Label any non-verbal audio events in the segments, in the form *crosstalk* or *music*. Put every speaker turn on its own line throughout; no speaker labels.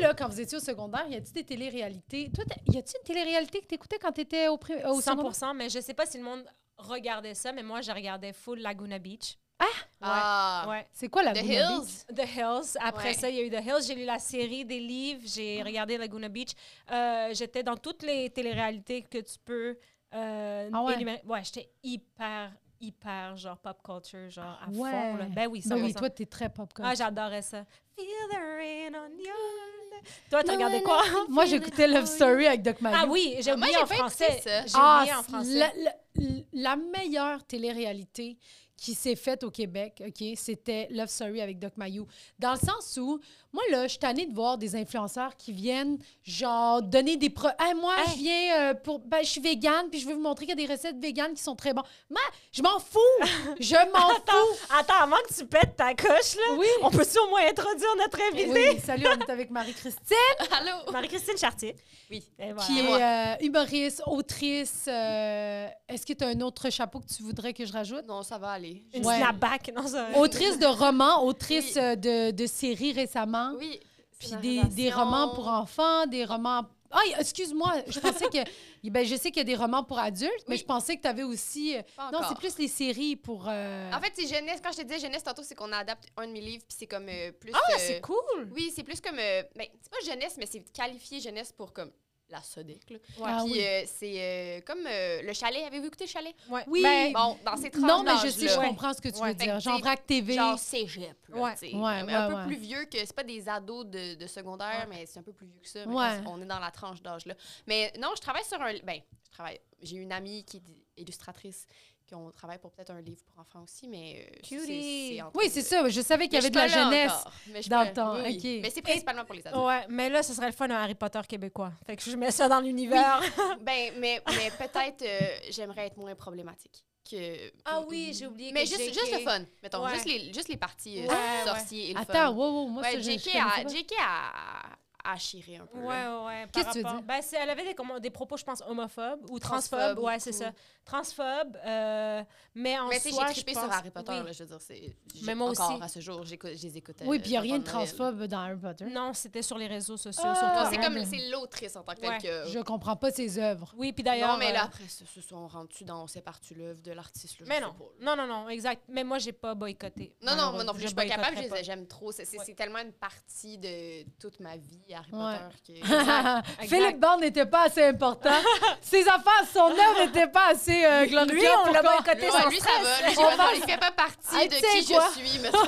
là, quand vous étiez au secondaire, y a-t-il des téléréalités? Toi, t'as- y a-t-il une téléréalité que t'écoutais quand t'étais au, pri- au
100%,
secondaire?
mais je sais pas si le monde regardait ça, mais moi, je regardais full Laguna Beach.
Ah,
Ouais.
C'est quoi la
The
Laguna
Hills?
Beach?
The Hills. Après
Ouais.
ça, il y a eu The Hills. J'ai lu la série des livres.
Ah.
J'ai regardé Laguna Beach. Euh, j'étais dans toutes les téléréalités que tu peux euh,
Ah ouais?
énumérer. Ouais, j'étais hyper, hyper, genre pop culture, genre à
Ah
fond.
ouais.
Là. Ben oui, ça.
Ben oui, toi, t'es très pop
ah, j'adorais ça. Feel the rain on your...
*laughs*
Toi, tu regardais quoi?
Moi, j'écoutais Love Story avec Doc Mario.
Ah oui, j'ai
Ah, moi,
oublié
j'ai
en
pas écouté
français.
ça.
J'ai
Ah,
oublié en
c'est
français.
La, la- la meilleure télé-réalité qui s'est faite au Québec, OK, c'était Love Story avec Doc Mayou. Dans le sens où, moi, là, je suis tannée de voir des influenceurs qui viennent, genre, donner des pro... Hey, moi,
Hey.
je viens euh, pour... Ben, je suis végane, puis je veux vous montrer qu'il y a des recettes véganes qui sont très bonnes. Moi, je
*laughs*
m'en fous! Je m'en fous!
Attends, avant que tu pètes ta coche, là,
Oui!
on peut-tu au moins introduire notre invité?
Oui, salut, on est avec Marie-Christine,
Allô?
Marie-Christine Chartier.
Oui.
Et voilà.
qui
Et
est
moi.
euh, humoriste, autrice. euh, Est-ce que tu as un autre chapeau que tu voudrais que je rajoute?
Non, ça va aller.
Une
Ouais.
snapback. Non, ça...
Euh, Autrice de romans, autrice
Oui.
euh, de, de séries récemment,
Oui.
puis des, des romans pour enfants, des romans... Ah, excuse-moi, je pensais
*laughs*
que... ben, je sais qu'il y a des romans pour adultes, mais
Oui.
je pensais que tu avais aussi... euh, Non, c'est plus les séries pour... euh,
En fait, c'est jeunesse. Quand je te disais jeunesse tantôt, c'est qu'on adapte un de mes livres, puis c'est comme euh, plus.
Ah,
euh,
c'est cool!
Oui, c'est plus comme. euh, ben, c'est pas jeunesse, mais c'est qualifié jeunesse pour comme la SODEC. là.
Ah
Puis
oui.
euh, c'est euh, comme euh, le chalet. Avez-vous écouté le chalet?
oui.
Ben,
Bon, dans ces tranches
non, mais je
d'âge-là.
sais, je
Ouais.
comprends ce que tu
Ouais.
veux
Fait
dire.
que
Genre
t'es-
Vrac TV.
Genre cégep, là,
Ouais.
tu sais.
Ouais,
Comme un
ouais,
peu
ouais.
plus vieux que... C'est pas des ados de, de secondaire, mais c'est un peu plus vieux que ça. mais
Ouais.
On est dans la tranche d'âge, là. Mais non, je travaille sur un... Ben, je travaille... J'ai une amie qui est illustratrice, qui on travaille pour peut-être un livre pour enfants aussi, mais... euh, ça, c'est-
Cutie.
c'est entre-
Oui, c'est ça, je savais qu'il y
Mais je
avait
suis
de la
pas là
jeunesse.
encore, mais je suis
dans
pas
le
là.
temps,
Oui, oui.
ok.
Mais c'est principalement pour les ados.
ouais, mais là, ce serait le fun, un Harry Potter québécois. Fait que je mets ça dans l'univers.
Oh.
Ben, mais, mais peut-être euh, j'aimerais être moins problématique que...
Ah oublié
Mais juste, juste le fun, mettons.
Ouais.
Juste, les, juste les parties euh,
Ouais, ouais.
sorciers et le fun.
Attends, wow, wow, moi,
Ouais,
ça, je, je
JK,
connaissais
Ben, a,
pas.
JK a, a chiré un peu.
Ouais, ouais,
là.
ouais. par
Qu'est-ce que tu veux
rapport-
dire?
Ben, c'est- elle avait des, comment- des propos, je pense, homophobes ou transphobes.
Transphobes,
ouais, c'est
beaucoup.
ça. Transphobes, euh, mais en
Mais tu sais,
soi,
j'ai
je
trippé
pense...
sur Harry Potter,
oui.
là, je veux dire, c'est... j'ai-
Mais moi
Encore
aussi.
à ce jour, j'écoute- je les écoute.
Oui,
euh,
puis il n'y a rien de
avant Noël.
transphobe dans Harry Potter.
Non, c'était sur les réseaux sociaux,
Ah!
surtout.
Non,
avant.
c'est
Ouais,
comme,
mais-
c'est l'autrice en tant que
Ouais.
telle que...
Je comprends pas ses œuvres.
Oui, puis d'ailleurs...
non, mais là,
euh,
après, ça, ça, ça, on rentre-tu dans... On sépare-tu l'œuvre de l'artiste, là, je
Mais
sais
non.
pas, là.
non, non, non, exact. Mais moi, j'ai pas boycotté.
Non, non, moi non
malheureusement.
plus, je suis pas capable, je
boycotterais
les-
pas.
j'aime trop. C'est c'est-
Ouais.
c'est tellement une partie de toute ma vie, Harry
Ouais. *laughs*
Potter, que...
Exact.
Philippe Bond n'était pas
*laughs*
assez important. Ses affaires, son œuvre n'était pas assez euh, glorieuse.
Lui, on
pour
l'a
qu'on-
boycotté
Ouais,
sans
lui, ça
stress.
va. Lui, j'ai
On
pas-
passe-
il fait pas partie
Hey,
de
tu sais
qui
quoi?
je suis, mettons.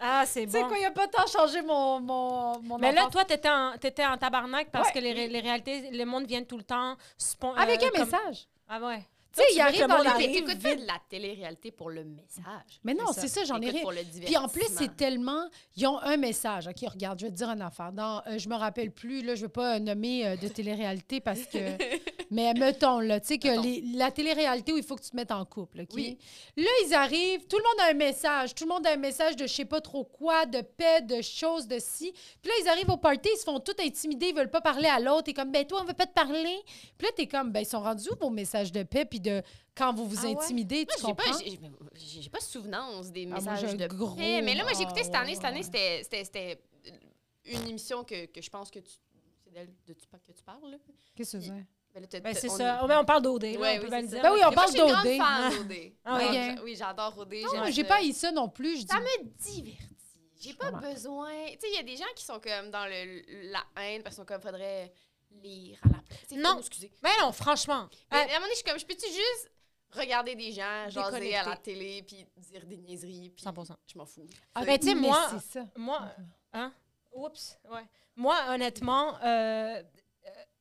Ah, c'est
Tu sais
bon.
quoi, il a pas tant changé mon, mon, mon
Mais là,
enfance.
toi, t'étais en, t'étais en tabarnak parce
Ouais.
que les, ré- les réalités, le monde vient tout le temps. spon-
Avec
euh,
un
comme-
message.
Ah ouais.
*laughs* Tu sais,
tu
il
veux que
arrive
le
dans
monde
les...
arrive.
Mais t'écoutes pas de la télé-réalité pour le message.
Mais non,
C'est ça.
c'est ça, j'en ai
T'écoutes
rien.
pour le
Puis en plus,
divertissement.
c'est tellement. Ils ont un message. OK, regarde, je vais te dire une affaire. Dans, euh, je me rappelle plus, là, je ne veux pas euh, nommer euh, de télé-réalité parce
*laughs*
que. Mais mettons, là, tu sais, que
Mettons.
les- la télé-réalité où il faut que tu te mettes en couple, OK?
Oui.
Là, ils arrivent, tout le monde a un message. Tout le monde a un message de je sais pas trop quoi, de paix, de choses, de ci. Puis là, ils arrivent au party, ils se font tout intimider, ils veulent pas parler à l'autre. T'es comme, ben toi, on veut pas te parler. Puis là, t'es comme, ben ils sont rendus où vos messages de paix, puis de quand vous vous
Ah ouais?
intimidez,
Moi,
tu
j'ai pas,
comprends?
j'ai- j'ai- j'ai pas souvenance des
Ah, moi,
messages
j'ai un
de
gros-
paix. Mais là, moi, j'ai
Ah,
écouté cette
ouais,
année. Cette année,
ouais.
c'était- c'était c'était une émission que, que je pense que tu. C'est d'elle de Tupac que tu parles, là.
Qu'est-ce que c'est?
Ben, là, t'as-
Ben,
t'as-
c'est
on
ça.
est-
Oh, ben, on parle d'OD. là,
Ouais,
on peut
oui,
bien
c'est
le
ça.
dire.
Ben oui, on
Mais moi,
parle
je suis une grande
d'OD.
fan d'OD.
Ah ouais.
Ouais, j'a- Oui, j'adore OD.
Non,
j'aime
moi, hein. Ah, j'ai
ça.
pas haï ça non plus. Je
Ça
dis-
me divertit. J'ai pas
comprends.
besoin. Tu sais, il y a des gens qui sont comme dans le, la haine parce qu'ils sont comme faudrait lire à la place. C'est
Non.
faux, excusez.
Mais ben non, franchement.
Mais
Euh,
à un moment donné, je suis comme, je peux-tu juste regarder des gens jaser à la
Déconnecter.
télé puis dire des niaiseries puis
100%.
je m'en fous.
Ah,
Mais tu sais, moi-
c'est ça.
Moi, hein? Oups, ouais. Moi, honnêtement, euh, euh,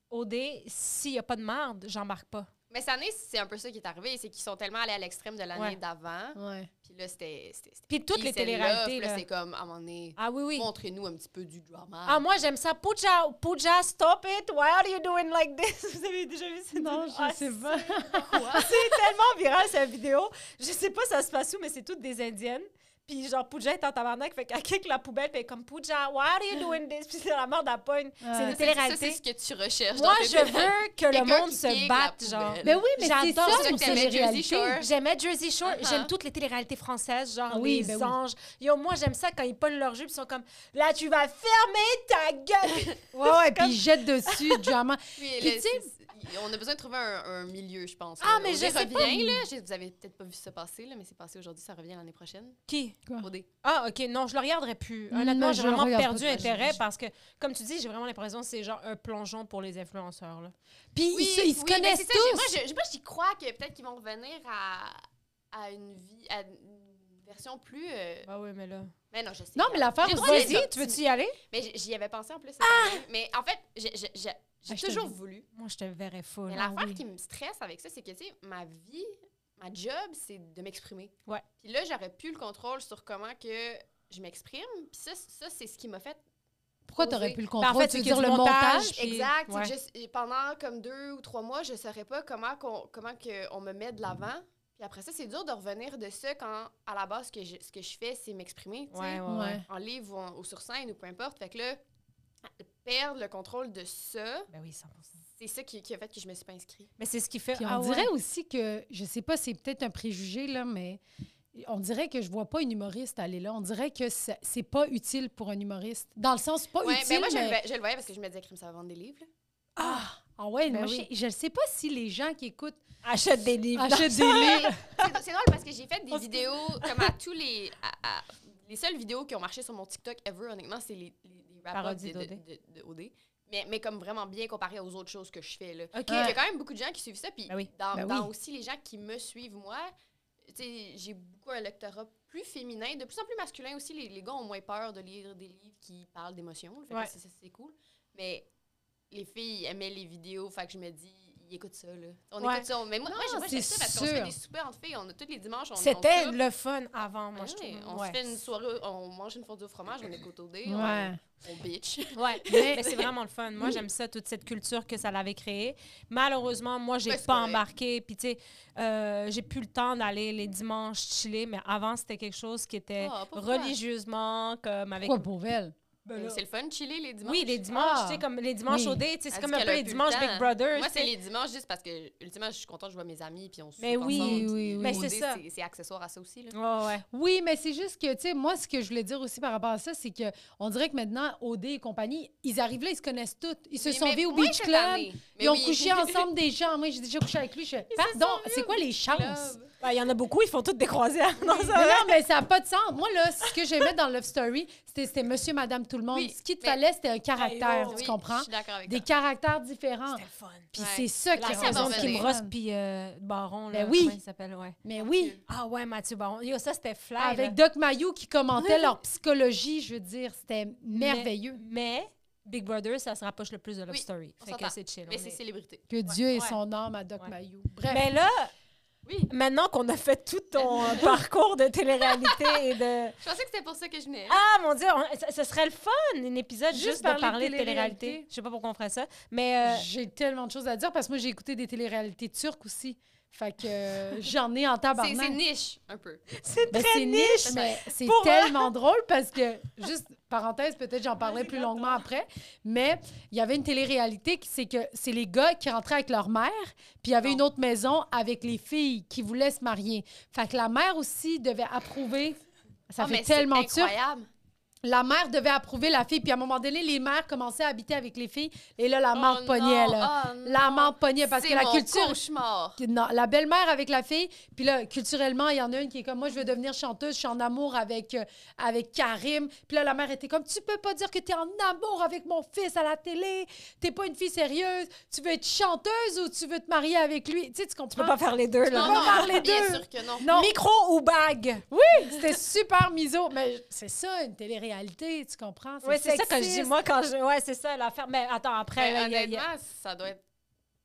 OD, s'il n'y a pas de merde, j'embarque pas.
Mais cette année, c'est un peu ça qui est arrivé, c'est qu'ils sont tellement allés à l'extrême de l'année
Ouais.
d'avant,
Ouais.
puis là c'était c'était- c'était-
Puis toutes
puis
les
celle-là,
téléréalités,
puis là,
là.
c'est comme à un moment donné,
Ah oui, oui.
montrez-nous un petit peu du drama.
Ah, moi, j'aime ça. Pooja, Pooja, stop it. Why are you doing like this? *laughs* Vous avez déjà vu cette
*laughs* Non,
vidéo?
je
Ah,
sais pas.
C'est tellement viral, cette vidéo. Je sais pas ça se passe où, mais c'est toutes des Indiennes. Puis genre, Pooja est en tabarnak, fait qu'elle kick la poubelle, puis elle est comme, Pooja, why are you doing this? *laughs* Puis c'est la merde à pogne. C'est
Ça,
une
c'est- ça,
télé-réalité.
c'est ce que tu recherches.
Moi,
dans tes
je veux que le
Quelqu'un
monde
qui
se
kick
batte,
la
genre.
poubelle.
Mais oui, mais c'est ça
J'adore
pour
ça que
ça
t'aimais
les
Jersey
réalités.
Shore.
J'aimais Jersey Shore,
Uh-huh.
j'aime toutes les téléréalités françaises, genre
Ah oui,
Les
ben oui.
Anges. Yo, moi, j'aime ça quand ils pognent leur jeu, puis ils sont comme Là, tu vas fermer ta gueule! *laughs*
Ouais, ouais, puis ils jettent dessus *laughs* du diamant.
Puis,
Puis,
le-
tu sais-
c'est- on a besoin de trouver un, un milieu, je pense.
Ah,
là.
mais
On
je
y
sais
revient,
pas.
là. Je- vous avez peut-être pas vu ça passer, là, mais c'est passé aujourd'hui, ça revient l'année prochaine.
Qui?
Ah.
Au dé.
Ah, OK, non, je le regarderai plus.
Mm, Non,
Honnêtement, j'ai
je le
vraiment
regarde
perdu
pas,
intérêt
je-
parce que, comme tu dis, j'ai vraiment l'impression que c'est genre un plongeon pour les influenceurs. Là.
Puis ils se, ils se
oui, mais
connaissent
c'est ça, j'ai-
tous.
Moi, je, je- moi, j'y crois que peut-être qu'ils vont revenir à, à une vie, à une version plus. euh,
Ah oui, mais là.
Mais non, je sais.
Non,
pas.
mais l'affaire,
J'ai le droit
c'est-
de dire
Vas-y, tu veux-tu y aller?
Mais j- j'y avais pensé en plus. cette année. Mais en fait, j'ai- j'ai- j'ai j'ai
Ah, je te
toujours
dis. Oh
voulu.
Moi, je te verrais full.
Mais
Ah
l'affaire
oui.
qui me stresse avec ça, c'est que, tu sais, ma vie, ma job, c'est de m'exprimer.
Ouais.
Puis là, j'aurais plus le contrôle sur comment que je m'exprime. Puis ça, c- ça c'est ce qui m'a fait.
Pourquoi t'aurais pu le contrôle?
Ben, en fait,
tu
c'est
veux
qu'il y a
dire le
du
montage?
montage. Puis-
exact.
ouais.
C'est que je- et pendant comme deux ou trois mois, je saurais pas comment qu'on comment que on me met de l'avant. Puis après ça, c'est dur de revenir de ça quand, à la base, ce que je, ce que je fais, c'est m'exprimer. tu sais.
Ouais, ouais, ouais.
Ouais.
En livre ou, en- ou sur scène ou peu importe. Fait que là, perdre le contrôle de ça,
Ben oui, 100%.
c'est ça qui, qui a fait que je me suis pas inscrite.
Mais c'est ce qui fait.
Puis on
ah ouais.
dirait aussi que, je sais pas, c'est peut-être un préjugé, là, mais on dirait que je vois pas une humoriste aller là. On dirait que ça- c'est pas utile pour un humoriste. Dans le sens, pas
Ouais,
utile,
ben moi, je,
mais-
le, vais- je le voyais parce que je me disais, crime, ça va vendre des livres. là.
Ah! Ah ouais,
Ben
moi,
oui.
je, je sais pas si les gens qui écoutent
Achète des livres.
achètent *laughs* des livres.
*laughs* C'est- C'est drôle parce que j'ai fait des
On se-
vidéos comme à tous les. à- à- les seules vidéos qui ont marché sur mon TikTok ever, honnêtement, c'est les, les, les rap
Parodies
de, de,
d'OD.
de- de OD. Mais, mais comme vraiment bien comparé aux autres choses que je fais. Là.
OK.
Il y a quand même beaucoup de gens qui suivent ça. Puis
Ben oui.
dans,
Ben
dans
oui.
aussi les gens qui me suivent, moi, tu sais, j'ai beaucoup un lectorat plus féminin, de plus en plus masculin aussi. Les, les gars ont moins peur de lire des livres qui parlent d'émotions. Fait que
Ouais.
ça, ça, c'est cool. Mais les filles aimaient les vidéos, fait que je me dis, ils écoutent ça, là. On
Ouais.
écoute ça. Mais moi,
Non,
moi, j'ai- moi,
c'est
j'aime ça parce qu'on se fait
sûr.
des soupers entre filles. On a tous
*laughs*
les dimanches, on on
C'était
coupe.
le fun avant, moi,
Ouais,
je trouve.
on
Ouais.
se fait une soirée, on mange une fondue au fromage, on écoute au dé, on-
Ouais.
on, bitch.
Ouais, mais, c'est vraiment le fun. Moi, j'aime ça, toute cette culture que ça l'avait créée. Malheureusement, moi, j'ai
Ben, c'est
pas
correct.
embarqué. Puis, tu sais, euh, j'ai plus le temps d'aller les dimanches chiller, mais avant, c'était quelque chose qui était
*laughs* Ah, pourquoi?
religieusement, comme avec.
Pourquoi pour elle?
Mais C'est le fun, chiller les dimanches.
Ben oui, les dimanches,
Ah.
tu sais, comme les dimanches
Oui.
au dé, tu sais, c'est
Elle
comme
dit
un
qu'elle
peu
a
les
plus le
dimanches
temps.
Big Brother.
Moi, c'est
tu sais.
les dimanches juste parce que, ultimement, je suis contente, je vois mes amis, puis on se Ben,
Mais oui,
Ben oui, oui.
Mais
c'est
c'est ça.
ça. C'est accessoire à ça aussi, là.
Ouais, ouais.
Oui, mais c'est juste que, tu sais, moi, ce que je voulais dire aussi par rapport à ça, c'est que on dirait que maintenant, OD et compagnie, ils arrivent là, ils se connaissent toutes. Ils se
Mais-
sont
mais
vus au
moins
Beach
cette
Club.
année. Mais
Ils ont
oui. *laughs*
couché ensemble des gens. Moi, j'ai déjà couché avec lui. Je fais, pardon, c'est quoi les chances?
Club.
Ben, Il y en a beaucoup, ils font toutes des *laughs* croisières. Non, ça va.
Mais non, mais ça n'a pas de sens. Moi, là, ce que j'aimais dans Love Story, c'était c'était monsieur, madame, tout le monde.
Oui,
ce qu'il te
mais-
fallait, c'était un caractère,
Hey, oh,
tu
Oui,
comprends?
Je suis d'accord avec
Des
toi.
caractères différents.
C'était le fun.
Puis
Ouais.
c'est ça
La
qui
raison
rend
saison
ça
de
Kim
le
Kim
fun.
Ross puis euh, Baron, là,
Ben oui.
comment il s'appelle, ouais.
Mais oui,
Mathieu.
Ah ouais, Mathieu Baron. Yo, ça, c'était fly. là.
avec Doc Mayou qui commentait leur psychologie, je veux dire, c'était merveilleux.
Mais Big Brother, ça se rapproche le plus de Love
Oui,
Story.
on
Fait que
s'entend.
c'est chill.
Mais
on
c'est
est-
célébrité.
Que Dieu ait
ouais.
son âme à Doc
Ouais.
Mayou. Bref.
Mais là,
Oui.
maintenant qu'on a fait tout ton
*laughs*
euh, parcours de télé-réalité et de...
Je pensais que c'était pour ça que je venais.
Ah, mon Dieu, on- ça- ce serait le fun, un épisode juste,
Juste
de
parler de
parler de
télé-réalité.
télé-réalité. Je sais pas pourquoi on ferait ça, mais... euh,
J'ai tellement de choses à dire parce que moi, j'ai écouté des téléréalités turques aussi. Fait que euh, j'en
*laughs*
ai en tabarnak.
C'est c'est niche, un peu.
c'est
Ben,
très
c'est
niche.
niche, mais c'est
Pour vrai.
tellement drôle parce que, juste parenthèse, peut-être j'en parlerai plus longuement après, mais il y avait une télé-réalité qui c'est que c'est les gars qui rentraient avec leur mère, puis il y avait
Bon.
une autre maison avec les filles qui voulaient se marier. Fait que la mère aussi devait approuver. Ça
Ah, mais
fait
c'est
tellement turc.
incroyable.
La mère devait approuver la fille, puis à un moment donné, les mères commençaient à habiter avec les filles, et là, la mère
Oh
pognait,
non,
là.
oh
La
non.
mère pognait parce
C'est
que la
mon
culture
cauchemar.
qui- non, la belle-mère avec la fille. Puis là, culturellement, il y en a une qui est comme moi, je veux devenir chanteuse, je suis en amour avec, euh, avec Karim. Puis là, la mère était comme, tu peux pas dire que tu es en amour avec mon fils à la télé, t'es pas une fille sérieuse, tu veux être chanteuse ou tu veux te marier avec lui. Tu sais,
Tu
tu
peux
comprends?
pas faire les deux, là.
Non,
pas
non,
faire les
bien
deux.
sûr que non.
Non,
Micro ou bague?
*laughs* c'était super miso. Mais je- c'est ça, une télé-réalité, tu comprends?
Oui, c'est ça que je
sexiste.
dis, moi, quand je... Ouais, c'est ça, l'affaire. Mais attends, après,
Mais
là, il y a- il y a-
Ben, honnêtement, ça doit être.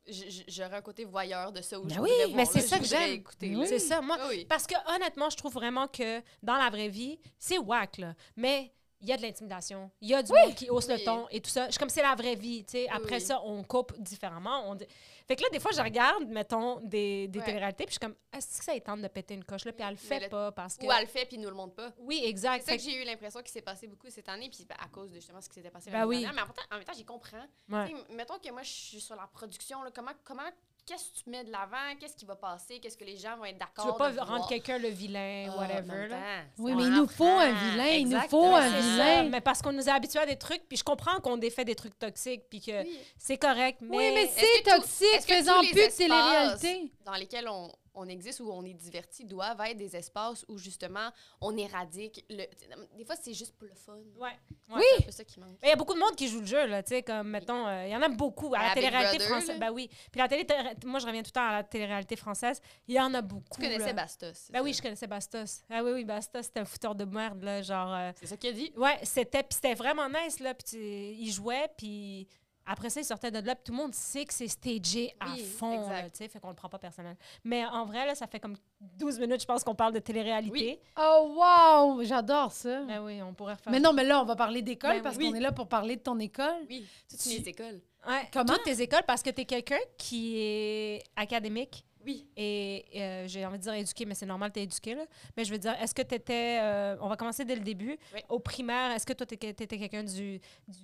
j- j- J'aurais un côté voyeur de ça. où
Ben
je
oui,
voudrais voir,
mais c'est
là,
ça
je
que
voudrais
j'aime. Ben
écouter,
Oui.
là.
C'est ça, moi.
Ah oui.
Parce que honnêtement, je trouve vraiment que dans la vraie vie, c'est whack, là. Mais il y a de l'intimidation, il y a du monde qui hausse le
Oui.
ton et tout ça. Je suis comme c'est la vraie vie, tu sais. Après
oui.
ça, on coupe différemment. On... dit- Fait que là, des fois, je regarde, mettons, des, des
Ouais.
téléréalités, puis je suis comme, est-ce que ça tente de péter une coche, là, puis elle le
Mais
fait
le-
pas parce que.
Ou elle le fait puis nous le montre pas.
Oui,
C'est
exact.
ça
Fait
que j'ai eu l'impression qu'il s'est passé beaucoup cette année, puis ben, à cause de justement ce qui s'était passé
Ben
l'année
oui.
dernière. Mais en même temps, en même temps, j'y comprends.
que- ouais.
Tu sais, Mettons que moi, je suis sur la production, là, comment, comment, qu'est-ce que tu mets de l'avant, qu'est-ce qui va passer, qu'est-ce que les gens vont
Tu
être d'accord.
veux pas
de
rendre
voir.
quelqu'un le vilain,
Ah, en
whatever.
même
Là.
temps,
Oui,
ça
mais il
en
nous faut un
prend.
vilain, il nous
Exactement.
faut un
C'est
vilain.
ça, mais parce qu'on nous a habitués à des trucs, puis je comprends qu'on défait des trucs toxiques, puis que
Oui.
c'est correct, mais...
Oui, mais
est-ce
c'est
que tout-
toxique,
est-ce que
faisant
tous les
plus de
espaces-
télé-réalité.
dans lesquels on, on existe ou on est diverti doivent être des espaces où justement on éradique le. t'sais, Des fois, c'est juste pour le fun.
Ouais.
oui. C'est un peu ça qui manque.
Mais il y a beaucoup de monde qui joue le jeu, là, tu sais, comme, mettons, euh, il y en a beaucoup. À
Ben,
la
à Big
télé-réalité
Brother,
française,
là.
ben oui. Puis la télé moi, je reviens tout le temps à la télé-réalité française, il y en a beaucoup.
Tu connaissais
là.
Bastos. c'est
Ben oui,
ça?
je connaissais Bastos. Ah oui, oui, Bastos, c'était un fouteur de merde, là, genre... euh,
C'est ça qu'il a dit.
Ouais, c'était puis c'était vraiment nice là, puis tu- il jouait puis après ça il sortait de là, puis tout le monde sait que c'est stagé à
Oui,
fond, là,
exact.
tu sais, fait qu'on le prend pas personnel. Mais en vrai là, ça fait comme 12 minutes je pense qu'on parle de télé-réalité.
Oh, wow! J'adore ça.
Ben oui, on pourrait refaire.
Mais non, mais là, on va parler d'école
Ben
parce
oui.
qu'on est là pour parler de ton école.
Oui, toutes
Tu-
les écoles.
Ouais,
Comment?
toutes tes écoles parce que tu es quelqu'un qui est académique
Oui.
et euh, j'ai envie de dire éduqué mais c'est normal tu es éduqué là. Mais je veux dire est-ce que tu étais on va commencer dès le début
Oui.
au primaire, est-ce que toi tu étais quelqu'un du, du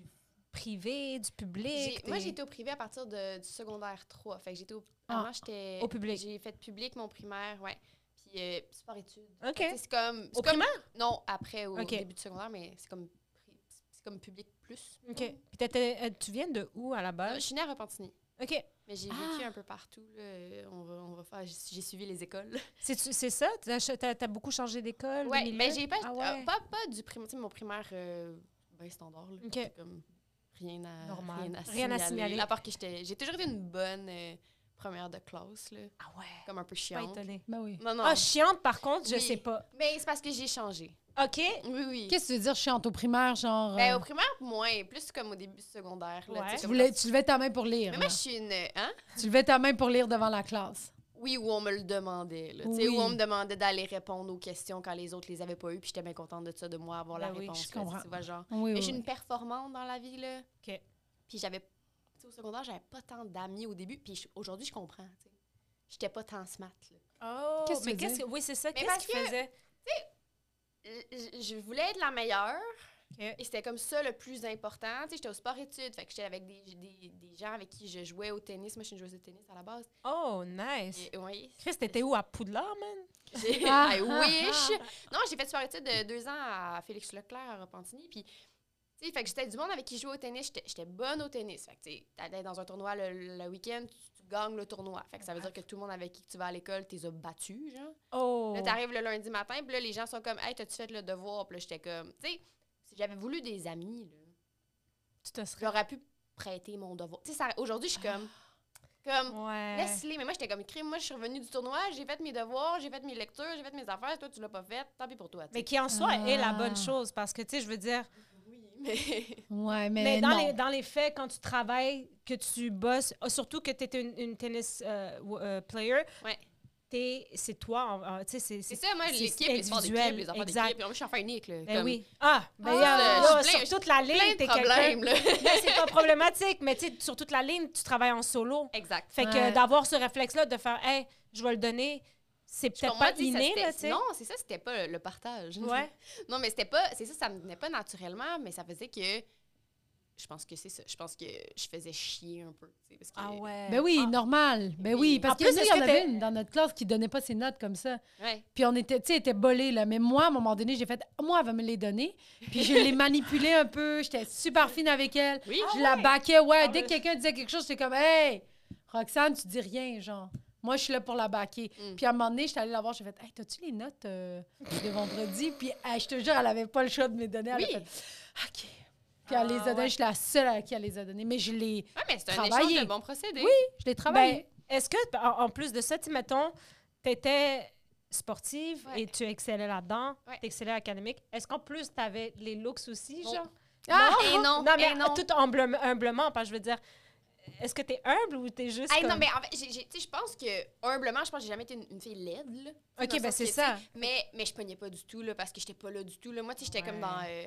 privé, du public
J'ai- Moi,
t'es-
j'ai été au privé à partir de- du secondaire 3. Fait que j'étais au.
Ah,
avant, j'étais.
au public.
J'ai fait public mon primaire, ouais. Puis euh, sport études.
OK.
T'sais, C'est comme.
Au
c'est comme- Non, après, au
OK.
début du secondaire, mais c'est comme. pri- C'est comme public plus.
OK. Puis t'étais- euh, tu viens de où à la
Euh, Je
base?
suis née à Repentigny.
OK.
Mais j'ai
Ah!
vécu un peu partout. Là. Euh, On va, on va faire. J'ai j'ai suivi les écoles.
C'est c'est ça? T'as ch- T'as as beaucoup changé d'école? de
Ouais,
milieu?
mais j'ai pas,
Ah ouais.
euh, pas. Pas du primaire. Tu sais, mon primaire, euh, ben standard. Là.
OK.
C'est Comme rien à,
Normal.
Rien à
Rien
signaler.
à signaler.
À part que j'étais- j'ai toujours été une bonne euh, première de classe, là,
Ah ouais.
comme un peu
Pas
chiante.
étonnée.
Ben oui.
Non, non.
Ah, chiante, par contre, je
Oui.
sais pas.
mais c'est parce que j'ai changé.
OK.
Oui, oui.
Qu'est-ce que tu veux dire chiante au primaire, genre...
Ben,
euh,
au primaire, moins. Plus comme au début du secondaire.
Ouais.
Là, tu sais,
tu,
comme
voulais-
quand-
tu levais ta main pour lire.
Mais moi,
là.
je suis une. Hein?
Tu levais ta main pour lire devant la classe.
Oui, où on me le demandait. Là, tu sais,
Oui.
Où on me demandait d'aller répondre aux questions quand les autres les avaient pas eues. Puis j'étais bien contente de ça, de moi avoir
Ben
la
oui,
réponse.
je
là,
comprends.
Tu vois, genre.
Oui,
Mais
oui.
j'ai une performante dans la vie, là.
OK.
Puis j'avais. tu sais, au secondaire, j'avais pas tant d'amis au début. Puis je- aujourd'hui, je comprends. tu sais. J'étais pas tant smart, là.
Oh,
Qu'est-ce que
mais
tu veux
qu'est-ce que...
dire?
Oui, c'est ça.
Mais
Qu'est-ce
parce
qu'il
que-
faisait?
Je je voulais être la meilleure.
OK.
Et c'était comme ça le plus important. Tu sais, j'étais au sport-études. Fait que j'étais avec des, des- des gens avec qui je jouais au tennis. Moi, je suis une joueuse de tennis à la base.
Oh, nice.
Et- oui.
Chris, t'étais où? À Poudlard, man?
J'ai-
Ah,
I
ah,
wish! Non, j'ai fait sport études de deux ans à Félix Leclerc à Repentigny. Puis, tu sais, fait que j'étais du monde avec qui je jouais au tennis. J'étais- J'étais bonne au tennis. Fait que, tu sais, t'allais dans un tournoi le, le week-end, tu, tu gagnes le tournoi. Fait que ça veut dire que tout le monde avec qui tu vas à l'école, t'es battus, genre.
Oh.
Là, t'arrives le lundi matin, puis là, les gens sont comme, hey, t'as-tu fait le devoir? Puis là, j'étais comme, tu sais, si j'avais voulu des amis, là,
Tu te serais...
j'aurais pu prêter mon devoir. Tu sais, ça- aujourd'hui, je suis comme, comme,
Ah. Ouais.
Laisse-les. Mais moi, j'étais comme crime. Moi, je suis revenue du tournoi, j'ai fait mes devoirs, j'ai fait mes lectures, j'ai fait mes affaires. Toi, tu l'as pas fait. Tant pis pour toi. tu
Mais
sais.
qui en soi est la bonne
Ah.
chose parce que, tu sais, je veux dire,
*laughs* oui, mais.
Ouais, mais,
Mais dans
non.
les, dans les faits, quand tu travailles, que tu bosses, ah, surtout que tu es une, une tennis euh, w- euh, player,
Ouais.
t'es- c'est toi. en- en- tu sais, c'est-
C'est
c'est-
ça, moi,
c'est
l'équipe, les sports d'équipe,
individuel,
les enfants
exact.
d'équipe. Puis moi, je suis enfin unique. Là,
Ben
comme,
oui. Ah, ben,
Ah,
là,
je suis
sur
plein-
toute la
Plein
ligne, t'es
de
quelqu'un.
problèmes, là.
*laughs*
*laughs*
Ben, c'est pas problématique, mais tu sais, sur toute la ligne, tu travailles en solo.
exact.
Fait que
Ouais.
d'avoir ce réflexe-là, de faire, hey, je vais le donner, c'est peut-être
Comme
pas
moi, tu sais, ça,
inné,
c'était-
là, tu sais.
Non, c'est ça, c'était pas le partage.
Ouais.
non, mais c'était pas. C'est ça, ça me venait pas naturellement, mais ça faisait que. Je pense que c'est ça. Je pense que je faisais chier un peu. tu sais, Parce que,
Ah ouais.
Ben oui,
Ah.
normal. Ben oui,
Et-
parce
En
qu'il y en
plus,
a- il
est-ce
y en
que
avait
t'es-
une dans notre classe qui donnait pas ses notes comme ça.
Ouais.
Puis on était, tu sais, elle était bolés, là. Mais moi, à un moment donné, j'ai fait, moi, elle va me les donner. Puis je
*laughs*
l'ai manipulée un peu. J'étais super fine avec elle.
Oui.
je la baquais, ouais.
Ah,
Dès
ben-
que quelqu'un disait quelque chose, j'étais comme, hey, Roxane, tu dis rien, genre. Moi, je suis là pour la baquer.
Mm.
Puis à un moment donné, j'étais allée la voir, j'ai fait, hey, t'as-tu les notes euh, de vendredi? *laughs* Puis hey, je te jure, elle avait pas le choix de me les donner. Elle
Oui.
a fait, OK. Puis elle les a
Ah,
données,
ouais.
je suis la seule à qui elle les a données. Mais je les,
Ouais, mais c'est un
Travailler.
échange de bons procédés.
Oui. je les travaille.
Ben, est-ce que, en, en plus de ça, tu sais, mettons, tu étais sportive
Ouais.
et tu excellais là-dedans,
Ouais.
tu excellais académique. Est-ce qu'en plus, tu avais les looks aussi,
Non.
genre?
Ah!
Et non,
non, mais
eh non.
tout humble- humblement, parce que je veux dire, est-ce que tu es humble ou tu es juste.
Hey,
comme-
non, mais en fait, j'ai- j'ai- tu sais, je pense que, humblement, je pense que j'ai jamais été une, une fille laide. là. Tu sais,
Ok,
dans
ben
le sens
c'est
que, tu sais,
ça.
Mais, mais je pognais pas du tout, là, parce que j'étais pas là du tout. Là. Moi, tu sais, j'étais comme
Ouais.
dans. euh,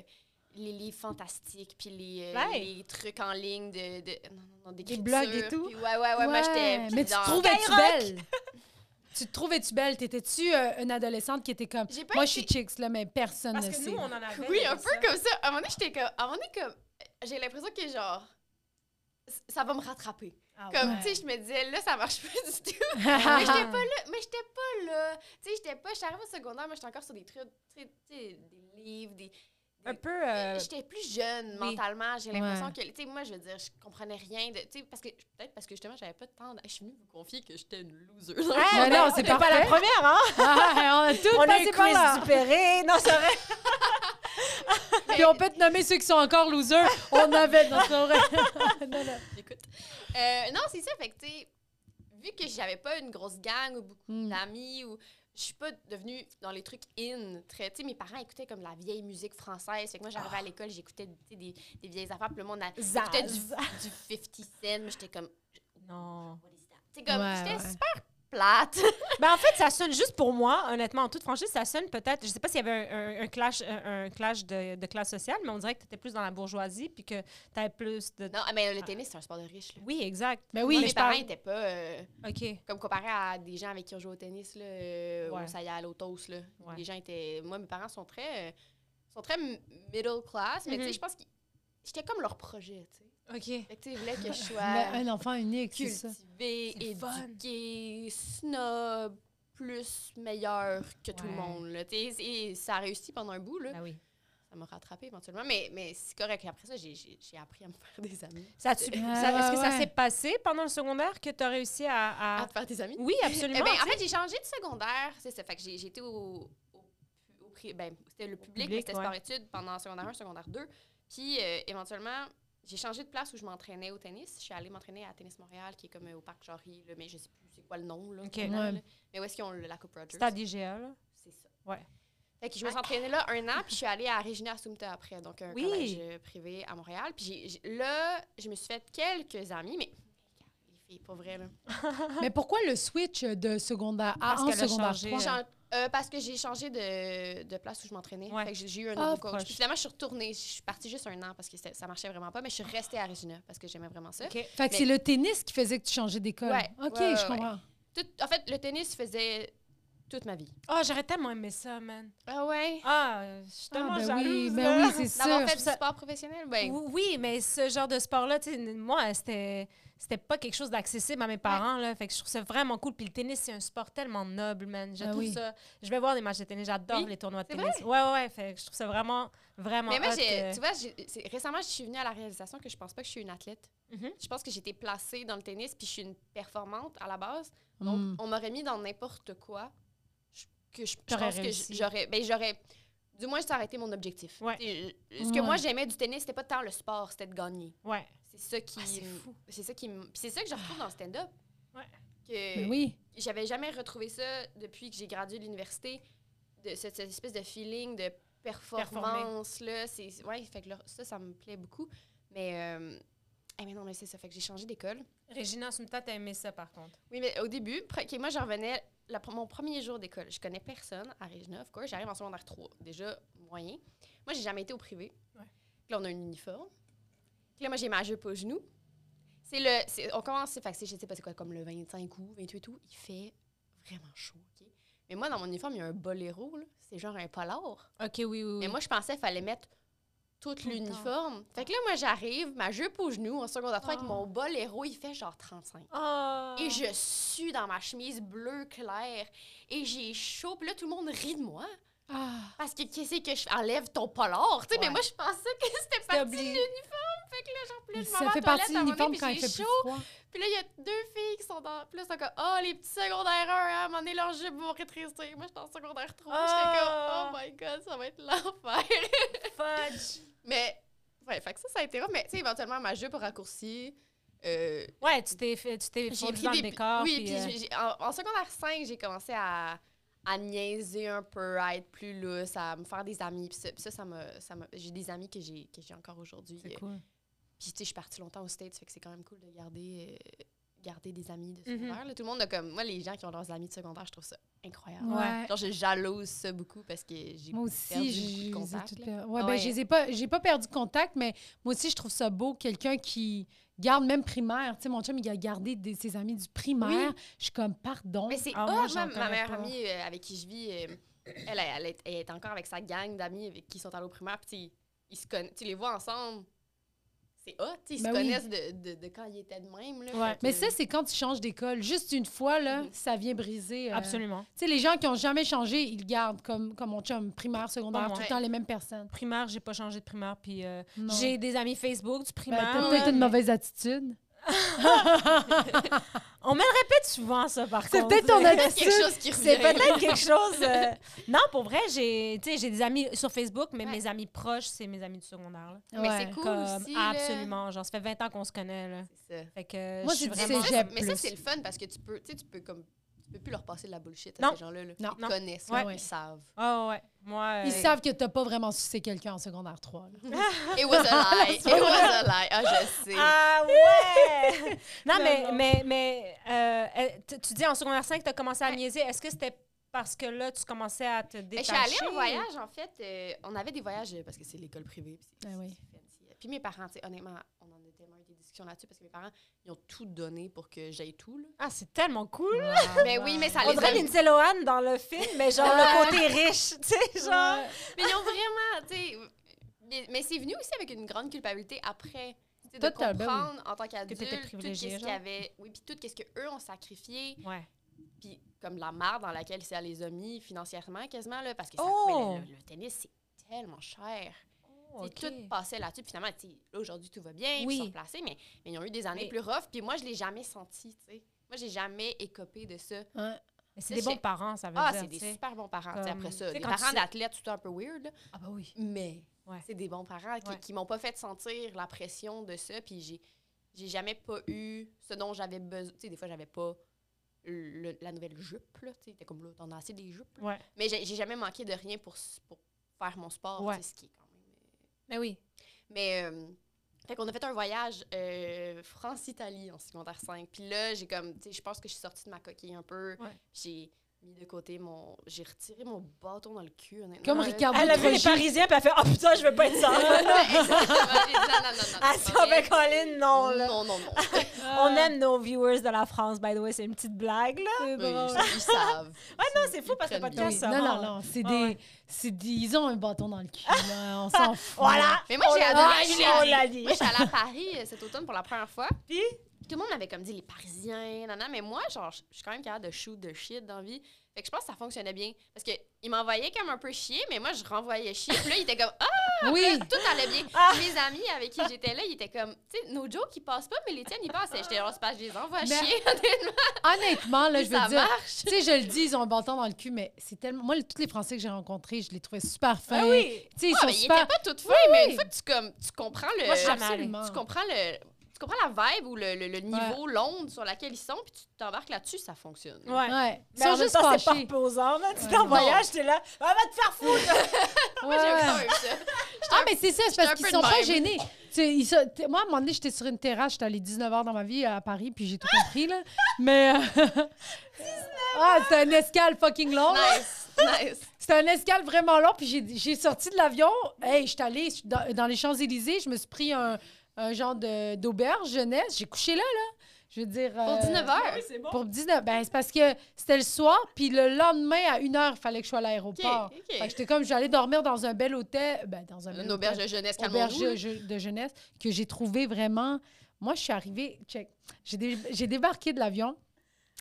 les livres fantastiques, puis les, euh,
Ouais.
les trucs en ligne de, de- non, non, non,
Des blogs et
d'écriture,
tout.
puis ouais, ouais, ouais, moi, j'étais... puis
Mais tu
dans-
te trouvais-tu
Skyrock!
belle? *laughs* tu te trouvais-tu belle? T'étais-tu euh, une adolescente qui était comme,
J'ai pas
moi, je
été-
suis chicks, là, mais personne
Parce
ne
que
sait. *laughs*
nous, on en *laughs* avait.
Oui,
des
un
comme
peu
ça.
comme ça. À un moment donné, j'étais comme... À un moment donné, comme... J'ai l'impression que, genre... c- Ça va me rattraper.
Ah
Comme,
ouais.
tu sais, je me disais, là, ça marche *laughs* pas du tout. mais j'étais
Ah,
pas là. Mais j'étais pas là. Tu sais, j'étais pas... J'arrive au secondaire, mais j'étais encore sur des trucs... Tu sais, tu sais, des livres, des...
un peu. euh,
J'étais plus jeune
oui.
mentalement. J'ai l'impression
Ouais.
que, tu sais, moi, je veux dire, je comprenais rien. de- Tu sais, parce que peut-être parce que justement, j'avais pas de temps. de- Je suis venue vous confier que j'étais une loser.
Ah,
Mais
*laughs*
non, c'est
pas la
parfait.
première, hein?
*laughs* *laughs* on a tout
On a eu
passé par là.
Chris Dupéré. Non, c'est vrai.
Puis on peut te nommer ceux qui sont encore losers. On avait notre vrai. *laughs* Non, non.
*laughs* Écoute. Euh, non, c'est ça. Fait que, tu sais, vu que j'avais pas une grosse gang ou beaucoup
Hmm.
d'amis ou. Je suis pas devenue dans les trucs in. Très, tu sais, mes parents écoutaient comme de la vieille musique française. Fait que moi, j'arrivais à l'école, j'écoutais tu sais, des, des vieilles affaires. Puis le monde a-
Zaz.
écoutait du, du 50 Cent. mais j'étais comme,
Non.
what is that? Tu sais, comme,
Ouais,
j'étais
ouais.
super plate. *laughs*
Ben, en fait, ça sonne juste pour moi, honnêtement, en toute franchise, ça sonne peut-être. Je sais pas s'il y avait un, un- un clash, un, un clash de, de classe sociale, mais on dirait que tu étais plus dans la bourgeoisie puis que tu avais plus de.
non, mais le tennis, c'est un sport de riche. Là.
Oui, exact.
Mais
Oui,
oui,
mes
je
parents
parle-
n'étaient pas. euh,
OK.
comme comparé à des gens avec qui on joue au tennis, là, euh,
Ouais.
au Sayal, au Toast, là.
Ouais.
Les gens étaient. Moi, mes parents sont très. euh, sont très m- middle class, mais tu
Mhm.
sais, je pense que j'étais comme leur projet, tu sais.
OK.
Fait que tu sais, ils voulaient
*laughs*
que je
mais
sois
un enfant unique, c'est ça.
cultivée,
euh, C'est le fun.
éduquée, snob, plus meilleure que tout le
Ouais.
monde, là. Tu sais, et ça a réussi pendant un bout, là.
Ben oui.
Ça m'a rattrapé éventuellement, mais, mais c'est correct. Et après ça, j'ai- j'ai j'ai appris à me faire des amis.
Ça a-tu-
Ouais,
ça- Est-ce que
ouais,
ça
ouais.
s'est passé pendant le secondaire que tu as réussi à. à-
À te faire des amis?
Oui, absolument.
Ah, Eh ben, en
tu sais.
fait, j'ai changé de secondaire. C'est ça. Fait que j'ai j'étais au, au, au pri- ben, c'était le public, mais
public,
c'était
ouais.
sport études pendant secondaire 1, secondaire 2. Puis euh, éventuellement, j'ai changé de place où je m'entraînais au tennis. Je suis allée m'entraîner à Tennis Montréal, qui est comme euh, au Parc Jarry, là, mais je sais plus c'est quoi le nom. Là,
Ok.
qu'on a,
Ouais.
là. Mais où est-ce qu'ils ont le, la Coupe Rogers?
Stade IGA, là.
C'est ça.
Ouais.
Fait que je me suis entraînée là un an, puis je suis allée à Regina Assumpta après, donc un
Oui.
collège euh, privé à Montréal. Puis j'ai- j'ai- là, je me suis fait quelques amis, mais les filles, pour vrai, là.
Mais pourquoi le switch de secondaire à
Parce
en
qu'elle a
secondaire
changé.
3?
J'ai chan- euh, parce que j'ai changé de, de place où je m'entraînais.
Ouais.
Fait que j'ai- j'ai eu un
Ah,
nouveau coach.
proche.
Puis finalement, je suis retournée. Je suis partie juste un an parce que c'était- ça marchait vraiment pas, mais je suis restée à Regina parce que j'aimais vraiment ça.
OK.
Fait que
Mais-
c'est le tennis qui faisait que tu changeais d'école.
Ouais,
OK,
ouais, ouais,
je comprends. Ah,
Tout- en fait, le tennis faisait toute ma vie.
Oh, j'aurais tellement aimé ça, man.
Ah ouais?
Ah, je suis
Ah,
tellement
ben oui,
jalouse.
ben
là.
oui, c'est
Ah, D'avoir
sûr.
fait du
ça-
sport professionnel? Ben,
Ou- Oui, mais ce genre de sport-là, tu sais, moi, c'était c'était pas quelque chose d'accessible à mes parents. Là, fait que je trouve ça vraiment cool. Puis le tennis, c'est un sport tellement noble, man. Je
Ah
trouve
oui.
ça. Je vais voir des matchs de tennis. J'adore
Oui,
les tournois de
c'est
tennis. Ouais, ouais, ouais. Fait que je trouve ça vraiment, vraiment.
mais moi,
hot euh,
j'ai-
que-
tu vois, j'ai- c'est- récemment, je suis venue à la réalisation que je pense pas que je suis une athlète.
Mhm.
Je pense que j'étais placée dans le tennis puis je suis une performante à la base. Donc,
Hmm.
Mm.
on m'aurait mis dans n'importe quoi je- que je, je
T'aurais
pense que
réussi.
je- j'aurais. Ben, j'aurais. Du moins, ça aurait été mon objectif.
Ouais.
T'sais, je- Ce que moi,
Ouais.
j'aimais du tennis, c'était pas tant le sport, c'était de gagner.
Ouais.
C'est ça qui.
Ah, c'est fou.
c'est ça qui. me- Puis c'est ça que je retrouve dans le stand-up.
Ouais.
Que
Mais Ben oui.
j'avais jamais retrouvé ça depuis que j'ai gradué de l'université, de cette, cette espèce de feeling de performance là, c'est ouais, fait que là, ça ça me plaît beaucoup, mais euh, eh, mais non mais c'est ça fait que j'ai changé d'école.
Régina Sumta, t'as aimé ça, par contre.
Oui, mais au début, pre- ok, moi, je revenais la pre- mon premier jour d'école. Je connais personne à Regina, of course. J'arrive en secondaire 3, déjà moyen. Moi, j'ai jamais été au privé.
Ouais.
Puis Là, on a un uniforme. Puis Là, moi, j'ai ma jupe au genou. C'est le, c'est- on commence, fait que c'est- je sais pas c'est quoi, comme le 25 août, 28 août. Il fait vraiment chaud, OK? Mais moi, dans mon uniforme, il y a un boléro, là. C'est genre un polar.
OK, oui, oui. oui.
Mais moi, je pensais qu'il fallait mettre tout
le temps.
l'uniforme. Fait que là, moi, j'arrive, ma jupe au genou, en secondaire 3, avec
Ah.
mon boléro, il fait genre 35.
Oh.
Ah.
Et je sue dans ma chemise bleue clair. Et j'ai chaud. Puis là, tout le monde rit de moi.
Ah.
Parce que qu'est-ce que je enlève ton polar? Tu sais, mais
Ouais.
moi, je pensais que c'était
C'était
parti de
obligé.
l'uniforme. Fait que là, genre, puis là, je m'en vais
Ça
aux
fait
toilettes
partie
à
de
un moment
l'uniforme
donné,
quand
puis
il
j'ai
fait plus
chaud.
froid.
Puis là, il y a deux filles qui sont dans. Puis là, ils sont comme, oh, les petits secondaires 1, hein, à un moment donné, leur jupe vont rétrécir. Moi, j'étais en secondaire 3. J'étais
Ah!
comme, oh my god, ça va être l'enfer.
Fudge.
mais, ouais, fait que ça, ça a été rough. Mais, tu sais, éventuellement, ma jupe raccourcie. Euh,
Ouais, tu t'es fait. Tu t'es
J'ai
fondu
pris
dans
des...
le décor.
Oui,
puis,
puis
euh,
j'ai- j'ai- en, en secondaire 5, j'ai commencé à, à niaiser un peu, à être plus lousse, à me faire des amis. Puis ça, puis ça, ça me- ça me- j'ai des amis que j'ai que j'ai encore aujourd'hui.
C'est
Euh,
cool.
Puis tu sais, je suis partie longtemps aux States, fait que c'est quand même cool de garder, euh, garder des amis de
Mhm.
secondaire. là. Tout le monde a comme... Moi, les gens qui ont leurs amis de secondaire, je trouve ça incroyable.
Ouais.
Genre, je jalouse ça beaucoup parce que j'ai
Moi
perdu
aussi, j'ai
beaucoup de
j'ai
contact,
tout
là.
perdu. Ouais,
Ah
ben,
ouais.
je les ai pas, j'ai pas perdu contact, mais moi aussi, je trouve ça beau, quelqu'un qui garde même primaire. Tu sais, mon chum, il a gardé des- ses amis du primaire. Je suis comme, pardon.
Mais c'est
Ah,
ah,
moi, j'en
moi, ma
connais
meilleure
pas.
amie euh, avec qui je vis, euh, elle, elle est, elle est encore avec sa gang d'amis avec qui ils sont allés au primaire, puis tu sais, ils se conna- tu les vois ensemble. C'est hot, tu sais, ils
Ben
se
oui.
connaissent de, de, de quand ils étaient de même. Là,
Ouais.
fait que-
Mais ça, c'est quand tu changes d'école. Juste une fois, là,
Mhm.
ça vient briser. euh,
Absolument.
Tu sais, les gens qui ont jamais changé, ils gardent comme, comme mon chum, primaire, secondaire,
Ouais.
tout le temps les mêmes personnes.
Primaire, j'ai pas changé de primaire. Puis euh,
Non.
j'ai des amis Facebook du
Ben,
primaire.
t'as
là,
peut-être une
mais-
mauvaise attitude.
On me le répète souvent, ça, par
C'est
contre. *laughs*
peut-être ton
C'est
attitude.
quelque chose qui revient.
C'est *laughs* peut-être quelque chose. euh, Non, pour vrai, j'ai tu sais, j'ai des amis sur Facebook, mais
Ouais.
mes amis proches, c'est mes amis du secondaire. là.
Mais
Ouais.
Ah c'est cool
Comme,
aussi. là.
absolument. Genre, ça fait 20 ans qu'on se connaît. Là.
C'est ça.
Fait que
Moi,
je suis
c'est du
vraiment.
cégep.
Ça,
J'aime
mais ça,
plus.
c'est le fun parce que tu peux, tu sais, tu peux comme. Tu peux plus leur passer de la bullshit à
Non.
ces gens-là. là.
Non.
Ils
Non.
connaissent,
Ouais.
là,
Ouais.
*laughs*
ils savent.
Ah ouais. Moi.
Ils
euh,
savent que t'as pas vraiment sucé quelqu'un en secondaire 3. là.
It was a
*laughs*
lie. It was a lie. Ah, je sais.
Ah ouais! *laughs* non,
Non,
mais,
non.
mais, mais euh, euh, tu- tu dis en secondaire 5 tu as commencé à niaiser. Est-ce que c'était parce que là, tu commençais à te
Mais Ben, Je
détacher?
suis allée en voyage, en fait. euh, on avait des voyages euh, parce que c'est l'école privée. Puis
Ben
c'est
Ah oui.
c'est fancy. Puis mes parents, tu sais, honnêtement, on en a tellement eu des discussions là-dessus parce que mes parents, ils ont tout donné pour que j'aille tout. Là.
Ah, c'est tellement cool!
*laughs* Mais oui, mais ça
On
les
dirait
a-
Lindsay Lohan dans le film, mais genre le côté riche, *laughs* tu sais, genre...
Mais ils ont vraiment, tu sais. Mais, mais c'est venu aussi avec une grande culpabilité après. Tu sais, De
Total, ben oui.
comprendre en tant qu'adulte
t'étais
tout ce
privilégiée,
qu'il y
genre.
avait. Oui, puis tout ce qu'eux ont sacrifié.
Ouais.
puis comme la mare dans laquelle ça les a mis financièrement quasiment là parce que ça-
Oh!
mais le, le- le tennis c'est tellement cher. T'sais, Tout passait là-dessus. Puis Finalement, t'sais, là, aujourd'hui, tout va bien, puis
Oui.
ils sont replacés, mais, mais ils ont eu des années
Mais-
plus rough. Puis moi, je l'ai jamais senti, tu sais. Moi, j'ai jamais écopé de ça.
Hein?
Mais c'est des bons parents, ça veut
Ah,
dire,
c'est des
tu sais.
super bons parents. t'sais,
comme-
après
tu
ça,
sais,
les
quand tu
parents
sais-
d'athlètes, c'est un peu weird, là,
Ah bah oui.
mais
Ouais.
c'est des bons parents qui,
Ouais.
qui m'ont pas fait sentir la pression de ça. Puis j'ai, j'ai jamais pas eu ce dont j'avais besoin. Tu sais, des fois, j'avais pas le- la nouvelle jupe, là. Tu sais, t'es comme là, t'en as assez des jupes. là.
Ouais.
Mais j'ai j'ai jamais manqué de rien pour, s- pour faire mon sport,
Ouais.
tu sais, ce qui est quand même.
Mais oui.
Mais euh, fait qu'on a fait un voyage euh, France-Italie en secondaire 5. Puis là, j'ai comme tu sais, je pense que je suis sortie de ma coquille un peu.
Ouais.
J'ai mis de côté mon j'ai retiré mon bâton dans le cul honnêtement.
Comme
là.
Ricardo
Elle a vu les
*laughs*
Trogi.
Parisiens, puis elle fait « Oh putain, je veux pas être ça!
Exactement, j'ai dit, non, non, non, non, »
Ah,
c'est
ça,
pas vrai.
avec Colin, non, là.
Non, non, non.
Ah,
On aime nos viewers de la France, by the way, c'est une petite blague, là.
Ah, C'est
Mais
drôle.
ils,
*laughs*
ils savent.
Ouais, non, c'est fou, parce que
prennent
Oui.
podcast,
bien.
ça
Non, non,
rend-
non, c'est
Ah
des,
ouais. Ah!
c'est des- Ils ont un bâton dans le cul, là,
*laughs*
on s'en fout.
Voilà!
Mais moi,
On
j'ai
l'a
adoré,
dit,
je l'ai
on l'a dit.
Moi, je suis allée à Paris euh, cet automne pour la première fois.
Puis?
Tout le monde avait comme dit les Parisiens, nanana, mais moi, genre, je je suis quand même capable de shoot de shit dans la vie. Fait que je pense que ça fonctionnait bien. Parce qu'ils m'envoyaient comme un peu chier, mais moi, je renvoyais chier. Puis là, ils étaient comme, ah,
Oui,
tout allait bien. Mes amis avec qui j'étais là, ils étaient comme, tu sais, nos jokes, ils passent pas, mais les tiennes, ils passent. Et J'étais genre, c'est parce que je les envoie
Mais-
chier.
honnêtement, là, je veux
ça
dire...
marche.
Tu sais, je le dis, ils ont un bâton dans le cul, mais c'est tellement... Moi, le- tous les Français que j'ai rencontrés, je les trouvais super fins.
Ah oui!
Tu sais, ils
Ah,
sont
*laughs* mais ils
super...
étaient pas toutes fins, mais une fois que tu, comme, tu comprends le.
Moi, je suis jamais allée.
Absolument.
tu comprends le. Tu comprends la vibe ou le, le- le niveau, l'onde sur laquelle ils sont, puis tu t'embarques là-dessus, ça fonctionne.
Ouais.
Ouais. Ils
Mais en
sont
même
juste
temps, c'est pas
fâchés.
reposant, là. Tu
Ouais,
t'es en
non.
voyage, t'es là. Ah, va te faire foutre!
Moi, j'aime
Ouais.
quand même ça.
Ah, mais c'est ça, c'est parce
un
qu'ils
peu
sont
de
pas
même.
gênés. Tu sais, ils sont- t- moi, à un moment donné, j'étais sur une terrasse, j'étais allée 19 h dans ma vie à Paris, puis j'ai tout compris, là. Mais. euh, *laughs* ah, c'était un escale fucking long. là.
Nice, nice.
C'était un escale vraiment long, puis j'ai- j'ai sorti de l'avion. Hey, j'étais allée dans, dans les Champs-Élysées, je me suis pris un, un genre de- d'auberge jeunesse. J'ai couché là, là. Je veux dire.
Pour
euh,
19 heures.
Ah, c'est bon.
Pour 19 Ben, c'est parce que c'était le soir, puis le lendemain, à 1 h, il fallait que je sois à l'aéroport.
OK, OK.
Fait que j'étais comme, j'allais dormir dans un bel hôtel. Ben, dans un bel
Une auberge
hôtel
de jeunesse,
auberge
calmons-nous.
je- de jeunesse que j'ai trouvé vraiment. Moi, je suis arrivée, check. J'ai dé- j'ai débarqué de l'avion.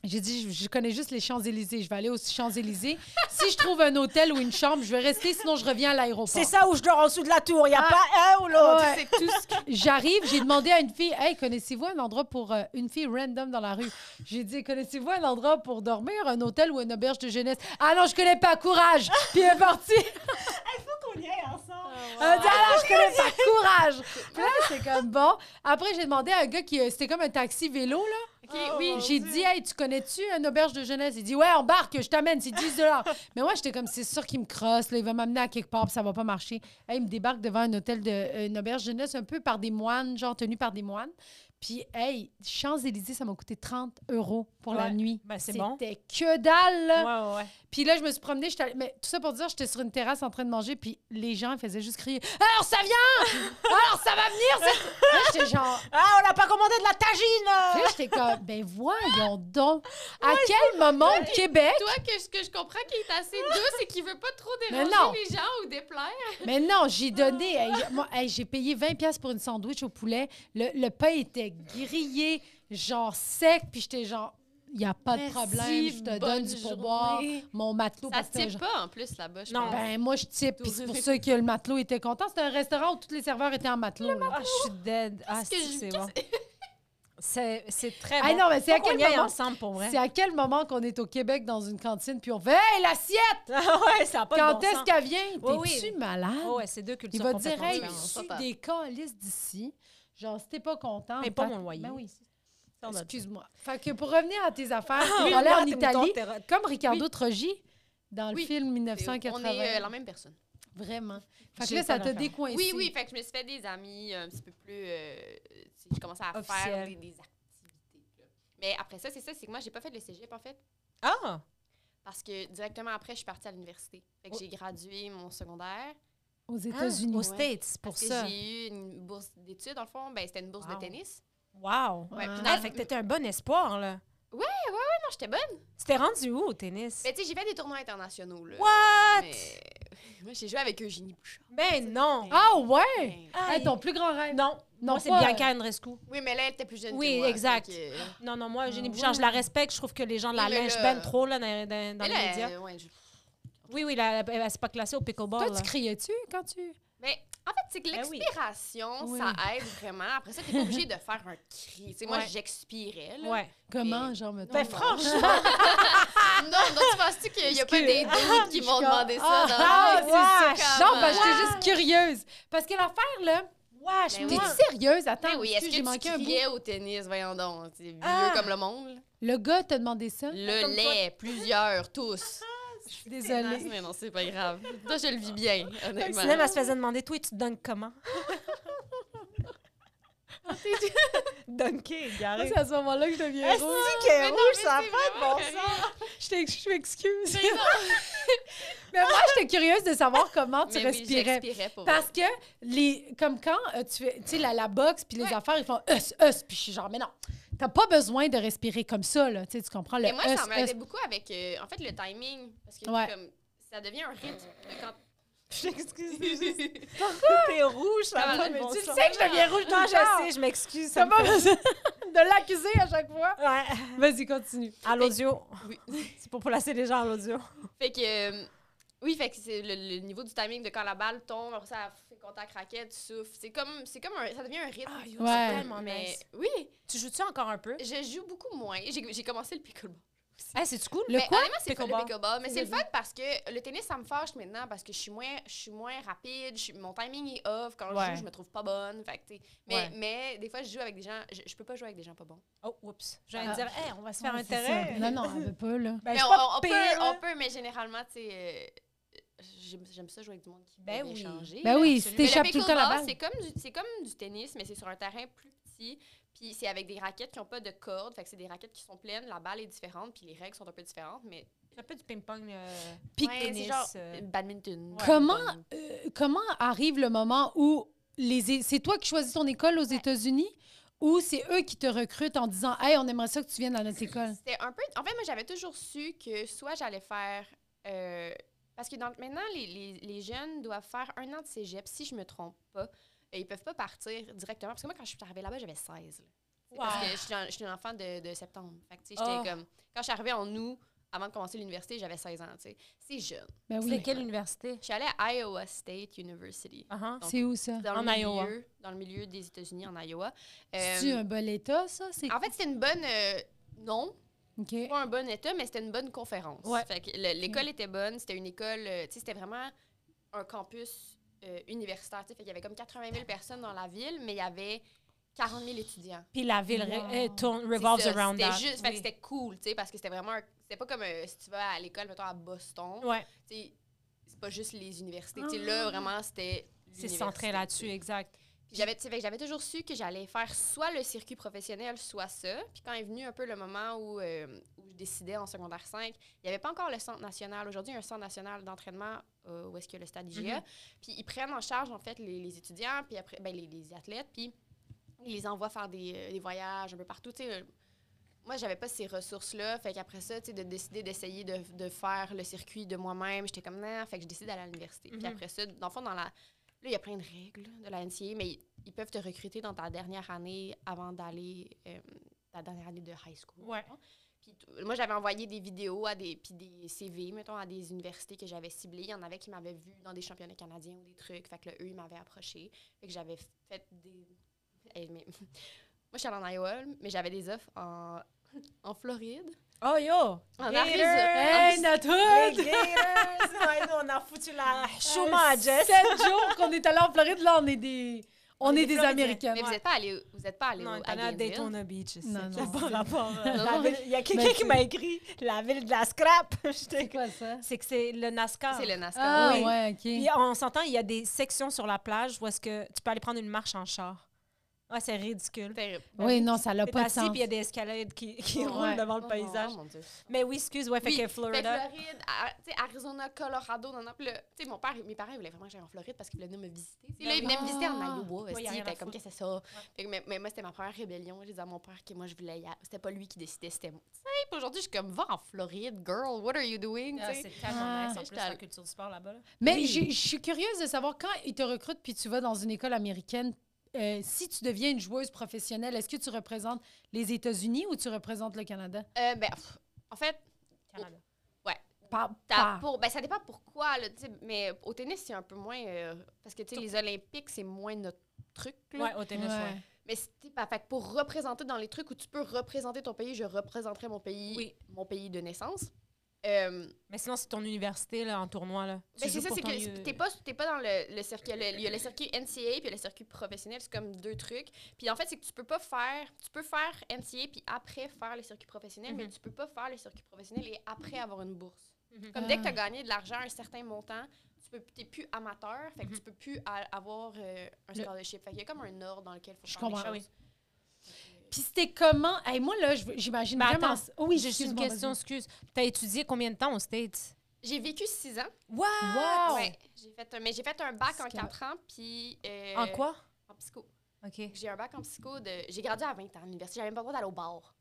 J'ai dit, je, je connais juste les Champs-Élysées. Je vais aller aux
*laughs*
Champs-Élysées. si je trouve un hôtel ou une chambre, je vais rester, sinon je reviens à l'aéroport.
C'est ça où je dors en dessous de la tour. Il n'y a
Ah.
pas un ou l'autre.
Ouais. Tout ce que- *laughs* J'arrive, j'ai demandé à une fille, hey, connaissez-vous un endroit pour euh, une fille random dans la rue? J'ai dit, connaissez-vous un endroit pour dormir, un hôtel ou une auberge de jeunesse? Ah non, je connais pas, courage! Puis elle est partie.
qu'on y aille ensemble.
Elle m'a dit, ah non, je connais pas, courage! Puis là, c'est comme bon. Après, j'ai demandé à un gars qui. euh, C'était comme un taxi-vélo, là.
OK,
Oh,
oui.
mon
J'ai
Dieu.
dit, hey, tu connais-tu une auberge de jeunesse? Il dit, ouais, embarque, je t'amène, c'est 10
*laughs*
Mais moi, j'étais comme, c'est sûr qu'il me crosse, là, il va m'amener à quelque part, puis ça va pas marcher. Hey, il me débarque devant un hôtel de. euh, Une auberge de jeunesse, un peu par des moines, genre tenu par des moines. Puis, hey, Champs-Élysées, ça m'a coûté 30 euros pour la
Ouais.
nuit.
Ben, c'est bon.
C'était que dalle, là.
Ouais, ouais, ouais.
Puis là, je me suis promenée, j'étais allée- Mais tout ça pour dire, j'étais sur une terrasse en train de manger, puis les gens faisaient juste crier « Alors, ça vient! Alors, ça va venir! cette- » Là, j'étais genre...
Ah, on n'a pas commandé de la tagine!
Puis là, j'étais comme « Ben voyons donc! À quel moment au Québec?
Toi, que, ce que je comprends qu'il est assez douce et qu'il veut pas trop
Mais
déranger
non.
les gens ou déplaire. »
Mais non, j'ai donné... hey, j'ai- moi, hey, j'ai payé 20 pièces pour une sandwich au poulet. Le, le pain était grillé, genre sec, puis j'étais genre « Il n'y a pas de problème, je te donne du pourboire. Mon matelot...
Ça
parce
se
que
tire pas en plus là-bas, je
Non.
pense.
Ben, moi, je type. puis C'est pour ça que le matelot était content. C'était un restaurant où tous les serveurs étaient en matelot. là.
Ah, je suis dead. Ah,
Qu'est-ce que
si,
je-
c'est bon. C'est c'est très
Ah
bon.
non, mais c'est à
Faut qu'on
quel
y aille
moment-
ensemble, pour vrai.
*laughs* C'est à quel moment qu'on est au Québec dans une cantine puis on fait Hey, l'assiette!
Ah ouais, ça n'a pas
Quand
de bon
est-ce
sens.
qu'elle vient?
Oui,
T'es-tu malade?
Oh, ouais, c'est deux cultures
Il va te dire
complètement
Hey,
différentes.
différent.
tu des calices d'ici. Genre, si t'es pas content.
Mais pas
fait-
mon loyer.
Ben oui.
Ça, on a-
Excuse-moi. Fait que pour revenir à tes affaires,
Ah,
on
oui,
allait
là,
en
t'es mon
Italie,
torterre-
comme Ricardo Trogi dans le
Oui.
film
Théo,
1980.
On est euh, la même personne.
Vraiment. Fait que
J'ai
là, ça
pas
t'a
d'affaires.
décoincé.
Oui, oui, fait que je me suis fait des amis un petit peu plus. euh, tu sais, je commençais à faire
Officiel.
des, des activités. là. Mais après ça, c'est ça, c'est que moi, j'ai pas fait le cégep en fait.
Ah!
Parce que directement après, je suis partie à l'université. Fait que j'ai gradué mon secondaire.
Aux
Aux
États-Unis.
States, pour
Parce que
ça.
j'ai eu une bourse d'études, dans le fond. Ben, c'était une bourse
Wow.
de tennis.
Wow!
Ouais.
Ouais, puis
Ah,
dans
Ah,
le-
fait que t'étais un bon espoir, là.
Non, j'étais bonne.
C'était rendu où au tennis?
Mais tu sais, j'ai fait des tournois internationaux. Là.
What?
Mais- *laughs* Moi, j'ai joué avec Eugénie Bouchard.
Ben non!
Ah ouais!
Ben,
Ah,
Hey, ton plus grand rêve.
Non,
Non,
moi, c'est
pas- euh,
Bianca Andreescu.
Oui, mais là, elle était plus jeune
Oui,
que moi.
exact.
fait que-
Non, non, moi, Eugénie
Ah,
Bouchard,
ouais.
je la respecte. Je trouve que les gens la
Oui, mais
lynchent
là-
ben trop là, dans, dans- dans
Mais
les
là,
médias.
euh, ouais, je-
Oui, oui, la- elle, elle s'est pas classée au pickleball.
Toi,
là.
tu criais-tu quand tu.
Mais en fait, c'est que
Ben oui.
l'expiration,
Oui.
ça aide vraiment. Après ça,
*laughs*
t'es pas obligé de faire un cri. Tu sais, moi,
Ouais.
j'expirais. là.
Ouais.
Comment,
Mais-
genre, mettons?
Ben franchement,
Ah, Non, non, tu penses-tu qu'il n'y a pas des adultes qui vont
Ah, je suis comme-
demander ça? dans-
Ah,
Ouais,
wesh!
c'est ça,
Non,
comme,
ben, j'étais
euh,
juste curieuse. Parce que l'affaire, là,
wesh,
Ben
t'es
oui.
moi.
sérieuse?
mais
Attends,
oui,
excuse,
est-ce
j'ai
que
manqué
tu
un bout.
criais au tennis? Voyons donc. C'est vieux
Ah!
comme le monde. là.
Le gars t'a demandé ça?
Le
Comme toi.
lait, plusieurs, tous.
Je suis
Non,
*laughs* désolée.
mais non, c'est pas grave. Toi, je le vis bien, honnêtement.
Sinon, elle se faisait demander, toi, tu dunks comment? Dunker,
Moi,
garé.
*laughs* C'est à ce moment-là que je deviens rouge.
Mais
est
non, mais c'est vraiment correct.
Je t'ex- je m'excuse.
Mais non,
*laughs* Mais moi, j'étais curieuse de savoir comment tu
mais oui,
respirais.
j'expirais pour
Parce que, les, comme quand euh, tu fais, tu sais, la, la boxe, puis les
Ouais.
affaires, ils font us, us, puis je suis genre, mais non, t'as pas besoin de respirer comme ça, là, tu sais, tu comprends, le
Et moi, ça
us,
m'aidait
us.
beaucoup avec, euh, en fait, le timing. Parce que
Ouais.
comme, ça devient un rythme de quand...
Je m'excuse.
*laughs*
*laughs*
mais
T'es rouge, ça
Ah,
va,
Mais
bon
tu le
sang.
sais que je deviens rouge
Non,
tout le
je sais, je m'excuse. ça
Ça
me
va
fait-
*laughs* de l'accuser à chaque fois.
*laughs* Ouais.
Vas-y, continue.
À l'audio.
Oui.
C'est pour placer les gens à l'audio.
Fait que... euh, oui, fait que c'est le, le niveau du timing de quand la balle tombe, après ça fait contact raquette, tu souffles. C'est comme, c'est comme un, ça devient un rythme.
c'est Ouais.
Ah, tellement
mais
nice.
oui,
Tu joues-tu encore un peu?
je joue beaucoup moins. J'ai j'ai commencé le pickleball.
Ah, c'est cool?
Le
mais
quoi?
honnêtement, c'est pas le
Pickleball.
pickleball, mais c'est le
Vas-y.
fun parce que le tennis ça me fâche maintenant parce que je suis moins je suis moins rapide, je suis- mon timing est off quand je
Ouais.
joue, je me trouve pas bonne, fait que, tu sais, mais
Ouais.
mais des fois je joue avec des gens, je, je peux pas jouer avec des gens pas bons.
Oh, oups. J'allais
Ah.
dire, hey, on va se faire
Ouais,
un
c'est
terrain.
ça. Non, non, elle veut pas, là.
Ben,
Mais
c'est
on,
pas
on peut,
pire,
on
là.
peut, mais généralement, tu sais, euh, j'aime j'aime ça jouer avec du monde qui
Ben
veut
oui.
échanger.
Ben oui, si
absolument.
Mais le
t'échappes tout le temps la balle.
pickleball, c'est comme, du- c'est comme du tennis, mais c'est sur un terrain plus petit. Puis c'est avec des raquettes qui n'ont pas de corde. Fait que c'est des raquettes qui sont pleines. La balle est différente, puis les règles sont un peu différentes. Mais
C'est un peu du ping-pong. euh,
Pique
Ouais,
tennis,
c'est genre
euh,
badminton.
ouais.
Comment-
badminton.
Euh, comment arrive le moment où les é- c'est toi qui choisis ton école aux États-Unis ou c'est eux qui te recrutent en disant "Hey, on aimerait ça que tu viennes à notre école."
C'était un peu. En fait, moi, j'avais toujours su que soit j'allais faire. euh, parce que dans- maintenant, les, les- les jeunes doivent faire un an de cégep, si je me trompe pas. Et ils peuvent pas partir directement. Parce que moi, quand je suis arrivée là-bas, j'avais 16. là. C'est Parce
Wow.
que je suis, un- je suis une enfant de, de septembre. Fait que, tu sais, j'étais
Oh.
comme. Quand je suis arrivée en août, avant de commencer l'université, j'avais 16 ans. tu sais. C'est jeune.
Ben
C'est
oui.
quelle université?
Je suis allée à Iowa State University.
Ah, ah.
C'est où ça
Dans
En
le milieu,
Iowa.
Dans le milieu des États-Unis, en Iowa. Euh,
C'est un bel état ça, c'est
en fait, c'était une bonne. euh, non,
OK.
pas un bon état, mais c'était une bonne conférence.
Ouais.
Fait que le- l'école était bonne, c'était une école, euh, tu sais, c'était vraiment un campus euh, universitaire. tu sais. Fait qu'il y avait comme 80 000 personnes dans la ville, mais il y avait 40 000 étudiants.
Puis la ville re-
Wow.
euh, tourne,
C'est
revolves
ça,
around
C'était
that.
juste, fait que
Oui.
c'était cool, tu sais, parce que c'était vraiment, un- c'était pas comme euh, si tu vas à l'école, mettons, à Boston,
Ouais,
tu sais, c'est pas juste les universités.
Ah.
Tu sais, là, vraiment, c'était
c'est
l'université,
centré
tu
là-dessus,
sais.
exact.
Puis j'avais, tu sais, fait que j'avais toujours su que j'allais faire soit le circuit professionnel, soit ça. Puis quand est venu un peu le moment où, euh, où je décidais en secondaire 5, il n'y avait pas encore le centre national. Aujourd'hui, il y a un centre national d'entraînement euh, où est-ce que le stade IGA.
Mhm.
Puis ils prennent en charge, en fait, les, les étudiants, puis après, ben, les, les athlètes, puis ils les envoient faire des, euh, des voyages un peu partout. Tu sais, euh, moi, j'avais pas ces ressources-là. Fait qu'après ça, tu sais, de décider d'essayer de, de faire le circuit de moi-même, j'étais comme, non, fait que je décide d'aller à l'université. Puis
Mhm.
après ça, dans le fond, dans la. Là, il y a plein de règles là, de la NCA, mais ils- ils peuvent te recruter dans ta dernière année avant d'aller. euh, ta dernière année de high school.
Ouais.
Puis t- moi, j'avais envoyé des vidéos à des, puis des CV, mettons, à des universités que j'avais ciblées. Il y en avait qui m'avaient vu dans des championnats canadiens ou des trucs. Fait que là, eux, ils m'avaient approché. Fait que j'avais fait des. Eh, mais- *laughs* Moi, je suis allée en Iowa, mais j'avais des offres en, en Floride.
Oh yo!
En
Hey,
Arizona.
notre
Hey,
hood!
gators! Ouais, nous, on a foutu
Ah,
la chômage à Jess.
7 jours qu'on est allé en Floride, là, on est des, on
On est
est des
Floridiens.
Américaines.
Mais vous n'êtes pas allé, vous n'êtes pas allé
Non,
au-
on est
à
allé à
Gainesville.
Daytona Beach.
Non,
Non,
non,
non. Par
c'est-
rapport. euh,
Non,
la
non.
ville- Il y a quelqu'un
Mais
qui
tu-
m'a écrit la ville de la scrap. *laughs* J'étais
C'est quoi ça?
C'est que c'est le NASCAR.
C'est le NASCAR.
Ah,
Oui.
ouais, OK.
Puis on s'entend, il y a des sections sur la plage où est-ce que tu peux aller prendre une marche en char. Ouais, c'est ridicule.
Terrible.
Oui, non, ça n'a
T'es
pas de
assis,
sens.
puis il y a des escalades qui, qui
Ouais.
roulent devant le
Oh,
paysage.
mon Dieu.
Mais oui, excuse, ouais, fait
Oui,
que
Fait que
Florida.
Floride, à- tu sais, Arizona, Colorado, non, non. Puis là, tu sais, mon père, mes parents, ils voulaient vraiment que j'aille en Floride parce qu'ils voulaient venir me visiter. Tu sais, là, ils venaient me visiter en
Ah.
y
Iowa.
a
aussi,
rien à
C'était comme,
foutre.
qu'est-ce que c'est ça? Fait que, mais, mais moi, c'était ma première rébellion. Je disais à mon père que moi, je voulais y aller. C'était pas lui qui décidait, c'était moi. Tu sais, puis aujourd'hui, je suis comme, va en Floride, girl, what are you doing?
Ah,
Tu sais.
c'est tellement
Ah.
nice, en plus,
J'étais
la
allée-
culture du sport là-bas. là.
Mais
Oui.
j'ai- je suis curieuse de savoir quand ils te recrutent puis tu vas dans une école américaine. euh, si tu deviens une joueuse professionnelle, est-ce que tu représentes les États-Unis ou tu représentes le Canada?
Euh, ben, pff, en fait,
Canada.
Par,
T'as
par-
pour- ben, ça dépend pourquoi, là, tu sais, mais au tennis, c'est un peu moins. euh, parce que tu sais, les Olympiques, c'est moins notre truc. là.
Ouais, au tennis, ouais.
Ouais.
Mais c'était pas- fait que pour représenter dans les trucs où tu peux représenter ton pays, je représenterai mon pays,
Oui.
mon pays de naissance. Euh,
Mais sinon, c'est ton université là, en tournoi. Là. Tu
ben, c'est
joues
ça,
pour
c'est
ton
que
lieu-
c'est- t'es pas, t'es pas dans le, le circuit. le- Il y a le circuit NCA puis le circuit professionnel, c'est comme deux trucs. Puis en fait, c'est que tu peux pas faire. Tu peux faire NCA puis après faire le circuit professionnel, mais
Mhm.
tu peux pas faire le circuit professionnel et après avoir une bourse.
Mhm.
Comme dès que tu
Ah.
as gagné de l'argent, un certain montant, tu n'es plus amateur, fait que
Mhm.
tu peux plus a- avoir euh, un
Le-
scholarship. Fait qu'il y a comme un ordre dans lequel il faut
Je
faire
comprends.
les
Ah
oui.
choses.
Puis c'était comment? Hey, moi, là, je veux- j'imagine
Mais
vraiment...
Ben, attends,
oui,
J'ai juste une
excuse-moi,
question,
vas-y.
excuse. T'as étudié combien de temps aux States?
J'ai vécu six ans.
Wow!
Wow!
Ouais, j'ai fait un, mais j'ai fait un bac en
Parce que-
quatre ans, puis... euh,
En quoi?
En psycho.
OK.
J'ai un bac en psycho de... J'ai gradué à 20 ans à l'université. J'avais même pas le droit d'aller au bar.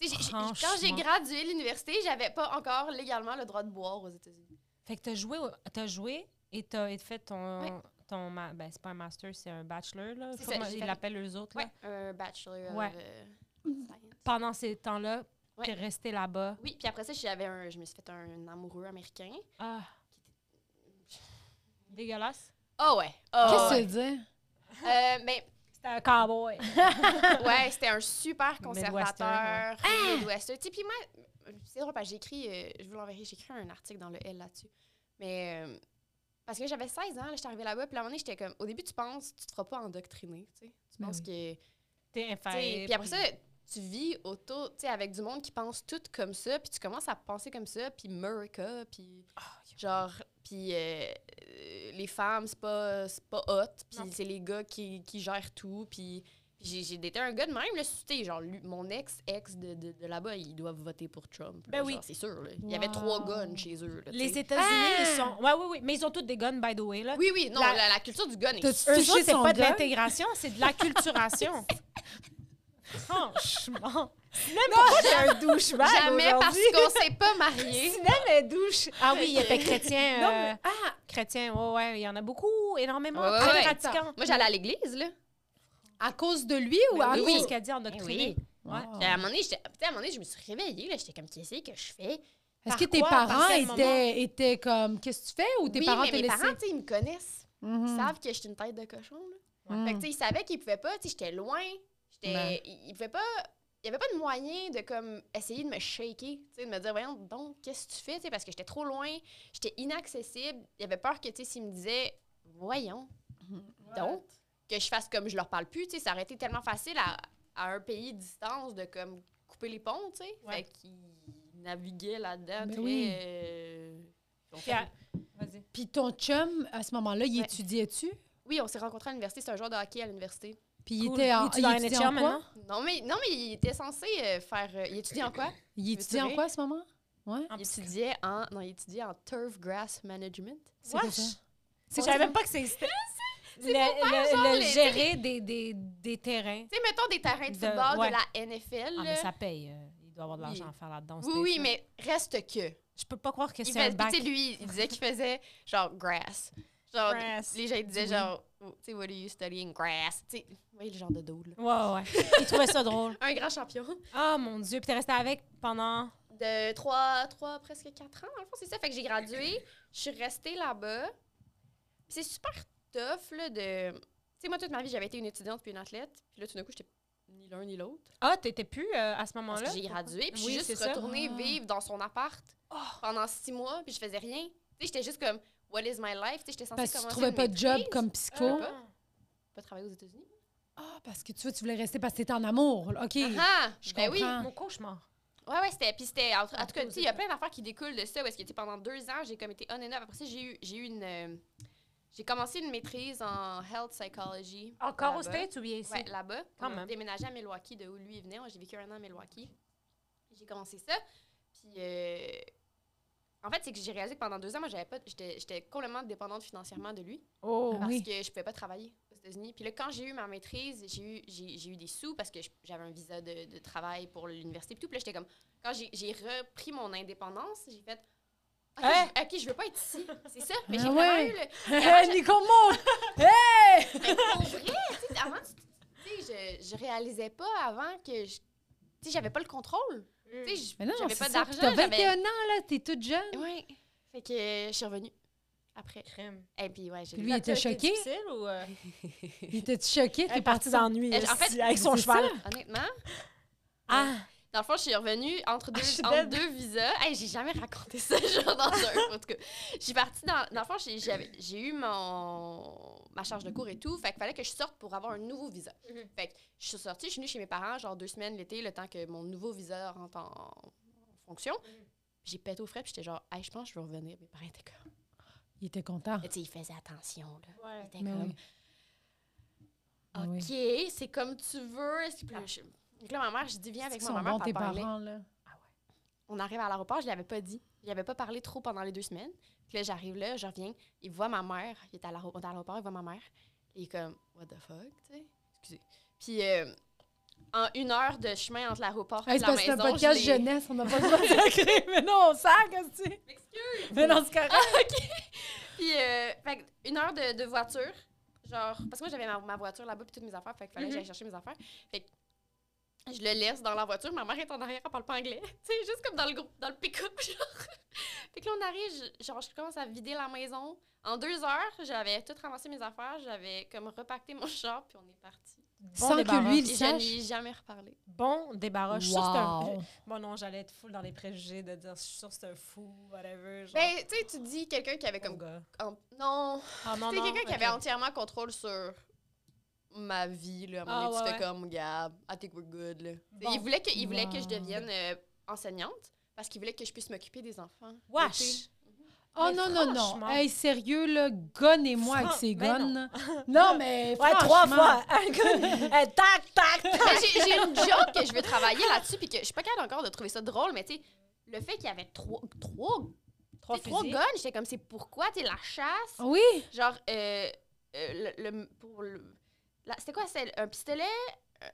Tu sais, j'ai- j'ai- quand j'ai
Franchement.
gradué l'université, j'avais pas encore légalement le droit de boire aux États-Unis.
Fait que t'as joué, au- t'as joué et t'as et fait ton...
Ouais.
ton ma- ben, c'est pas un master, c'est un bachelor, là. Je sais
C'est ça,
pas comment
j'ai
ils
fait-
l'appellent eux autres, là.
Ouais. Un bachelor
Ouais.
of euh, science.
Pendant ces temps-là,
Ouais.
t'es resté là-bas.
Oui, puis après ça, j'avais un, je me suis fait un amoureux américain.
Ah! Dégueulasse.
Ah ouais. ah
Qu'est-ce que
ouais.
tu veux dire?
Euh, mais
C'était un cowboy.
*laughs*
ouais, c'était un super
Midwestern,
conservateur.
Ah!
Midwestern. Tu sais, Puis moi, c'est drôle parce que j'ai écrit, euh, je vous l'enverrai, j'ai écrit un article dans le L là-dessus. Mais euh, parce que j'avais 16 ans, là, j'étais arrivée là-bas, puis à un moment donné, j'étais comme, au début, tu penses, tu te feras pas endoctriner, tu sais. Tu
Ben
penses
oui.
que.
T'es
tu sais,
infaillible.
Puis après ça, tu vis autour, tu sais, avec du monde qui pense tout comme ça, puis tu commences à penser comme ça, puis America, puis
Ah,
genre, puis euh, euh, les femmes, c'est pas, c'est pas hot,
Non.
puis c'est les gars qui, qui gèrent tout, puis puis j'ai j'ai été un gars de même, là, tu sais, genre, lui- mon ex-ex de, de, de là-bas, ils doivent voter pour Trump. là,
Ben oui.
genre, C'est sûr, là. Il y avait trois
Wow.
guns chez eux, là, tu
Les
sais.
États-Unis, ils
Ah!
sont... Ouais, oui, oui. Mais ils ont tous des guns, by the way, là.
Oui, oui, non,
La-
la, la culture du gun est...
T'as-tu
Eux autres,
touché
c'est
son
pas de
gars?
l'intégration, c'est de
*laughs*
l'acculturation. Franchement. Sinem, pourquoi t'es un douchebag
Jamais parce
aujourd'hui?
qu'on s'est pas
*laughs*
mariés.
Sinem est douche. Ah oui, il était chrétien.
Non,
euh,
mais- ah,
Chrétien, ouais, ouais, il y en a beaucoup, énormément,
Ouais, ouais,
très
ouais.
pratiquants.
Moi, j'allais à l'église, là.
à cause de lui ou
Ben
à
oui,
cause...
c'est ce qu'elle dit en
Ben
doctrine.
oui.
Wow.
Ouais.
Puis À un moment donné, j'étais- tu sais, à un moment donné, je me suis réveillée, là. J'étais comme, qu'est-ce que je fais?
Est-ce que
Par
tes
quoi? Par
parents
quel
étaient, étaient comme, qu'est-ce que tu fais? Ou tes
oui,
parents
mais
te
mes parents,
laissaient?
tu sais, ils me connaissent. Ils
Mhm.
savent que je suis une tête de cochon, là.
Mhm.
Fait
Hmm.
que, tu sais, ils savaient qu'ils pouvaient pas, tu sais, j'étais loin. J'étais,
Ben.
ils, ils pouvaient pas, il y avait pas de moyen de comme essayer de me shaker, tu sais, de me dire voyons donc qu'est-ce que tu fais, tu sais, parce que j'étais trop loin, j'étais inaccessible. Il y avait peur que tu sais s'ils me disaient voyons
Hmm.
donc que je fasse comme je leur parle plus, tu sais, ça aurait été tellement facile à, à un pays de distance de comme couper les ponts, tu sais.
Ouais.
Fait qu'ils naviguaient là-dedans
Ben
très,
oui.
euh, ils ont
Puis
fait-
à- Vas-y.
Puis ton chum, à ce moment-là, il
Ouais.
étudiait-tu?
Oui, on s'est rencontrés à l'université. C'est un joueur de hockey à l'université.
Puis il
Cool.
était en,
Es-tu
il
dans
étudiait
NHL
en quoi?
maintenant?
Non, mais, non, mais il était censé euh, faire. euh, il étudiait en quoi?
Il étudiait en
rire?
quoi à ce moment? Ouais.
*coughs* En
Il étudiait en. Non, il étudiait en turf grass management.
C'est quoi
Wesh.
ça?
Je savais même pas que ça existait. Le, le-
genre,
le
les-
gérer des, des, des terrains.
Tu sais, mettons des terrains de
De-
football de,
ouais.
la NFL.
Ah, mais
là.
ça paye. euh, Il doit avoir de l'argent
Oui.
à faire là-dedans.
oui,
Steve,
oui,
là.
mais reste que.
Je peux pas croire que
Il
c'est un
fait- tu
bac.
sais, lui, il disait qu'il faisait genre grass. Genre,
Grass.
les gens ils disaient
Oui.
genre, oh, tu sais, what are you studying? Grass. Tu sais, vous voyez le genre de dos, là.
Ouais, ouais.
*laughs*
ouais. Il trouvait ça drôle.
Un grand champion.
Ah, mon Dieu. Puis t'es resté avec pendant.
De 3, trois presque 4 ans, dans le fond, c'est ça. Fait que j'ai gradué, je suis restée là-bas. Puis c'est super tough, là, de. Tu sais, moi, toute ma vie, j'avais été une étudiante puis une athlète. Puis là, tout d'un coup, j'étais ni l'un ni l'autre.
Ah, t'étais plus euh, à ce
Parce
moment-là?
que j'ai gradué, puis je
Oui,
suis
c'est
juste
ça.
retournée
Ah.
vivre dans son appart
Oh.
pendant six mois, puis je faisais rien. Tu sais, j'étais juste comme, what is my life? Tu sais, j'étais censée
Parce que tu
commencer
trouvais
une
pas de job
maîtrise.
comme
Ah.
psycho.
pas. pas travailler aux États-Unis.
Ah, parce que tu vois, tu voulais rester parce que t'étais en amour. là. OK.
Ah,
je
ben oui.
comprends.
Mon cauchemar.
Ouais, ouais, c'était. Puis c'était. En, en tout cas,
aux
tu sais, il y a
États.
plein d'affaires qui découlent de ça. Parce que, tu sais, pendant deux ans, j'ai comme été on and off. Après ça, j'ai eu, j'ai eu une. euh, j'ai commencé une maîtrise en health psychology.
Encore
là-bas.
aux States ou bien ici?
Ouais, là-bas.
Quand
Ah, Quand on
même.
a déménagé à Milwaukee, de où lui il venait. J'ai vécu un an à Milwaukee. J'ai commencé ça. Puis. euh, en fait, c'est que j'ai réalisé que pendant deux ans, moi, j'avais pas, j'étais, j'étais complètement dépendante financièrement de lui.
Oh,
Ah, parce
oui. *laughs*
que je pouvais pas travailler aux États-Unis. Puis là, quand j'ai eu ma maîtrise, j'ai eu, j'ai, j'ai eu des sous parce que je- j'avais un visa de, de travail pour l'université. Puis tout, puis là, j'étais comme, quand j'ai, j'ai repris mon indépendance, j'ai fait, OK,
Hein?
je- OK, je veux pas être ici. C'est ça. Mais
Ah
j'ai
ouais.
vraiment eu le.
Hé, Nico
*laughs*
monte! Hey!
Mais pour vrai, tu sais, avant, tu- tu sais, je, je réalisais pas avant que je. Tu sais, j'avais pas le contrôle.
Hum.
Tu sais,
Mais non,
je- j'avais
c'est
pas
ça,
d'argent.
T'as 21
j'avais...
ans, là, t'es toute jeune.
*laughs* Ouais. Fait que euh, je suis revenue après.
crème.
Et puis, ouais, j'ai
Puis lui, il était choqué.
difficile ou. euh,
Il était choqué.
Elle
T'es
est partie d'ennui
Eh, en fait,
avec son
c'est
cheval.
Honnêtement,
Ah,
Dans le fond, je suis revenue entre deux,
je suis
entre
dead.
deux visas. Hey, j'ai jamais raconté ça, *laughs* genre dans un. En tout cas, j'ai partie dans. Dans le fond, j'ai- j'avais- j'ai eu mon, ma charge de cours et tout. Fait qu'il fallait que je sorte pour avoir un nouveau visa.
Mhm.
Fait que je suis sortie, je suis venue chez mes parents, genre deux semaines l'été, le temps que mon nouveau visa rentre en, en fonction. J'ai pété au frais, puis j'étais genre, hey, je pense que je vais revenir. Mes parents étaient comme.
Il était content.
Mais Tu sais, ils faisaient attention, là.
*laughs* Ouais.
Ils étaient
Mais
comme,
oui. Ah oui.
OK, c'est comme tu veux. Puis là, je- Donc là, ma mère, je dis, viens avec
Ils
moi,
sont
ma mère,
bons,
pour
tes
en parler.
parents, là.
on arrive à l'aéroport, je l'avais pas dit. Je l'avais pas parlé trop pendant les deux semaines. Puis là, j'arrive là, je reviens, il voit ma mère, il est à l'aéro- on est à l'aéroport, il voit ma mère. Il est comme, what the fuck, tu sais? Excusez. Puis euh, en une heure de chemin entre l'aéroport et
Hey, c'est
la
parce que c'est
maison,
un podcast
je l'ai-
jeunesse, on n'a
*laughs*
pas le droit de sacrer. Mais non, on sacre, qu'est-ce que Mais non, c'est correct.
Puis euh, fait que une heure de, de voiture, genre, parce que moi, j'avais ma, ma voiture là-bas puis toutes mes affaires, fait qu'il fallait que j'aille chercher mes affaires. Fait que je le laisse dans la voiture, ma mère est en arrière, elle parle pas anglais. *laughs* Tu sais, juste comme dans le groupe, dans le pick-up, *laughs* genre. Fait que là, on arrive, je- genre, je commence à vider la maison. En deux heures, j'avais tout ramassé mes affaires, j'avais comme repacté mon char, puis on est parti.
Sans que lui,
Et
il
je
sache.
n'ai jamais reparlé.
Bon
Oh,
débarras. Je suis sûre que c'est un.
Wow.
Bon, non, j'allais être full dans les préjugés de dire je suis sûre que c'est un fou, whatever. Genre,
Ben, tu sais, tu dis quelqu'un qui avait
comme
comme.
gars.
en- Non,
Ah, non,
C'était
non,
quelqu'un qui
ok.
avait entièrement contrôle sur ma vie. Là. À un moment
Ah,
donné,
ouais,
tu fais comme, gars, I think we're good. Là.
Bon.
Il voulait que, il voulait que je
Wow.
devienne euh, enseignante parce qu'il voulait que je puisse m'occuper des enfants.
Wesh!
Oh
Mais
non, non, non.
franchement.
Hey, sérieux, là, gonnez-moi avec
Fran-
ces
mais non.
*laughs*
gonnes. Non, mais.
Ouais, trois
franchement.
fois! *laughs* Un gars. Eh, tac, tac, tac!
*laughs* Mais J'ai j'ai une job que je veux travailler là-dessus puis que je suis pas capable encore de trouver ça drôle, mais tu sais, le fait qu'il y avait trois, trois,
Trois
tu sais, trois
fusils.
guns, j'étais comme, c'est pourquoi? Tu sais, la chasse,
Oui,
genre, euh, euh, le, le- pour le- la- C'était quoi? C'était un pistolet?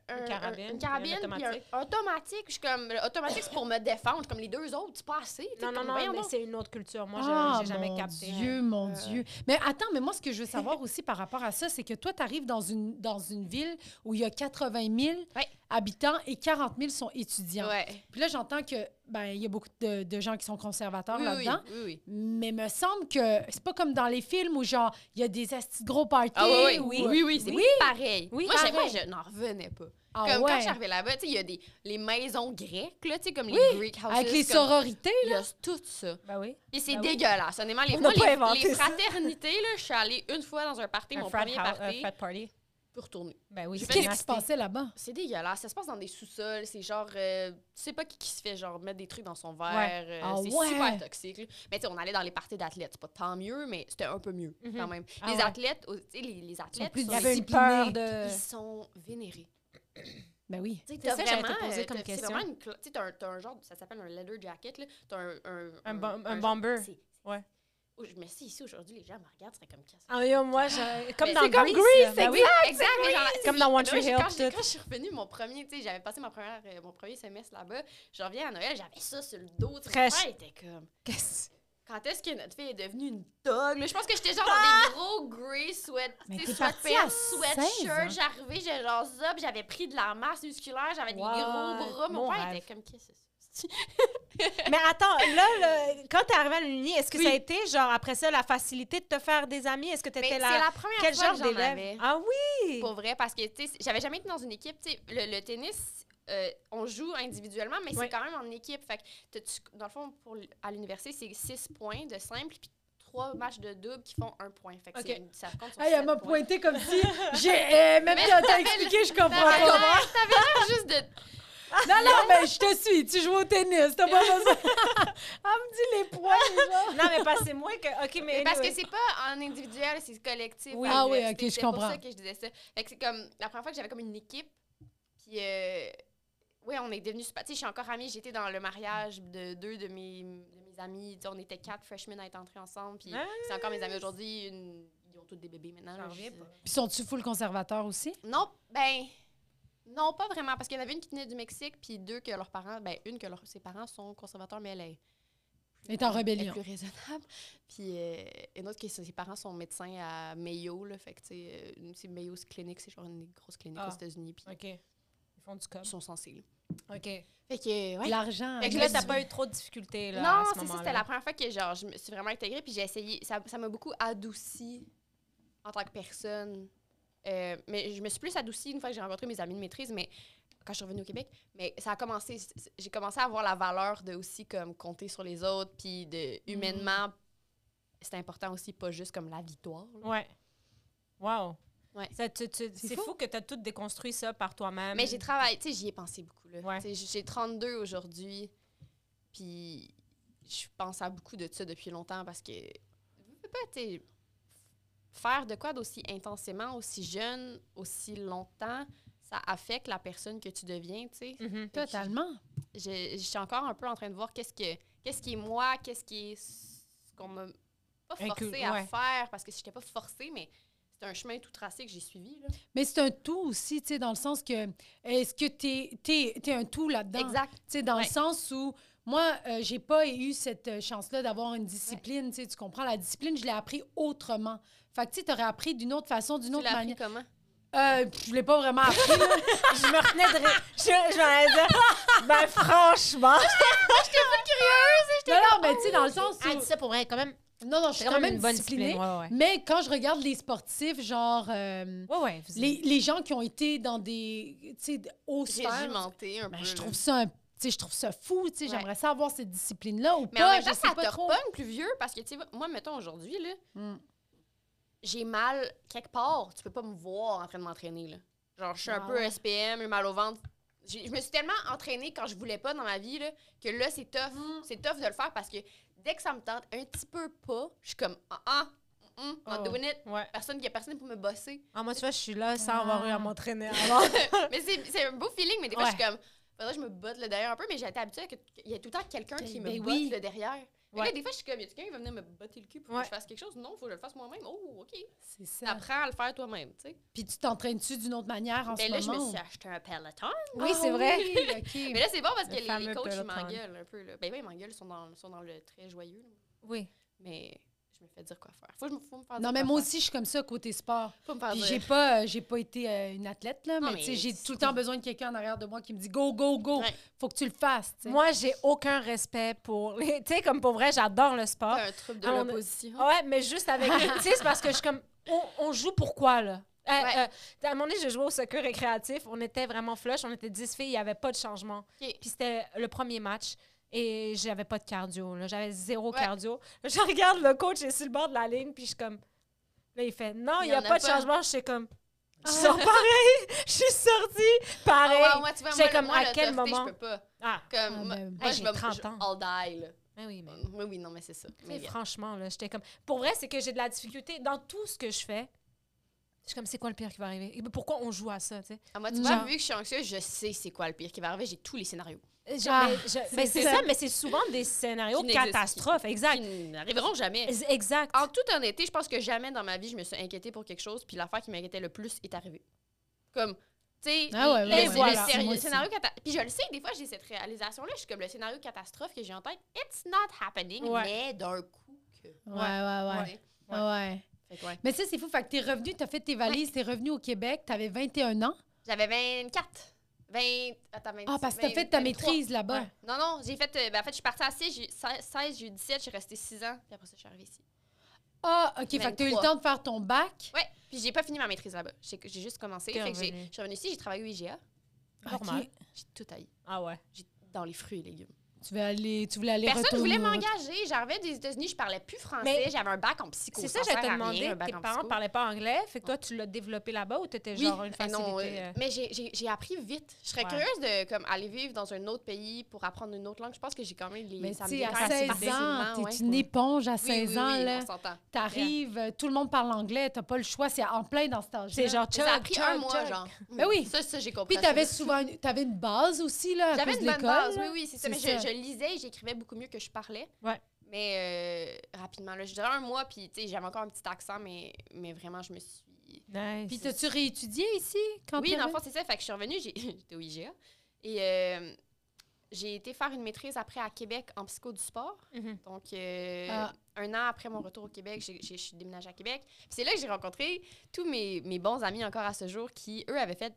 un-
Une
un-
carabine,
une
puis un
carabine, puis un
automatique.
automatique. Je suis comme, le automatique, c'est pour me défendre. Comme les deux autres, c'est pas assez. tu sais,
Non, non,
comme,
non,
voyons
mais
donc.
c'est une autre culture. Moi, je-
Ah,
j'ai jamais
mon
capté.
Dieu, mon
Euh.
Dieu. Mais attends, mais moi, ce que je veux savoir aussi par rapport à ça, c'est que toi, tu arrives dans une, dans une ville où il y a 80 000
Ouais.
habitants et 40 000 sont étudiants.
Ouais.
Puis là, j'entends que ben il y a beaucoup de, de gens qui sont conservateurs
Oui, oui,
là-dedans.
oui, oui.
Mais me semble que c'est pas comme dans les films où genre il y a des astis de gros parties.
Ah oui,
ou-
oui, oui, oui, c'est
Oui.
pareil.
Oui,
moi, j'ai- moi,
pareil.
je n'en revenais pas.
Ah
comme quand
ouais.
je suis arrivée là-bas, tu sais, il y a des les maisons grecques, là, tu sais, comme les Greek houses.
Avec les
comme-
sororités.
Il y a tout ça.
Ben oui.
Et c'est
Ben oui.
dégueulasse. Honnêtement, les,
On
moi,
n'a pas
les-
inventé
les
ça.
fraternités, là, je suis allée une fois dans un party,
Un
mon
frat
premier
house-
party.
un frat party.
peux retourner.
Ben oui,
J'ai
c'est
fait
Qu'est-ce qui se
nasty.
passait là-bas?
C'est dégueulasse. Ça se passe dans des sous-sols. C'est genre. euh, tu sais pas qui, qui se fait genre mettre des trucs dans son verre. euh,
Ah
c'est
ouais.
super toxique. là. Mais tu sais, on allait dans les parties d'athlètes. C'est pas tant mieux, mais c'était un peu mieux
Mhm.
quand même.
Ah
les
ouais.
athlètes, oh, tu sais, les, les athlètes,
plus
sont-
Il
Ils
y avait une
disciplinaient,
peur
puis
de.
ils sont vénérés.
Ben oui.
Tu sais,
C'est
t'as
ça que j'allais te
vraiment,
poser
euh,
comme
t'as- c'est
question.
vraiment une cla- Tu sais, t'as un, t'as un genre. Ça s'appelle un leather jacket. là. T'as un. Un,
Un bom- un
genre-
bomber.
c'est- c'est-
Ouais.
Oh, je me suis ici aujourd'hui, les gens me regardent, c'est comme casse.
Ah, yo, moi, je- comme
Mais
dans
c'est comme
Grease.
Grease,
ben oui.
Exactement.
Comme dans One Tree Hill,
Quand, j'ai-
tout.
quand je suis revenue, mon premier, tu sais, j'avais passé ma première, euh, mon premier semestre là-bas. Je reviens à Noël, j'avais ça sur le dos. tu sais,
Fraîche.
mon père était comme.
Qu'est-ce-
Quand est-ce que notre fille est devenue une dog? là? Je pense que j'étais genre
Ah!
dans des gros gris sweat,
Mais
tu
t'es
sais,
partie à
sweatpants,
16, hein?
sweatshirt. J'arrivais, j'avais genre ça, puis j'avais pris de la masse musculaire, j'avais des
What?
gros bras. Mon
Mon
père
rêve.
était comme, qu'est-ce que c'est? ça?
Mais attends, là, le- quand t'es arrivée à l'Uni, est-ce que
Oui.
ça a été, genre, après ça, la facilité de te faire des amis? Est-ce que
Mais
t'étais
C'est
là?
la première
Quel
fois
genre
que j'en
d'élève?
avais.
Ah oui!
Pour vrai, parce que tu sais, j'avais jamais été dans une équipe. Tu sais, le, le tennis, euh, on joue individuellement, mais
Ouais.
c'est quand même en équipe. Fait que t'as- tu- dans le fond, pour, l- à l'université, c'est 6 points de simple, puis 3 matchs de double qui font 1 point. Fait que
Ok.
c'est une- ça compte sur
Hey, elle
sept
m'a
points.
pointé comme *laughs* si j'ai euh, même
Mais
quand t'as
t'avais
expliqué, je
T'avais
comprends
l'air-
pas.
t'avais l'air juste de.
Non, non, mais je te suis. Tu joues au tennis, t'as pas *laughs* besoin. elle me dit les points, genre.
Non, mais passez-moi que. OK, mais.
Mais parce que
anyway.
c'est pas en individuel, c'est collectif.
Oui.
à
Ah oui,
l'université.
ok, je
C'est
comprends.
pour ça que je disais ça. Fait que c'est comme la première fois que j'avais comme une équipe, puis. euh, Oui, on est devenus super. Tu sais, je suis encore amie. J'étais dans le mariage de deux de mes, de mes amis. Tu sais, on était quatre freshmen à être entrés ensemble. Puis
Ah,
c'est encore mes amis aujourd'hui. une- Ils ont tous des bébés maintenant.
j'en
là,
reviens
je-
pas.
*laughs* Puis sont-tu full conservateur aussi?
Non, ben. Non, pas vraiment. Parce qu'il y en avait une qui venait du Mexique, puis deux que leurs parents. Ben, une que leurs- ses parents sont conservateurs, mais elle est.
Elle est en rébellion.
Elle est plus raisonnable. Puis euh, une autre que ses ses parents sont médecins à Mayo, là. Fait que, tu sais, euh, c'est Mayo's Clinic, c'est genre une des grosses cliniques
Ah.
aux États-Unis, puis
OK. Ils font du cob.
ils sont censés, là.
OK.
Fait que, ouais.
L'argent.
Fait que
hein,
là,
je
t'as
dis-
pas eu trop de difficultés, là. à
non,
ce
c'est ça,
moment-là.
c'était la première fois que, genre, je me suis vraiment intégrée, puis j'ai essayé. Ça ça m'a beaucoup adouci en tant que personne. Euh, mais je me suis plus adoucie une fois que j'ai rencontré mes amis de maîtrise, mais quand je suis revenue au Québec. Mais ça a commencé, c- c- j'ai commencé à avoir la valeur de aussi comme compter sur les autres, puis de
Mm.
humainement, c'est important aussi, pas juste comme la victoire. là.
Ouais. Wow.
Ouais.
Ça, tu- tu-
C'est
C'est
fou.
fou. que t'as tout déconstruit ça par toi-même.
Mais j'ai
Hum.
travaillé, tu sais, j'y ai pensé beaucoup. là.
Ouais.
Tu sais, J'ai 32 aujourd'hui, puis je pense à beaucoup de ça depuis longtemps parce que, veux pas, tu sais, faire de quoi d'aussi intensément, aussi jeune, aussi longtemps, ça affecte la personne que tu deviens, tu sais.
Mhm.
Hum, *laughs* Totalement.
Je, je suis encore un peu en train de voir qu'est-ce que qu'est-ce qui est moi, qu'est-ce qui est ce qu'on m'a pas forcé
Inclus,
à
ouais.
faire, parce que si j'étais pas forcée, mais c'est un chemin tout tracé que j'ai suivi, là.
Mais c'est un tout aussi, tu sais, dans le sens que est-ce que t'es es, un tout là-dedans?
Exact.
Tu sais, dans
Ouais.
le sens où moi, euh, j'ai pas eu cette euh, chance-là d'avoir une discipline. Tu sais, Tu comprends? La discipline, je l'ai appris autrement. Fait que tu aurais appris d'une autre façon, d'une
Tu
autre
l'as appris
manière.
comment?
Euh, puis je l'ai pas *laughs* vraiment appris. là.
je me retenais de. rire. Je, je m'en allais dire. *laughs* Ben, franchement.
non, non, Ah, mais tu sais, dans le sens où.
Ah, ça pour vrai, quand même.
Non, non, je
C'est
suis quand même
une bonne
disciplinée.
discipline. Ouais, ouais.
Mais quand je regarde les sportifs, genre. euh,
Ouais, ouais. vous-
les, les gens qui ont été dans des. Tu sais, de- hauts
J'ai
sphères,
jumenté un
ben,
peu.
je
là.
trouve ça un- tu sais, je trouve ça fou, tu sais,
Ouais.
j'aimerais ça avoir cette discipline-là ou
Mais en
pas,
même temps,
je sais
ça
pas
te
trop.
repogne plus vieux parce que, tu sais, moi, mettons, aujourd'hui, là,
Mm.
j'ai mal quelque part. Tu peux pas me voir en train de m'entraîner, là. Genre, je suis un
Ah
peu
ouais.
SPM, j'ai mal au ventre. J'ai- Je me suis tellement entraînée quand je voulais pas dans ma vie, là, que là, c'est tough.
Mm.
C'est tough de le faire parce que dès que ça me tente un petit peu pas, je suis comme, ah, ah, mm, mm, not
Oh.
doing it.
Ouais.
Personne, il y a personne pour me bosser.
Ah, moi, tu vois, je suis là sans
Ah.
avoir eu à m'entraîner avant.
*laughs*
mais c'est c'est un beau feeling, mais des fois,
Ouais.
je suis comme, faudrait que je me botte le derrière un peu, mais j'étais habituée à que- qu'il y ait tout le temps quelqu'un qui me
Ben
botte
oui.
le derrière. Fait que
Ouais.
là, des fois, je suis comme, y a quelqu'un qui va venir me botter le cul pour
Ouais.
que je fasse quelque chose? Non, faut que je le fasse moi-même. Oh, OK.
C'est ça.
T'apprends à le faire toi-même, tu sais.
Puis tu t'entraînes-tu d'une autre manière en
Mais
ce
Ben là, je
moment?
me
ou-
suis acheté un Peloton.
Ah
Oui, c'est vrai.
oui,
*laughs* Mais
OK.
là, c'est bon parce
Le
que les,
fameux
les coachs, ils
Peloton.
m'engueulent un peu. Là. Ben oui, ils m'engueulent, ils sont dans, ils sont dans le très joyeux. là.
Oui.
Mais je me fais dire quoi faire. Faut, que je me- faut me faire dire
Non,
quoi
mais moi
faire.
aussi, je suis comme ça côté sport.
Faut me faire
Puis
dire.
j'ai pas, euh, j'ai pas été euh, une athlète, là,
Ah Non,
mais,
mais
tu sais, j'ai
c'est
tout le
cool.
temps besoin de quelqu'un en arrière de moi qui me dit go, go, go,
Ouais.
faut que tu le fasses. tu sais.
Moi, j'ai aucun respect pour. les- Tu sais, comme pour vrai, j'adore le sport.
T'as un trouble de
Ah, on-
l'opposition.
Ouais, mais juste
*laughs*
avec. tu sais, c'est parce que je suis comme. On, on joue pourquoi, là? Euh,
Ouais.
euh, à un moment donné, je jouais au soccer récréatif. On était vraiment flush. On était 10 filles. Il n'y avait pas de changement.
Ok.
Puis c'était le premier match. Et j'avais pas de cardio. là. J'avais zéro
Ouais.
cardio. Je regarde le coach, il est sur le bord de la ligne. Puis je suis comme. Là, il fait Non, il
Il
n'y
y
a
en a
pas de
pas.
changement. Je suis comme. Je sors pareil. *laughs* Je suis sortie
Ah
pareil.
ouais, moi, tu vois,
J'étais
moi,
comme,
le- moi,
à
la
quel
tougheté,
moment?
Je peux pas.
Ah,
Comme,
Ah,
moi,
ben,
moi,
hey,
je
j'ai
vais
30
je-
ans.
I'll die, là.
ben oui, mais...
Oui, oui, non, mais c'est ça.
Tu sais,
Mais euh, yeah.
franchement, là, j'étais comme. Pour vrai, c'est que j'ai de la difficulté dans tout ce que je fais. Je suis comme, c'est quoi le pire qui va arriver? Et ben, pourquoi on joue à ça, tu sais?
Ah, moi, tu vois,
Genre-
vu que je suis anxieuse, je sais c'est quoi le pire qui va arriver. J'ai tous les scénarios
Euh, genre,
Ah,
mais je- mais c'est ça, mais c'est souvent des scénarios
oh,
Qui n'existent
catastrophes,
qui
exact.
n'arriveront jamais.
Exact.
En toute honnêteté, je pense que jamais dans ma vie, je me suis inquiétée pour quelque chose, puis l'affaire qui m'inquiétait le plus est arrivée. Comme, tu sais,
Ah ouais,
le-
ouais,
le,
ouais, ouais,
scénario-
moi
le
aussi.
scénario catastrophe. Puis je le sais, des fois, j'ai cette réalisation-là. Je suis comme, le scénario catastrophe que j'ai en tête, it's not happening,
Ouais.
mais d'un coup que...
Ouais, ouais, ouais.
ouais.
Ouais.
Fait que ouais.
Mais ça, c'est fou. Fait que t'es revenu, t'as fait tes valises, t'es revenu au Québec, t'avais 21 ans.
J'avais 24. 20... Attends, 26,
Ah, parce que t'as fait ta
23.
maîtrise là-bas.
Ouais. Non, non, j'ai fait. euh, ben, en fait, je suis partie à 6, j'ai eu 16, 16, j'ai eu 17, j'ai resté 6 ans, puis après ça, je suis arrivée ici.
Ah, OK. Fait que t'as eu le
23.
temps de faire ton bac.
Ouais, puis j'ai pas fini ma maîtrise là-bas. J'ai j'ai juste commencé.
T'es
Fait que j'ai-
revenue.
je suis revenue ici, j'ai travaillé au IGA.
Normal.
OK.
J'ai tout haï.
Ah ouais.
J'ai dans les fruits et légumes.
Tu voulais aller, tu voulais aller
Personne ne
retourner-
voulait m'engager. J'arrivais des États-Unis, je parlais plus français,
Mais-
j'avais un bac en psycho.
C'est ça,
je
j'allais te demander.
un bac
Tes
en
parents
psycho.
parlaient pas anglais, fait que toi, tu l'as développé là-bas ou t'étais
Oui,
genre une
euh,
facilité?
non, euh,
euh,
mais j'ai- j'ai j'ai appris vite. Je serais
Ouais.
curieuse de comme, aller vivre dans un autre pays pour apprendre une autre langue. Je pense que j'ai quand même les.
Mais tu
ça me
sais,
vient
à
quand même
16 ans, t'es
facilement, ouais.
une éponge à
Oui,
16
oui,
ans,
oui,
là.
on s'entends.
T'arrives, euh, tout le monde parle anglais, t'as pas le choix, c'est en plein dans cet âge-là.
C'est genre,
Ça a pris un mois, genre. Mm.
Ben oui.
Ça, ça, j'ai compris.
Puis t'avais souvent une, t'avais une base aussi, là, à
J'avais
cause
une
de
bonne base,
l'école,
oui,
là.
oui, c'est ça. Mais
C'est
je,
ça.
je lisais et j'écrivais beaucoup mieux que je parlais.
Ouais.
Mais euh, rapidement, là, je dirais un mois, puis tu sais, j'avais encore un petit accent, mais, mais vraiment, je me suis.
Nice.
Puis t'as-tu réétudié ici? Quand
Oui,
t'es
dans le
revenu?
fond, c'est ça. Fait que je suis revenue, j'ai- *laughs* j'étais au IGA. Et euh, j'ai été faire une maîtrise après à Québec en psycho du sport.
Mhm.
Donc, euh,
Ah.
un an après mon retour au Québec, j'ai- j'ai- je suis déménagée à Québec. Puis c'est là que j'ai rencontré tous mes, mes bons amis encore à ce jour qui, eux, avaient fait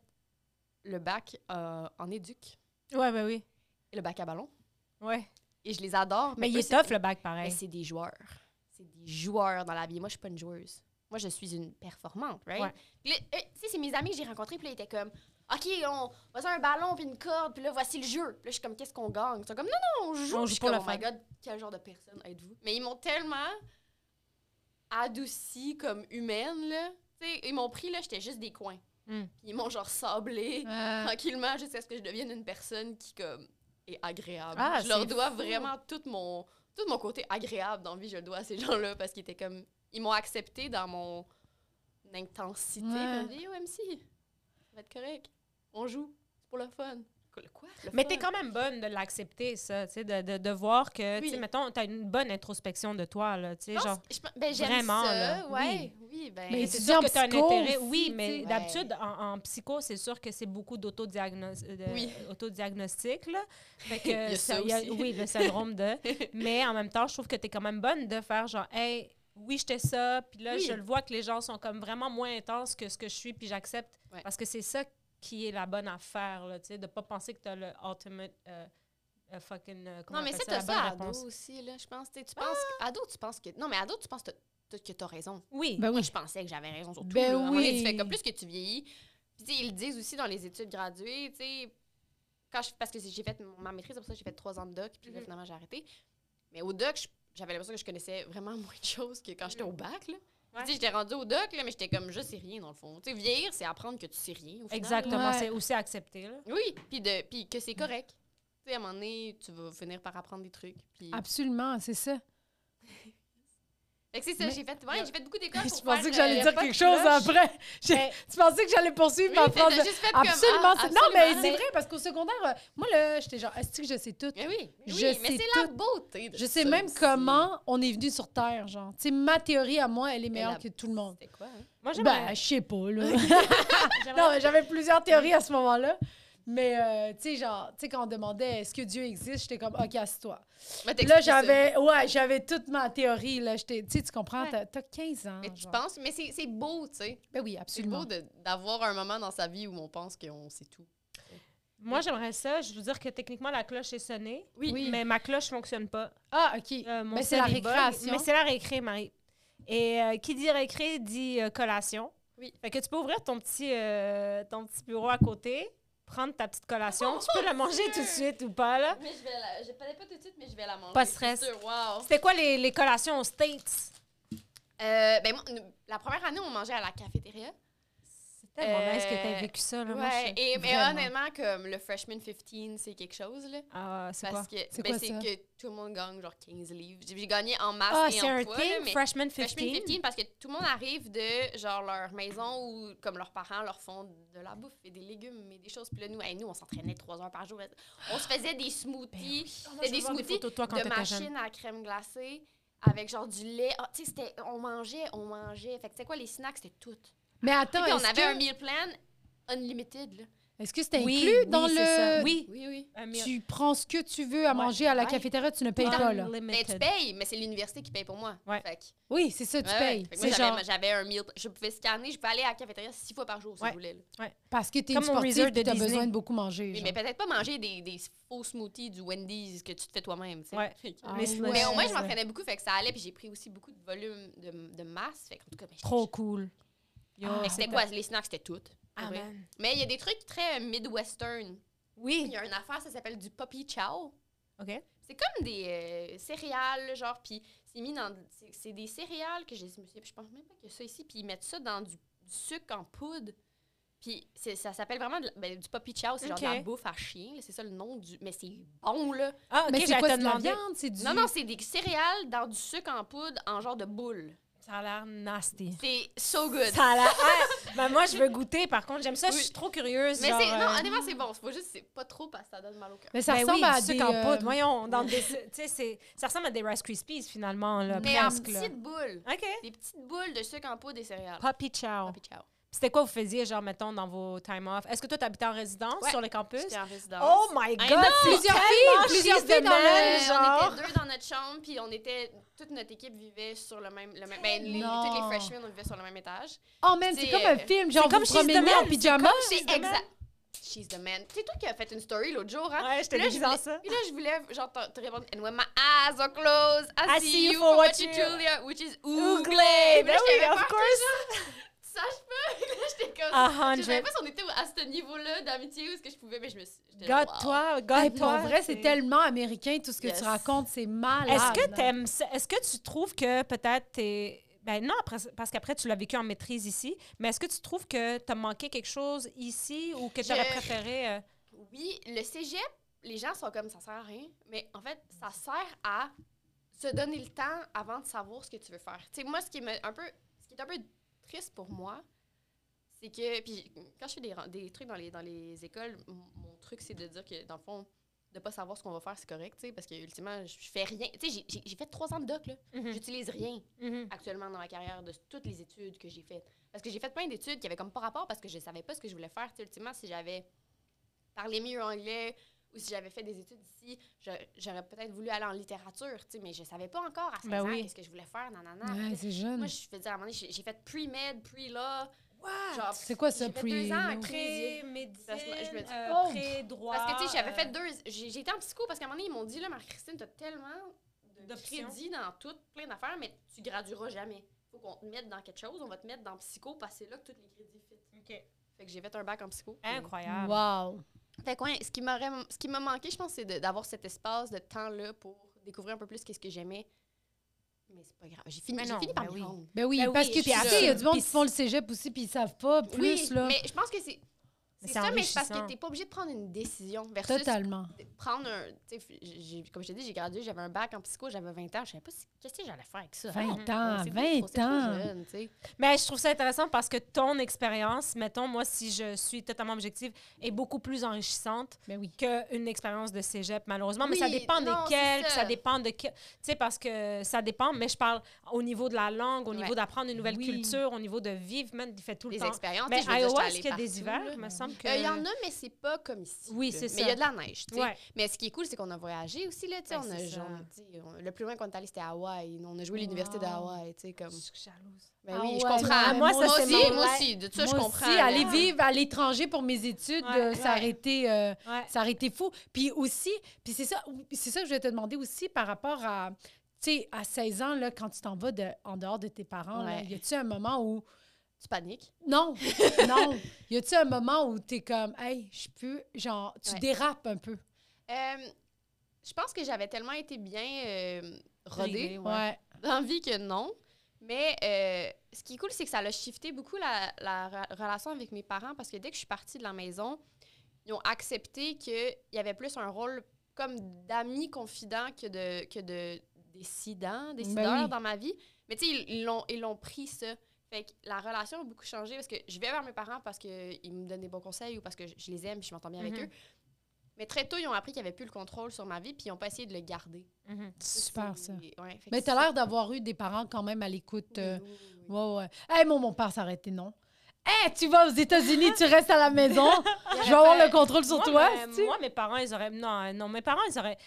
le bac euh, en éduc
Ouais, ben oui.
et le bac à ballon.
Ouais.
Et je les adore.
Mais il
eux,
est
c'est-
tough, le bac,
Mais
pareil.
c'est des joueurs. C'est des joueurs dans la vie. Moi, je suis pas une joueuse. Moi, je suis une performante, right?
Ouais.
Puis là, euh, tu sais, c'est mes amis que j'ai rencontrés, puis là, ils étaient comme, OK, on voici un ballon, puis une corde, puis là, voici le jeu. Puis là, je suis comme, qu'est-ce qu'on gagne? Ils sont comme, non, non, on joue.
On
Puis
joue
je suis
pour
comme,
le
oh my
fun.
God, quel genre de personne êtes-vous? Mais ils m'ont tellement adouci comme humaine, là. Tu sais, ils m'ont pris, là, j'étais juste des coins.
Mm.
Puis Ils m'ont genre sablé
Ah.
tranquillement jusqu'à ce que je devienne une personne qui comme est agréable.
Ah,
je leur
c'est
dois
fou.
vraiment tout mon tout mon côté agréable dans la vie, je le dois à ces *laughs* gens-là parce qu'ils étaient comme ils m'ont accepté dans mon intensité.
Ouais.
Ils m'ont dit "Yo, MC, ça va être correct. On joue, c'est pour le fun." Le quoi Le
Mais
fun?
t'es quand même bonne de l'accepter, ça, tu sais, de, de, de voir que, tu sais,
Oui.
mettons, t'as une bonne introspection de toi, là, tu sais,
Non,
genre.
c'est- je pense- ben, j'aime
vraiment,
ça,
là,
ouais. Oui, ben
Mais
Et
tu
c'est
dis
sûr
en
que t'as un
psycho
intérêt,
aussi,
oui,
tu
mais
sais.
d'habitude, en, en psycho, c'est sûr que c'est beaucoup d'autodiagnos- euh, de-
Oui.
autodiagnostic. là.
*laughs*
Fait que
Il y a ça
il y a-
aussi.
oui,
*laughs*
le syndrome de. Mais en même temps, je trouve que tu es quand même bonne de faire genre, hey, oui, j'étais ça. Puis là,
Oui.
je le vois que les gens sont comme vraiment moins intenses que ce que je suis, puis j'accepte.
Ouais.
Parce que c'est ça qui est la bonne affaire, là, tu sais, de pas penser que tu as le ultimate. euh, euh, fucking, euh, comment
non, mais
on
ça,
appelle
t'as
la
ça
bonne
ado
réponse.
aussi, là, je pense. Tu sais, tu penses,
Ah!
ado, tu penses que. Non, mais ado, tu penses que t'as- que t'as raison.
Oui.
Ben
Moi,
oui.
je pensais que j'avais raison sur tout.
Ben
là. À un moment donné,
oui.
tu fais comme plus que tu vieillis. Puis, tu sais, ils le disent aussi dans les études graduées, tu sais. Quand je, parce que j'ai fait ma maîtrise, c'est pour ça que j'ai fait trois ans de doc, puis là,
Mhm.
finalement, j'ai arrêté. Mais au doc, je- j'avais l'impression que je connaissais vraiment *laughs* moins de choses que quand j'étais au bac, là. Puis,
Ouais.
Tu sais, j'étais rendue au doc, là, mais j'étais comme, je sais rien, dans le fond. Tu sais, vieillir, c'est apprendre que tu sais rien, au final, là.
Exactement,
Ouais.
c'est aussi accepté. Là.
Oui, puis, de, puis que c'est correct. Tu sais, à un moment donné, tu vas finir par apprendre des trucs. Puis...
Absolument, c'est ça.
Fait que c'est ça,
Mais-
j'ai fait, ouais, j'ai fait beaucoup
*laughs*
d'écoles
Je
pour
pensais
faire,
que j'allais
euh,
dire
pas de
quelque chose
cloche.
après. *laughs* J'ai-
Mais-
Tu pensais que j'allais poursuivre
Oui,
ma
t'as
phrase. de-
juste fait comme,
Absolument.
ah,
c'est- Non, mais
absolument.
c'est vrai, parce qu'au secondaire, euh, moi, là, j'étais genre, est-ce que je sais tout?
Mais Eh oui, mais
Je
oui,
sais
mais c'est la
tout.
beauté. de
Je sais
ça
même
aussi.
comment on est venu sur Terre, genre. Tu sais, ma théorie à moi, elle est meilleure
la-
que tout le monde.
C'était quoi, hein?
Moi, j'aimerais-
Ben, je sais pas,
*laughs*
là. *laughs*
Ben,
j'aimerais-
non, mais j'avais plusieurs théories à ce moment-là. Mais, euh, tu sais, genre, tu sais, quand on demandait est-ce que Dieu existe, j'étais comme, OK, assieds-toi.
Mais
Là,
t'expliques ça.
j'avais, ouais, j'avais toute ma théorie, là. J'étais- Tu sais, tu comprends,
Ouais.
t'as- t'as 15 ans.
Mais tu
genre.
penses, mais c'est c'est beau, tu sais.
Ben oui,
C'est beau
Ah, absolument.
de- d'avoir un moment dans sa vie où on pense qu'on sait tout.
Moi, j'aimerais ça. Je veux dire que techniquement, la cloche est sonnée.
Oui.
Oui.
Mais ma cloche fonctionne pas.
Ah, OK.
Euh, mon
Mais c'est
sel
la
est bonne.
récréation.
Mais c'est la récré, Marie. Et euh, qui dit récré dit euh, collation.
Oui.
Fait que tu peux ouvrir ton petit, euh, ton petit bureau à côté, prendre ta petite collation. tu peux la manger tout de suite ou pas, là.
Mais je vais la. Je parlais pas tout de suite, mais je vais la manger.
Pas de stress.
c'est sûr, wow.
C'était quoi les, les collations aux States?
Euh, ben, moi, nous- la première année, on mangeait à la cafétéria.
Tellement
Euh,
nice que t'as vécu ça. Là, Moi, je
Ouais,
suis
et, mais
vraiment-
honnêtement, comme le freshman 15, c'est quelque chose, là.
Ah, c'est quoi?
Parce que
C'est
ben,
quoi
c'est
ça?
que tout le monde gagne genre 15 livres. J'ai j'ai gagné en masse
Ah,
et
c'est
en
un
poids, là,
thing,
mais
freshman 15.
freshman 15 parce que tout le monde arrive de genre leur maison ou comme leurs parents leur font de la bouffe et des légumes et des choses. Puis là, nous, hey, nous on s'entraînait trois heures par jour. On se faisait des
Ben
smoothies,
Moi,
C'était
je veux
des
voir
smoothies
photos de toi quand
de
t'étais jeune.
machine à crème glacée avec genre du lait. Ah, tu sais, c'était- on mangeait, on mangeait. Fait que c'était quoi les snacks? C'était tout.
Mais
Et
attends,
puis on
est-ce
avait un
que
meal plan unlimited, là.
est-ce que c'était
Oui,
inclus
oui,
dans
c'est
le.
ça. Oui.
Oui, oui.
Un meal.
Tu prends ce que tu veux à
Ouais,
manger à la
ouais.
cafétéria, tu ne payes pas, là.
Mais Ben, tu
Unlimited.
payes, mais c'est l'université qui paye pour moi.
Ouais.
Fait que-
Oui, c'est ça, tu
Ouais, ouais.
payes.
Fait que moi,
C'est
j'avais-
genre-
J'avais un meal. Je pouvais scanner, je pouvais aller à la cafétéria six fois par jour si
Ouais.
je voulais. là.
Parce que t'es
Comme
une
au
sportive
Resort de
et t'as
Disney.
besoin de beaucoup manger.
Oui,
genre.
mais peut-être pas manger des, des faux smoothies du Wendy's que tu te fais toi-même. tu sais. *laughs*
Ouais.
Fait que-
Ah,
Mais
ouais.
slash.
Mais au moins, je
Ouais.
m'entraînais beaucoup, fait que ça allait, puis j'ai pris aussi beaucoup de volume de, de masse. Fait que, en tout cas, ben, j'étais-
Trop cool. Yo,
Ah,
Fait que
c'est
C'était quoi? Les snacks, c'était tout.
Ah,
Ouais.
man.
Mais il y a des trucs très euh, midwestern. Il
Oui.
y a une affaire, ça s'appelle du poppy chow.
OK.
C'est comme des euh, céréales, là, genre, puis c'est mis dans. c'est- C'est des céréales que je me suis- je pense même pas qu'il y a ça ici, puis ils mettent ça dans du, du sucre en poudre. Puis c'est- ça s'appelle vraiment de la- ben, du poppy chow, c'est genre de la
Ok.
bouffe à chien, là, c'est ça le nom du. Mais c'est bon, là.
Ah,
Mais
OK,
c'est
j'allais
quoi,
te
c'est de la
demander.
viande? C'est du...
Non, non, c'est des céréales dans du sucre en poudre en genre de boule.
Ça a l'air nasty.
C'est so good.
Ça a l'air... Ah,
*laughs*
ben, moi, je veux goûter, par contre. J'aime ça, je
Oui.
suis trop curieuse.
Mais
genre,
c'est. Non,
euh,
honnêtement, c'est bon. Faut juste, c'est pas trop parce que ça donne mal au cœur.
Mais ça
ben
ressemble
oui,
à
du
des...
sucre en
euh,
poudre. Voyons, dans des... tu sais, c'est- ça ressemble à des Rice Krispies, finalement, là,
Mais
euh,
en
presque. là.
petites boules.
OK.
Des petites boules de sucre en poudre des céréales.
Puppy Chow.
Poppy chow.
C'était quoi vous faisiez, genre, mettons, dans vos time off? Est-ce que toi, t'habitais en résidence,
Ouais.
sur le campus?
J'étais en résidence. Ah,
Oh my
Hey,
God!
non,
c'est
Ah, plusieurs
tellement
filles, plusieurs
cheese de
filles dans le-
man,
Euh,
genre.
On était deux dans notre chambre, puis on était. Toute notre équipe vivait sur le même. Le même ben, les,
Non.
toutes les freshmen, on vivait sur le même étage.
Oh man, c'est
C'est,
comme un
euh,
film, genre
c'est
vous
comme
vous
She's the
promenez en
Man,
pyjama.
C'est
the man.
exact. She's the man. C'est toi qui as fait une story l'autre jour, hein?
Ouais, je te
Puis là,
dis
je
dans
voulais-
ça.
Puis là, je voulais genre te, te répondre. And when my eyes are closed, I, see you for what you truly are, which is
Ouglé!
ugly.
Ben
Mais là,
oui,
j'avais
of
peur,
course!
Sache pas. *laughs* Puis là, j'étais comme.
A
Je savais
hundred.
pas si on était à ce niveau-là d'amitié ou ce que je pouvais, mais je me suis. j'étais genre, wow.
Garde-toi,
Hey, pour
garde-toi.
vrai, c'est tellement américain tout ce que
Yes.
tu racontes, c'est malade.
Est-ce que t'aimes ça? Est-ce que tu trouves que peut-être t'es... Ben non, après- parce qu'après, tu l'as vécu en maîtrise ici, mais est-ce que tu trouves que t'as manqué quelque chose ici ou que t'aurais
Je-
préféré... euh,
Oui, le cégep, les gens sont comme ça sert à rien, mais en fait, ça sert à se donner le temps avant de savoir ce que tu veux faire. Tu sais, moi, ce qui, me, un peu, ce qui est un peu triste pour moi, c'est que, puis quand je fais des, ren- des trucs dans les, dans les écoles, m- mon truc, c'est de dire que, dans le fond, de pas savoir ce qu'on va faire, c'est correct, tu sais, parce que, ultimement, je fais rien. Tu sais, j'ai- j'ai- j'ai fait trois ans de doc, là.
mhm,
J'utilise rien
mhm.
actuellement dans ma carrière de toutes les études que j'ai faites. Parce que j'ai fait plein d'études qui avaient comme pas rapport parce que je savais pas ce que je voulais faire. Tu sais, ultimement, si j'avais parlé mieux anglais ou si j'avais fait des études ici, je- j'aurais peut-être voulu aller en littérature, tu sais, mais je savais pas encore à 16
Ben
ans
oui.
qu'est-ce que je voulais faire, nanana.
Ouais, c'est jeune.
Moi, je faisais à un moment donné, j'ai j'ai fait pre-med, pre-law. genre,
C'est quoi ça,
j'ai fait deux
pre-
ans à
law?
Crédit.
Pré-médecine,
Ah, Parce que je me dis,
euh,
oh!
pré-droit...
Parce que, tu sais, j'avais
euh,
fait deux. j'ai- J'étais en psycho parce qu'à un moment donné, ils m'ont dit, là, Marie-Christine, t'as tellement de
D'options.
crédits dans tout, plein d'affaires, mais tu gradueras jamais. Faut qu'on te mette dans quelque chose, on va te mettre dans psycho parce que c'est là que tous les crédits fit.
euh, OK.
Fait que j'ai fait un bac en psycho.
Incroyable.
Wow.
Fait que, ouais, ce qui m'aurait, ce qui m'a manqué, je pense, c'est de- d'avoir cet espace de temps-là pour découvrir un peu plus qu'est-ce que j'aimais. Mais c'est pas grave. J'ai fini,
Mais
j'ai
non,
fini par
ben
me
oui.
rendre.
Ben oui,
Ben oui,
parce que
puis
tu sais, il y a du
absolument.
monde qui font le cégep aussi puis ils savent pas plus
Oui,
là.
mais je pense que c'est,
Mais
c'est
c'est
ça, mais c'est parce
enrichissant.
que t'es pas obligé de prendre une décision versus
Totalement.
de prendre un. tu sais, j'ai- comme je te dis, j'ai gradué, j'avais un bac en psycho, j'avais 20 ans. Je savais pas si- qu'est-ce que j'allais faire avec ça.
20
Ah,
ans,
c'est trop- c'est
20
trop
ans.
jeune, tu sais.
Mais je trouve ça intéressant parce que ton expérience, mettons, moi, si je suis totalement objective, est beaucoup plus enrichissante
Ben oui.
qu'une expérience de cégep, malheureusement. mais ça
Oui,
dépend
non,
desquelles,
c'est
puis
ça.
ça. dépend de... que- Tu sais, parce que ça dépend, mais je parle au niveau de la langue, au
Ouais.
niveau d'apprendre une nouvelle
Oui.
culture, au niveau de vivre, même, il fait tout le
Les
temps.
expériences. tu
Mais
sais, je veux dire, j'étais
Iowa,
allée
est-ce qu'il y a des
partout,
hivers?
là.
Il me semble que...
Euh, Il y en a, mais c'est pas comme ici.
Oui,
là.
c'est
Mais
ça.
il y a de la neige, tu sais.
Ouais.
Mais ce qui est cool, c'est qu'on a voyagé aussi, là, tu sais,
Ouais,
on a
c'est ça.
genre, tu sais, on- le plus loin qu'on est allé, c'était à Hawaï. On a joué à l'université
Wow.
d'Hawaï, tu sais, comme...
Je suis jalouse.
Ben
Ah
oui, je
ouais,
comprends.
non, mais
Moi,
moi
ça, c'est
aussi,
mon
moi
rêve.
aussi, de ça, je
Moi
comprends.
aussi,
là.
aller vivre à l'étranger pour mes études,
Ouais,
euh, ça aurait
ouais.
été, euh,
Ouais.
ça aurait été fou. Puis aussi, puis c'est ça, c'est ça que je vais te demander aussi par rapport à, tu sais, à 16 ans là, quand tu t'en vas de, en dehors de tes parents, là,
Ouais.
y a-tu un moment où
Tu paniques.
non, *laughs* non, y a-tu un moment où t'es comme, hey, je peux, genre, tu
Ouais.
dérapes un peu.
Euh, je pense que j'avais tellement été bien euh, rodée
Brillée, ouais.
Ouais.
dans la vie que non. Mais euh, ce qui est cool, c'est que ça a shifté beaucoup la, la re- relation avec mes parents parce que dès que je suis partie de la maison, ils ont accepté qu'il y avait plus un rôle comme d'ami confident que de, que de décidant, décideur
Ben oui.
dans ma vie. Mais tu sais, ils- ils l'ont ils l'ont pris ça. Fait que la relation a beaucoup changé parce que je vais vers mes parents parce qu'ils me donnent des bons conseils ou parce que je, je les aime et je m'entends bien
Mhm.
avec eux. Mais très tôt, ils ont appris qu'il n'y avait plus le contrôle sur ma vie puis ils n'ont pas essayé de le garder.
Mhm.
C'est super, ça.
C'est- ouais, fait que
Mais t'as
c'est-
l'air d'avoir eu des parents quand même à l'écoute. euh,
Oui, oui, oui, oui.
Ouais, ouais. Hey, mon, mon père s'arrêtait, non? Hé, tu vas aux États-Unis, tu restes à la
*laughs*
maison. Je vais avoir le contrôle sur
Moi,
toi.
mais-
c'est-tu?
Moi, mes parents, ils auraient. Non, euh, non, mes parents, ils auraient.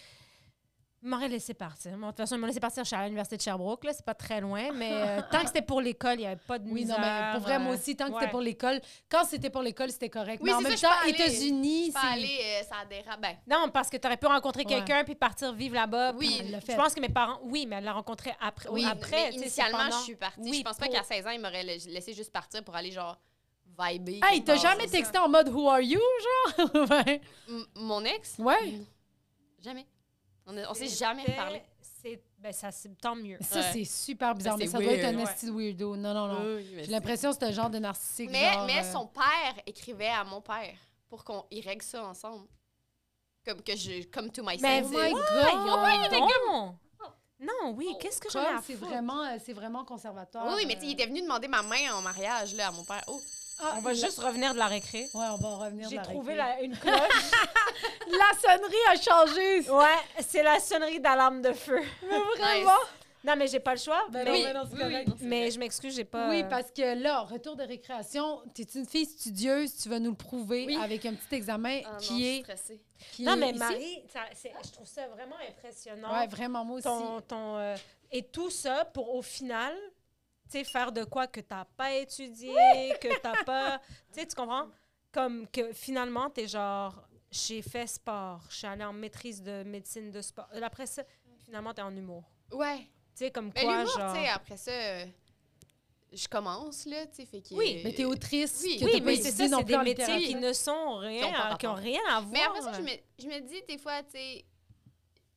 Ils m'auraient laissé partir. Moi, de toute façon, ils m'ont laissé partir je suis à l'université de Sherbrooke, là, c'est pas très loin, mais euh, tant que c'était pour l'école, il n'y avait pas de
*laughs* Oui, non,
misère.
mais pour vrai, moi
euh,
aussi, tant que
ouais.
c'était pour l'école, quand c'était pour l'école, c'était correct.
Oui,
mais en
c'est
même
ça,
temps,
je peux aller-
États-Unis,
Pas
c'est.
aller, euh, ça dérape. Ben,
Non, parce que tu aurais pu rencontrer
Ouais.
quelqu'un puis partir vivre là-bas.
Oui,
puis-
Ah, elle l'a
je
fait.
pense que mes parents, oui, mais elle l'a rencontré après.
oui,
après
mais
tu sais, c'est
initialement,
pendant-
je suis partie.
Oui,
je pense pas
pour-
qu'à 16 ans, ils m'auraient la- laissé juste partir pour aller, genre, viber.
Hey, t'as
Bon,
jamais
c'est
texté en mode Who are you, genre? *laughs* ouais.
ça. M- Mon ex?
Ouais.
Jamais. On, a- on s'est
C'était-
jamais reparlé.
c'est- Ben, ça, c'est tant mieux.
Ça,
Ouais.
c'est super bizarre,
Ça,
mais
c'est
ça doit être
weird. Euh,
un
Ouais.
esti de weirdo. Non, non, non. J'ai l'impression que c'est un genre de narcissique.
Mais,
genre,
mais
euh,
son père écrivait à mon père pour qu'on y règle ça ensemble. Comme que je. Comme to myself.
Mais
Oh my
Ouais,
God!
non. non, oui, qu'est-ce que j'en ai
Oh, Comme
à
C'est
foutre?
vraiment, euh, c'est vraiment conservatoire.
Oui, oui, mais tu sais, il
euh.
était venu demander ma main en mariage, là, à mon père. Oh!
Ah,
On va
là-
juste revenir de la récré.
Ouais, on va en revenir.
J'ai
de la
trouvé
récré.
la-
*laughs*
une cloche.
La sonnerie a changé.
ouais, c'est la sonnerie d'alarme de feu.
Vraiment?
Non, mais j'ai pas le choix.
Ben
mais,
non, ben non, c'est correct.
mais je m'excuse, j'ai pas. euh,
Oui, parce que là, retour de récréation, tu es une fille studieuse, tu vas nous le prouver
Oui.
avec un petit examen qui, est, qui
Ah, Non,
est
mais
ici.
Marie, ça- c'est- je trouve ça vraiment impressionnant.
Ouais, vraiment, moi aussi.
ton, ton, euh, et tout ça pour au final, tu sais, faire de quoi que t'as pas étudié, que t'as pas, tu sais, tu comprends? Comme que finalement, t'es genre, j'ai fait sport, je suis allée en maîtrise de médecine de sport. Euh, Après ça, finalement, t'es en humour.
Ouais.
Tu sais, comme
Mais
quoi,
Ben, l'humour,
genre...
tu sais, après ça, euh, je commence, là, tu sais, fait que...
Oui,
Mais t'es autrice.
Oui.
que t'as
Oui,
pas
mais c'est
étudié
ça,
non
c'est
plus
des
en
métiers qui
littérature.
ne sont rien,
Qui ont pas
à- qui ont
rapport.
rien à voir.
Mais après ça, je me, je me dis, des fois, tu sais,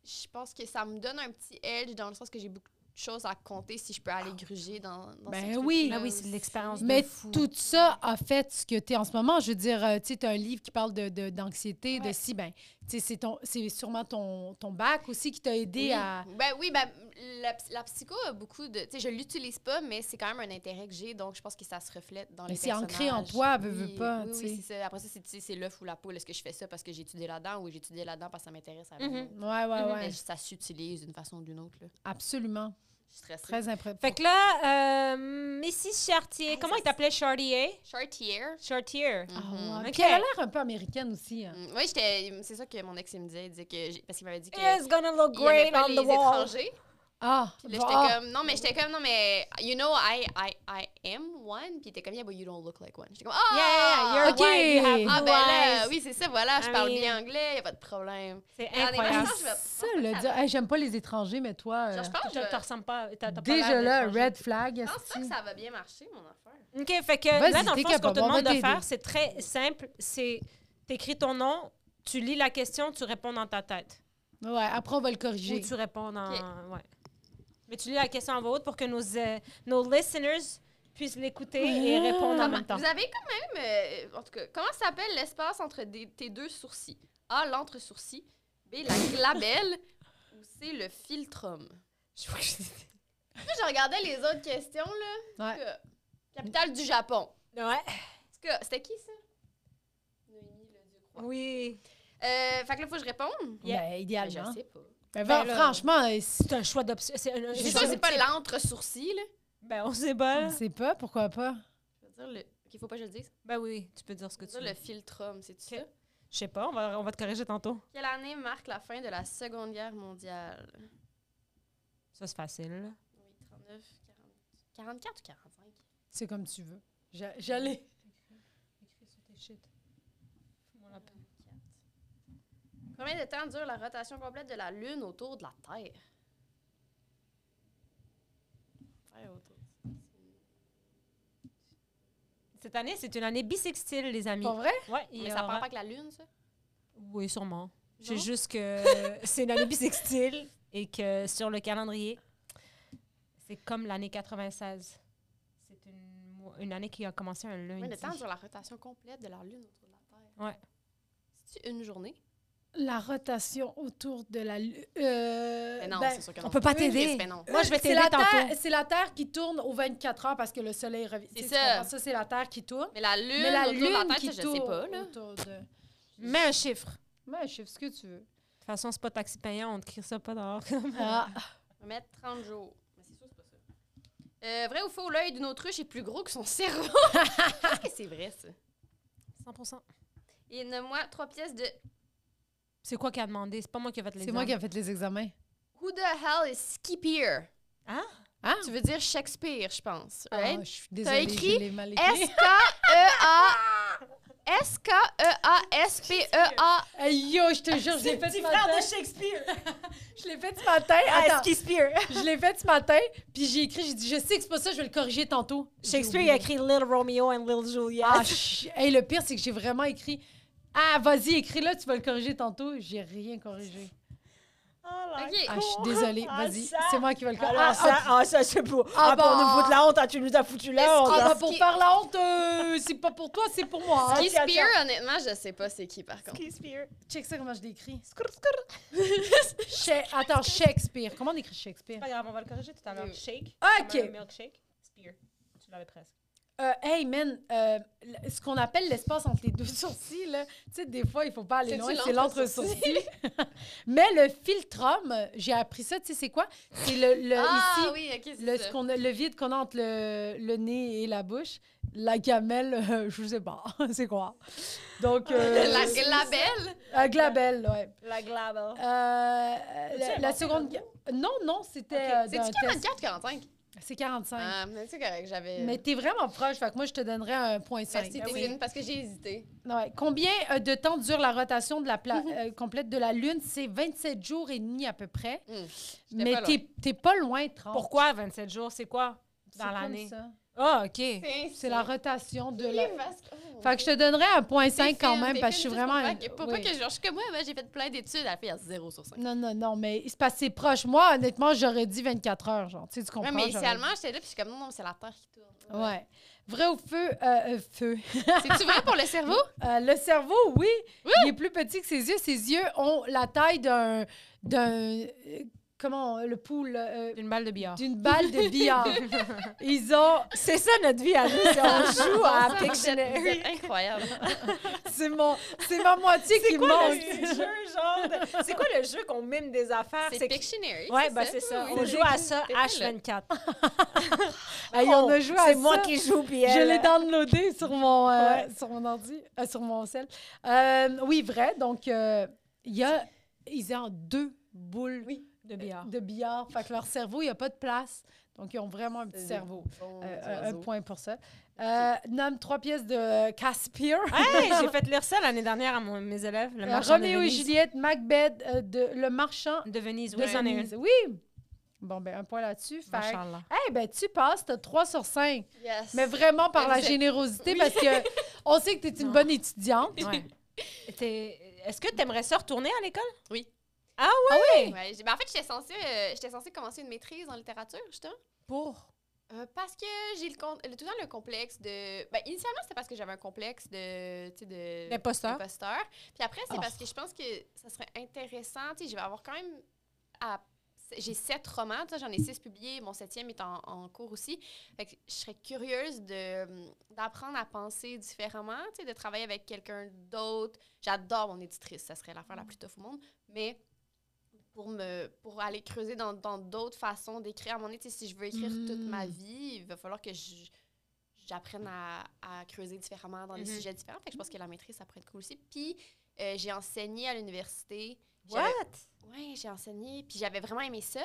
je pense que ça me donne un petit edge dans le sens que j'ai beaucoup de choses à compter si je peux aller gruger dans, dans
Ben
ce
oui.
truc-là
Ah oui, c'est de l'expérience.
Mais
de fou.
tout ça a fait ce que tu es en ce moment. Je veux dire, euh, tu sais, t'as un livre qui parle d'anxiété, de, d'anxiété, de
Ouais.
si, ben, tu sais, c'est ton- c'est sûrement ton, ton bac aussi qui t'a aidé
Oui.
à.
Ben oui, ben, la, ps- la psycho a beaucoup de... Tu sais, je l'utilise pas, mais c'est quand même un intérêt que j'ai, donc je pense que ça se reflète dans
Mais
les
c'est
personnages.
ancré en toi, veux, veux
Oui,
pas,
Oui,
tu
oui,
sais.
c'est ça. Après ça, c'est- tu sais, c'est l'œuf ou la poule. Est-ce que je fais ça parce que j'ai étudié là-dedans ou j'ai étudié là-dedans parce que ça m'intéresse à
Mhm.
vraiment?
Ouais, ouais,
Mhm.
ouais.
Mais ça s'utilise d'une façon ou d'une autre, là.
Absolument.
Je suis stressée.
Très impressionnant.
Fait que là, euh, Mrs. Chartier,
Hey,
comment
Ah, ça,
il t'appelait Chartier?
Shortier.
Chartier.
Mhm.
Ok.
Puis elle a l'air un peu américaine aussi. hein.
Mm, Oui, j'étais. C'est ça que mon ex il me disait. Il disait que j'ai- parce qu'il m'avait dit que.
It's gonna look
Il aimait
great
pas
on
les
the wall.
étrangers.
Ah!
Puis là,
bah,
j'étais
ah.
comme. Non, mais j'étais comme. Non, mais. You know, I, I, I am one. Puis il était comme, yeah, but you don't look like one. J'étais comme, ah!
Yeah, you're
Ok.
white, you have
Ah,
blue
ben là,
eyes.
oui, c'est ça, voilà. Je
I
parle
mean-
bien anglais, y a pas de problème.
C'est
Dans les
Ah,
incroyable.
marches, je vais-
ça, le dire. Hey, J'aime pas les étrangers, mais toi.
Genre, je
euh,
pense que je
Tu
vais-
te ressembles pas. t'as- t'as pas
Déjà
l'air
là,
d'étranger.
red flag.
je pense pas
esti.
que ça va bien marcher, mon affaire.
OK, fait que
Vas-y,
là, dans le
t'es
fond, ce qu'on
capable,
te
on va
demande de
t'aider.
faire, c'est très simple. C'est t'écris ton nom, tu lis la question, tu réponds dans ta tête.
Ouais, après, on va le
Ou
corriger.
tu réponds dans...
Ok.
Ouais. Mais tu lis la question en voix haute pour que nos, euh, nos listeners puissent l'écouter et
Ah.
répondre en
Comment-
même temps.
Vous avez quand même. euh, en tout cas, comment s'appelle l'espace entre des- tes deux sourcils? A, l'entre-sourcil. B, la
*laughs*
glabelle. ou C, le filtrum?
Je crois que je-
Là, je regardais les autres questions, là. En tout
Ouais.
cas, Capitale du Japon. En
Ouais.
tout cas, c'était qui, ça? Noémie Ledieu-Croix.
Oui.
Euh, fait que là, faut que je réponde.
Yeah.
Ben,
Ben, je
idéalement.
sais pas.
Ben,
Ben,
ben,
là-
franchement, euh, si-
C'est un choix d'option. C'est un- un-
Je suis sûre que c'est
un-
pas l'entre-sourcil, là.
Ben, on sait
Euh.
pas.
on sait pas, pourquoi pas.
Je veux dire le... Ok, faut pas que je le dise.
Ben oui, tu peux dire ce que
Je
tu
veux
veux.
dire le filtrum, c'est-tu
Ok.
ça?
Je sais pas, on va, on va te corriger tantôt.
Quelle année marque la fin de la Seconde Guerre mondiale?
Ça, c'est facile. là.
Oui, 39, 40... 44 ou 45?
C'est comme tu veux. J'a- J'allais.
Combien de temps dure la rotation complète de la Lune autour de la Terre? Faire autour.
Cette année, c'est une année bisextile, les amis.
Pour vrai?
Ouais, il y
Mais ça
aura-
part pas avec la Lune, ça?
Oui, sûrement. C'est
Non?
juste que c'est une année bisextile et que sur le calendrier, C'est comme l'année 96. C'est une, mo- une année qui a commencé un lundi.
Oui, le temps sur la rotation complète de la Lune autour de la Terre.
Ouais.
C'est une journée.
La rotation autour de la Lune. Euh,
Mais non,
ben,
c'est sûr que
on
non.
peut pas
Oui, Chris,
t'aider.
ben non.
Moi, je vais
c'est
t'aider
la
tantôt.
Terre- C'est la Terre qui tourne aux 24 heures parce que le soleil revient.
C'est
Tu
ça.
comprends Ça, c'est la Terre qui tourne.
Mais la Lune
Mais la
autour
Lune
de la Terre,
qui
ça, je
tourne
sais pas, là.
autour de... Ouais,
Mets un chiffre. De
Ben, je sais ce que tu veux.
toute façon, c'est pas taxi payant, on te crie ça pas dehors. *laughs*
Ah,
On va mettre 30 jours. Mais c'est sûr, c'est pas ça. Euh, vrai ou faux, l'œil d'une autruche est plus gros que son cerveau?
*laughs*
Je pense que c'est vrai, ça.
100
Et nomme-moi trois pièces de
C'est quoi qui a demandé? C'est pas moi qui ai fait les
c'est moi qui ai fait les examens.
Who the hell is Skippier?
Hein?
Ah,
Tu veux dire Shakespeare, je pense.
Ah,
right? E
je suis désolée,
écrit
je l'ai mal écrit.
S-K-E-A. E S-K-E-A-S-P-E-A.
*laughs* Hey, yo, je te jure, je l'ai fait ce matin.
Shakespeare!
Je l'ai fait ce matin.
Ah,
Attends,
Shakespeare!
je l'ai fait ce matin, puis j'ai écrit, j'ai dit, je sais que c'est pas ça, je vais le corriger tantôt. J'ai
Shakespeare, il
oublié.
a écrit Little Romeo and Little Juliet.
Ah, ch- hey, le pire, c'est que j'ai vraiment écrit. Ah, vas-y, écris-le, tu vas le corriger tantôt. J'ai rien corrigé.
Ok.
Ah, je suis désolée,
Ah,
vas-y.
ça.
C'est moi qui vais le corriger.
Alors
Ah,
ça,
ah,
ah, ça c'est pour,
Ah
ah, pour
bah.
nous foutre la honte, ah, tu nous as foutu la
Est-ce
honte.
ah,
hein.
bah, pour faire la honte, euh, c'est pas pour toi, c'est pour moi. hein.
Ok,
Skippier, honnêtement, je sais pas c'est qui, par contre.
Shakespeare.
Check ça comment je l'écris. *laughs* Sha- Attends, Shakespeare. Comment on écrit Shakespeare?
pas grave, on va le corriger tout à
l'heure.
Shake.
Ok. comme un
milkshake. Spear. Tu l'avais presque.
Euh, hey, man, euh, l- ce qu'on appelle l'espace entre les deux *laughs* sourcils, là, tu sais, des fois, il faut pas aller
C'est-tu
loin, c'est l'entre-sourcil.
l'entre-sourcil?
*laughs* Mais le filtrum, j'ai appris ça, tu sais, c'est quoi? C'est le, le- ici,
Ah oui, ok,
le,
c'est
ce
ça.
qu'on a- le vide qu'on a entre le, le nez et la bouche, la gamelle, *laughs* euh, je sais pas, c'est quoi. Donc, euh,
*laughs* La glabelle.
la glabelle, ouais.
La glabre.
Euh, la, la
inventé
*laughs*
seconde. ga- Non, non, c'était. euh, d'un
C'est-tu
test.
44, 45?
C'est 45.
Ah, mais c'est correct, j'avais...
Mais t'es vraiment proche, fait que moi, je te donnerais un point 5.
Merci,
Ah oui.
Téglin, parce que j'ai hésité.
Ouais. Combien euh, de temps dure la rotation de la pla-
Mm-hmm.
euh, complète de la Lune? C'est 27 jours et demi à peu près.
Hmm. J'étais
Mais
pas loin.
t'es t'es pas loin, 30.
Pourquoi 27 jours? C'est quoi?
C'est
Dans
comme
l'année.
ça.
Ah, OK.
C'est la rotation de la...
Les vasques. Oh.
Fait que je te donnerais un point 5 quand
Téphine,
même parce que je suis
Téphine,
vraiment...
juste Pour, pas que- pour
oui.
pas que je suis comme moi, moi, j'ai fait plein d'études, elle fait à 0 sur 5.
Non, non, non, mais c'est parce que c'est proche. Moi, honnêtement, j'aurais dit 24 heures, genre. Tu sais, tu
Ouais,
comprends?
mais
j'aurais-
initialement, j'étais là, puis je suis comme, non, non, c'est la Terre qui tourne.
Ouais. Vrai ou feu? euh, euh, feu.
*laughs* C'est-tu vrai pour le cerveau?
*laughs*
*laughs*
Euh, le cerveau, oui, il est plus petit que ses yeux. Ses yeux ont la taille d'un... d'un euh, comment? Le poule... euh,
Une balle de billard.
d'une balle de billard. Ils ont...
C'est ça notre vie à nous,
*laughs*
c'est on
*laughs*
joue à
Vous êtes- vous
Pictionary.
êtes
*laughs*
incroyable.
C'est mon... C'est ma moitié qui
C'est quoi le petit
manque.
jeu, genre? *laughs* de- C'est quoi le jeu qu'on mime des affaires?
C'est Pictionary.
Ouais,
ben,
bah c'est ça.
Oui,
On
oui.
joue à ça
C'est
H24.
Hey, on
Oh,
a joué à
C'est
ça.
moi qui joue, puis
Je
elle-
euh,
l'ai downloadé sur mon, euh,
Ouais.
sur mon ordi, euh, sur mon cell. Euh, oui, vrai. Donc, euh, il y a, ils ont deux boules
De
*laughs*
billard.
de billard. Fait que leur cerveau, il n'y a pas de place. Donc, ils ont vraiment un petit
C'est
cerveau.
Bon,
Euh,
petit
un- un
oiseau.
point pour ça. Euh, nomme trois pièces de euh, Caspier.
Hey, j'ai fait lire ça l'année dernière à mon- mes élèves. Le
Euh,
marchand
Roméo
de
et
Venise.
Juliette, Macbeth, euh, de Le Marchand
De Venise,
de
oui, j'en ai
Venise.
une.
Oui! Bon, ben un point là-dessus. Fait que-
Machallah.
Eh ben tu passes, t'as 3 sur 5.
Yes.
Mais vraiment par
Mais
la
vous êtes-
générosité, parce que on sait que t'es une
Non.
bonne étudiante.
Ouais. T'es- Est-ce que t'aimerais ça retourner à l'école?
Oui.
Ah oui?
Ouais, j'ai- ben, en fait, j'étais censée, euh, j'étais censée commencer une maîtrise en littérature, justement.
Pour?
Euh, parce que j'ai le, con- le- tout le temps le complexe de. Ben, initialement, c'était parce que j'avais un complexe de. Tu sais, de.
L'imposteur.
d'imposteur. Puis après, c'est
Oh.
parce que je pense que ça serait intéressant. Tu sais, je vais avoir quand même. à- J'ai sept romans, tu sais, j'en ai six publiés. Mon septième est en, en cours aussi. Fait que je serais curieuse de- hum, d'apprendre à penser différemment, tu sais, de travailler avec quelqu'un d'autre. J'adore mon éditrice, ça serait l'affaire la plus tough au monde. Mais pour me pour aller creuser dans dans d'autres façons d'écrire. À un moment donné, tu sais, si je veux écrire toute ma
Mm.
vie, il va falloir que je- j'apprenne à, à creuser différemment dans des
Mhm.
sujets différents. Fait que je pense que la maîtrise, ça pourrait être cool aussi. Puis, euh, j'ai enseigné à l'université.
What?
J'avais- Ouais, j'ai enseigné. Puis, j'avais vraiment aimé ça.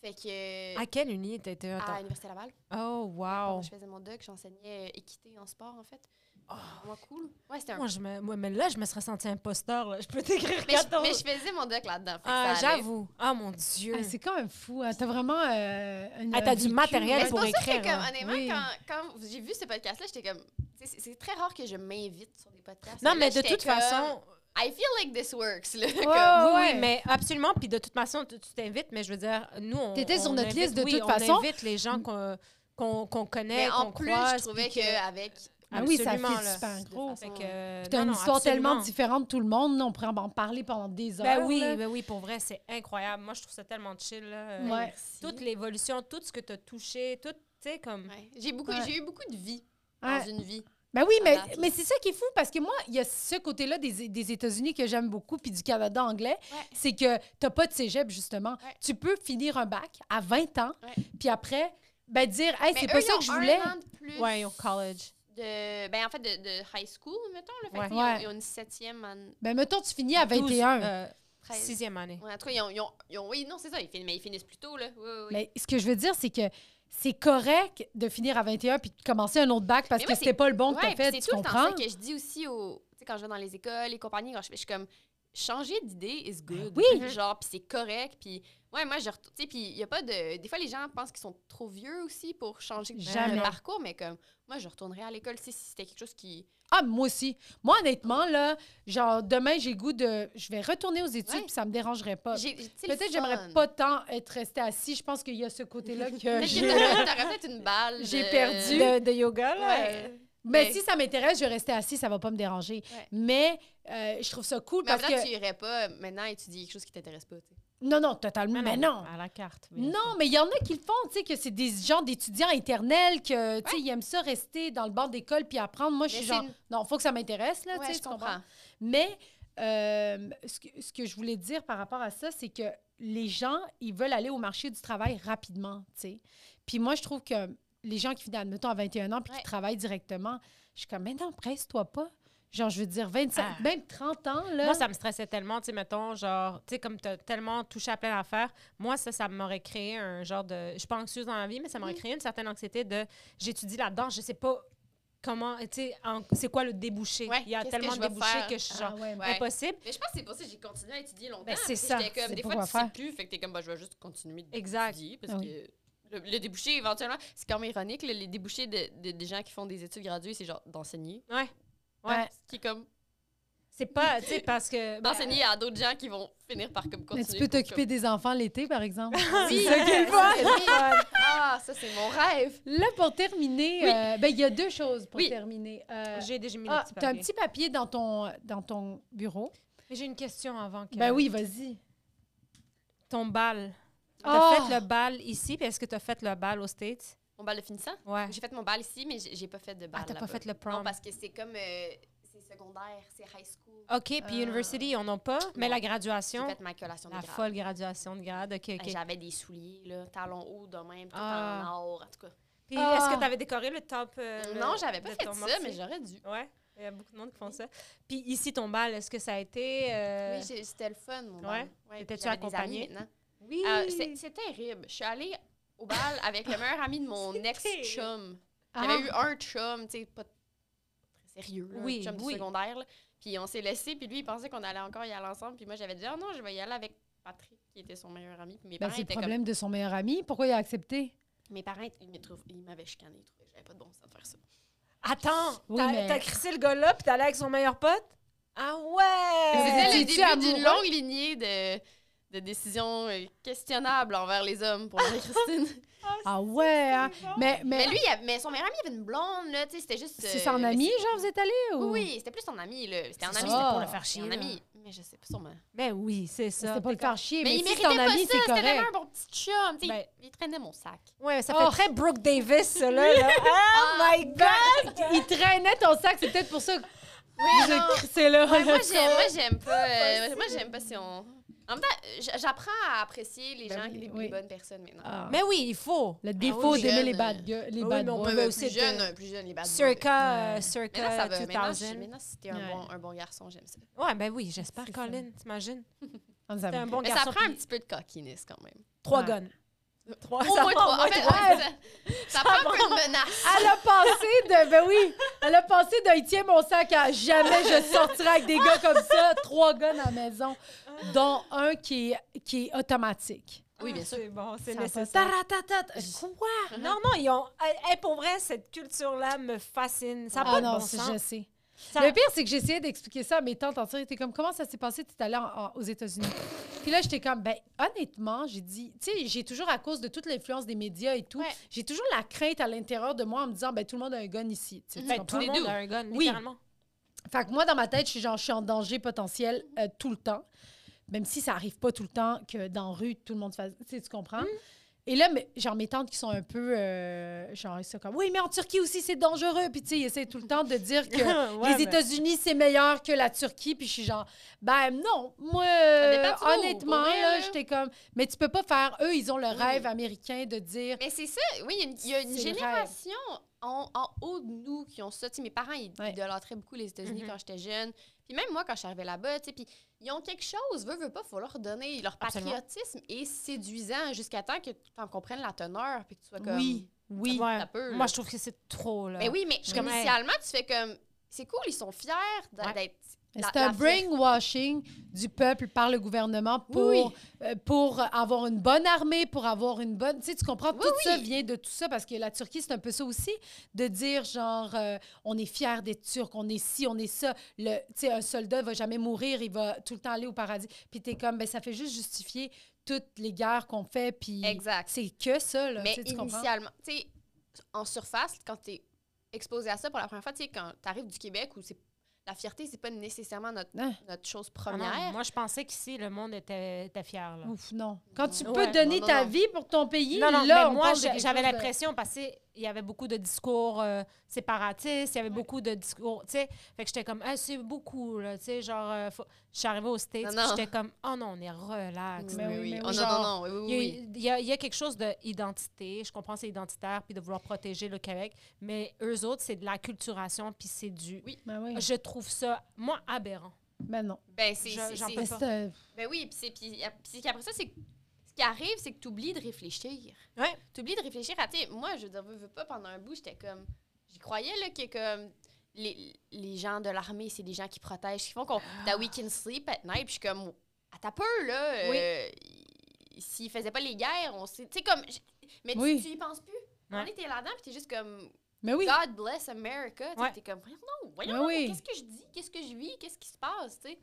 Fait que...
À quelle uni t'étais?
à
Ah, attends?
l'Université Laval,
Oh, wow.
quand je faisais mon doc, j'enseignais euh, équité en sport, en fait. C'était vraiment cool. Ouais, c'était un...
Oh. Moi, je me... ouais, mais là, je me serais sentie imposteur. là. Je peux t'écrire
Ah. mais, je,
14.
mais je faisais mon doc là-dedans. fait que
Ah,
ça allait.
j'avoue. Ah, mon Dieu.
Ah, c'est quand même fou. hein. T'as vraiment euh, une-
Ah, t'as
un
du
vécu,
matériel
ouais.
Mais
pour
c'est pour ça que,
écrire,
comme,
hein.
honnêtement,
Oui.
quand, quand j'ai vu ce podcast-là, j'étais comme. tu sais, C'est c'est très rare que je m'invite sur des podcasts.
non,
là,
mais de
j'étais
toute
comme, Ah,
façon,
I feel like this works. Là,
Ouais,
comme-
ouais,
oui, oui,
ouais.
mais absolument. Puis de toute façon, tu tu t'invites, mais je veux dire, nous, on.
T'étais sur
on
notre
invite-
liste de
oui,
toute
on
façon.
invite les gens qu'on qu'on- qu'on connaît,
mais
qu'on
en plus,
croise.
je trouvais
puis
qu'avec.
Ah oui, ça
absolument,
fait
là.
super gros.
Fait que,
Puis T'as
non,
une
non,
histoire tellement
absolument.
différente de tout le monde. là, On pourrait en parler pendant des heures.
Ben oui,
là.
ben oui, pour vrai, c'est incroyable. Moi, je trouve ça tellement chill. Là. Euh,
Ouais.
Toute l'évolution, tout ce que tu as touché, tout, tu sais, comme.
Ouais. J'ai beaucoup,
Ouais.
j'ai eu beaucoup de vie
Ouais.
dans une vie.
Ben oui, mais,
Ah, bah.
mais c'est ça qui est fou parce que moi, il y a ce côté-là des, des États-Unis que j'aime beaucoup puis du Canada anglais,
Ouais.
c'est que t'as pas de cégep, justement.
Ouais.
Tu peux finir un bac à 20 ans,
Ouais.
puis après, ben dire, hey,
Mais
c'est
eux,
pas
ils
ça
ont
que je
un
voulais.
an de plus
Ouais, au college.
de, ben en fait, de, de high school, mettons. Là, fait
Ouais.
que, ils, ont,
Ouais.
ils ont une septième année.
Ben mettons, tu finis à
12,
21.
euh,
13.
sixième année.
Ouais, en tout cas, ils ont, ils ont- ils ont- oui, non, c'est ça, ils finissent, mais ils finissent plus tôt, là. Oui, oui, oui.
Mais ce que je veux dire, c'est que c'est correct de finir à 21 puis de commencer un autre bac parce
Mais
que
moi,
c'était pas le bon que
Ouais,
t'as
puis
fait,
c'est
tu
tout le
comprends?
temps ça que je dis aussi aux, tu sais, quand je vais dans les écoles, les compagnies, quand je fais, je suis comme, changer d'idée is
Ben
good.
oui.
Mhm. Genre, puis c'est correct, puis ouais, moi, je, ret- tu sais, puis il y a pas de, des fois, les gens pensent qu'ils sont trop vieux aussi pour changer de-
Jamais.
de parcours, mais comme, moi, je retournerai à l'école si si c'était quelque chose qui,
Ah, moi aussi. Moi, honnêtement, là, genre, demain, j'ai goût de. Je vais retourner aux études
Ouais.
puis ça me dérangerait pas.
J'ai- tu sais, le
Peut-être j'aimerais
fun.
pas tant être restée assis. Je pense qu'il y a ce côté-là que
*laughs* Peut-être que
j'ai.
t'aurais t'aurais peut-être une
*laughs*
balle. de-
j'ai perdu.
De, de yoga, là.
Ouais.
euh,
Mais
Mais-
si ça m'intéresse, je vais rester assis, ça va pas me déranger.
Ouais.
Mais euh, je trouve ça cool
Mais en
parce
même temps,
que
tu irais pas maintenant étudier quelque chose qui t'intéresse pas. tu sais.
non non totalement. Mais non.
À la carte. bien sûr.
Non, mais il y en a qui le font, tu sais, que c'est des gens d'étudiants éternels, que, tu sais, ils aiment ça rester dans le banc d'école puis apprendre. Moi, je
Mais
suis
c'est
genre,
une-
non, faut que ça m'intéresse, là, tu
Ouais,
sais,
je
tu comprends?
comprends.
Mais euh, ce, que, ce que je voulais dire par rapport à ça, c'est que les gens, ils veulent aller au marché du travail rapidement, tu sais. Puis moi, je trouve que les gens qui finissent, admettons, à 21 ans puis
Ouais.
qui travaillent directement, je suis comme, mais non, presse-toi pas. Genre, je veux dire, 25,
Ah.
même 30 ans, là.
Moi, ça me stressait tellement, tu sais, mettons, genre, tu sais, comme t'as tellement touché à plein d'affaires, moi, ça, ça m'aurait créé un genre de. Je suis pas anxieuse dans la vie, mais ça m'aurait créé une certaine anxiété de j'étudie là-dedans, je sais pas comment, tu sais, en- c'est quoi le débouché.
Ouais,
Il y a
qu'est-ce que
tellement
je
de
vais
débouchés
faire?
que je suis
Ah
genre
ouais,
Ouais.
impossible.
Mais je pense que c'est pour ça que j'ai continué à étudier longtemps.
Ben, c'est
Puis
ça,
J'étais comme,
c'est
des
pour
fois, tu
faire.
sais plus. Fait que t'es comme, bah, je vais juste continuer de-
Exact.
d'étudier. Parce
Ah
que le, le débouché, éventuellement, c'est quand même ironique. là, les débouchés de, de- des gens qui font des études graduées, c'est genre d'enseigner.
Ouais.
Ouais.
Ouais.
Ce qui est comme
C'est pas, tu sais, parce que. ben,
d'enseigner à d'autres gens qui vont finir par comme
Mais
continuer.
tu peux
pour
t'occuper des enfants l'été,
*laughs*
par exemple.
comme- Oui,
ça qui est le fun.
c'est vrai. *laughs* Ah, ça, c'est mon rêve.
Là, pour terminer,
Oui.
euh, ben, il y a deux choses pour
Oui.
terminer. Euh,
J'ai déjà mis le
ah,
petit
t'as un
papier.
petit papier dans ton, dans ton bureau.
Mais J'ai une question avant que.
Ben oui, vas-y.
Ton bal.
Ah!
T'as fait le bal ici, puis est-ce que t'as fait le bal aux States?
Mon bal de finissant.
Ouais.
J'ai fait mon bal ici, mais j'ai j'ai Ah, pas fait de bal.
Ah, t'as pas
là-bas.
fait le
Non,
prom.
parce que c'est comme. euh, c'est secondaire, c'est high school.
OK, puis
Euh,
university, on n'a pas, mais
non.
la
J'ai
graduation,
fait ma collation de
la
grade.
folle graduation de grade, OK,
Hey,
OK.
Ben, J'avais des souliers, là, talons hauts de même, tout
Ah.
en or, en tout cas.
Puis
Ah.
est-ce que tu avais décoré le top euh, le-
non, j'avais pas
de
fait
ton
ça,
mortier?
mais j'aurais dû.
Ouais, il y a beaucoup de monde qui font ça. Puis ici, ton bal, est-ce que ça a été... euh,
Oui, j'ai- c'était le fun, mon
ouais?
bal. Ouais,
T'étais-tu
puis j'avais des amis
accompagnée?
maintenant.
oui.
Euh, c'est c'est terrible. Je suis allée au bal avec le meilleur
*laughs*
ami de mon
terrible. Ah.
ex-chum. J'avais eu un chum, tu sais, pas très sérieux, là,
Oui,
un chum du
oui.
secondaire. là. Puis on s'est laissé, puis lui, il pensait qu'on allait encore y aller ensemble. Puis moi, j'avais dit, oh non, je vais y aller avec Patrick, qui était son meilleur ami. Puis mes
Ben,
parents
c'est le
étaient
problème de son meilleur ami. Pourquoi il a accepté?
comme. Mes parents, ils me trouvent- ils m'avaient chicané, ils trouvaient que j'avais pas de bon sens de faire ça.
Attends,
Oui,
t'as
mais-
t'as crissé le gars-là, puis t'es allé avec son meilleur pote? Ah ouais!
C'était le
t'es-tu
début d'une
amoureux?
longue lignée de, de décisions euh, questionnables envers les hommes pour Marie-Christine. *laughs*
Ah ouais, hein? Mais, mais,
mais Ben, lui, il avait- mais son meilleur ami, il avait une blonde, là, tu sais, c'était juste...
c'est
euh,
son
mais
ami,
c'est-
genre, vous êtes allés? Ou...
Oui, oui, c'était plus son ami, là. C'était un
C'est
ami,
ça.
c'était pour
Ah.
le faire chier. un
là.
ami, mais je sais pas, sûrement.
Ben oui, c'est ça.
C'était pas le faire chier, mais, si
il
c'est
méritait
ton
pas
ami,
ça,
c'est
c'était
correct.
vraiment un bon petit chum, tu sais,
Ben-
il, il traînait mon sac.
Ouais, ça fait
Oh.
très Brooke Davis, ça, là.
*laughs*
là. Oh my God!
Il traînait ton sac, c'est peut-être pour ça que
Oui,
vous
non.
êtes crissé là.
Ouais, moi, j'aime, moi, j'aime pas... euh, moi, j'aime pas si on... En même temps, j- j'apprends à apprécier les
Ben
gens,
oui,
les, les
oui.
bonnes personnes maintenant.
Ah.
Mais oui, il faut.
Le défaut
oui,
d'aimer
jeune,
les
euh,
bad, gueux- les
oui,
bad
mais on
boys.
peut
Ouais, ouais,
aussi
plus
de-
jeune, euh, plus jeune, les bad boys, là.
Circa,
Ouais.
euh, circa
Maintenant, ça va. Maintenant, je-
2000.
maintenant, si t'es un,
Ouais.
bon, un bon garçon, j'aime ça.
Ouais, ben oui, j'espère,
C'est ça.
Colin, t'imagines?
Ah, ça
T'es
va.
un bon
Mais
garçon.
ça prend un
puis- Ah,
petit peu de cockiness quand même.
Trois
Ouais.
guns. Trois,
Ah, Au moins trois. En fait, ouais, ça, ça prend un peu de menace.
Elle a passé de. Ben oui! Elle a passé d'un tiens mon sac à jamais je sortirai avec des gars comme ça. Trois gars dans la maison, dont un qui est, qui est automatique.
Oui, bien sûr.
C'est bon, c'est
Ça a pas-
nécessaire.
Taratata- Quoi?
Non, non, ils ont. eh, eh, pour vrai, cette culture-là me fascine. Ça n'a
Ah
pas de
non,
bon
ça,
sens.
je sais.
Ça-
Le pire, c'est que j'essayais d'expliquer ça à mes tantes en Syrie. T'es comme, comment ça s'est passé? T'es allée en- en- aux
*laughs*
États-Unis. Puis là, j'étais comme, ben, honnêtement, j'ai dit, tu sais, j'ai toujours, à cause de toute l'influence des médias et tout,
Ouais.
j'ai toujours la crainte à l'intérieur de moi en me disant, ben, tout le monde a un gun ici. Tu sais, tu
Ben,
comprends?
tout le
comprends?
monde
Les
a un gun,
Oui.
littéralement.
Fait que moi, dans ma tête, je suis genre, je suis en danger potentiel euh, tout le temps. Même si ça arrive pas tout le temps que dans la rue, tout le monde fasse. Tu sais, tu comprends?
Mm.
Et là, mais- genre, mes tantes qui sont un peu. euh, genre, ils sont comme, oui, mais en Turquie aussi, c'est dangereux. Puis, tu sais, ils essaient tout le temps de dire que
Ouais, mais-
les États-Unis, c'est meilleur que la Turquie. Puis je suis genre, ben non, moi,
dépend du
euh,
mot,
honnêtement,
pour vrai,
là,
là.
j'étais comme, mais tu peux pas faire. Eux, ils ont le
Oui.
rêve américain de dire.
Mais c'est ça, oui, il y a une- il y a une,
C'est le rêve.
génération en, en haut de nous qui ont ça. Tu sais, mes parents, ils
Ouais.
idolâtraient beaucoup les États-Unis
Mhm.
quand j'étais jeune. Puis même moi, quand je suis arrivée là-bas, tu sais, puis ils ont quelque chose, veut, veut pas, faut leur donner. Leur
Absolument.
patriotisme est séduisant jusqu'à temps que tu en comprennes la teneur puis que tu sois comme...
Oui, oui.
Ouais.
ça peut,
Moi,
là.
je trouve que c'est trop, là.
Mais oui, mais
Je suis comme, hey.
initialement, tu fais comme... C'est cool, ils sont fiers d'a-
Ouais.
d'être...
Mais
la-
C'est un
la fière-
brainwashing du peuple par le gouvernement pour,
Oui.
euh, pour avoir une bonne armée, pour avoir une bonne. Tu sais, tu comprends,
Oui,
tout ça
oui.
vient de tout ça parce que la Turquie, c'est un peu ça aussi, de dire genre, euh, on est fiers d'être turc, on est ci, on est ça. Le, tu sais, un soldat va jamais mourir, il va tout le temps aller au paradis. Puis t'es comme, ben ça fait juste justifier toutes les guerres qu'on fait. Puis
Exact.
c'est que ça, là.
Mais
Euh, tu sais, tu comprends?
initialement, tu sais, en surface, quand tu es exposé à ça pour la première fois, tu sais, quand tu arrives du Québec où c'est la fierté, c'est pas nécessairement notre,
Ah.
notre chose
Ah non,
première.
moi, je pensais qu'ici, le monde était, était fier, là.
Ouf, non. Quand tu
Ouais,
peux
non,
donner
non,
ta
non.
vie pour ton pays,
Non, non,
là,
mais
on
moi,
parle de
j'a-
quelque
j'avais
chose de-
l'impression, parce qu'il y avait beaucoup de discours euh, séparatistes, il y avait beaucoup de discours, tu sais. Fait que j'étais comme, ah, c'est beaucoup, là, tu sais, genre, euh, faut- je suis arrivée aux States,
Non,
puis
non.
j'étais comme, oh non, on est relax.
Mais
oui,
oui,
oui.
mais
Oh,
oui.
non,
Genre,
non, non, oui,
Il
oui,
y, a-
oui.
il y a, il y a quelque chose d'identité, je comprends, c'est identitaire, puis de vouloir protéger le Québec, mais eux autres, c'est de l'acculturation, puis c'est du...
Oui.
Ben oui.
Je trouve ça, moi, aberrant.
Ben non.
Ben, c'est.
Je-
c'est-
j'en
c'est-
peux
Mais
pas.
c'est un-
Ben oui, puis c'est- puis ap- puis après ça, c'est. que- Ce qui arrive, c'est que tu oublies de réfléchir.
Ouais.
Tu oublies de réfléchir à. tu sais, Moi, je veux dire, veux, veux pas, pendant un bout, j'étais comme. J'y croyais, là, que comme. Les, les gens de l'armée, c'est des gens qui protègent, qui font qu'on. That we can sleep at night. Puis je suis comme. À ta peur, là.
Oui.
euh, y- S'ils faisaient pas les guerres, on sait. Tu sais, comme. j- Mais tu-
Oui.
tu y penses plus. On est t'es là-dedans, puis t'es juste comme.
Mais oui.
God bless America. Tu sais,
Ouais.
T'es comme. Voyons, non, voyons,
Mais
non,
oui.
qu'est-ce que je dis? Qu'est-ce que je vis? Qu'est-ce qui se passe? Tu sais.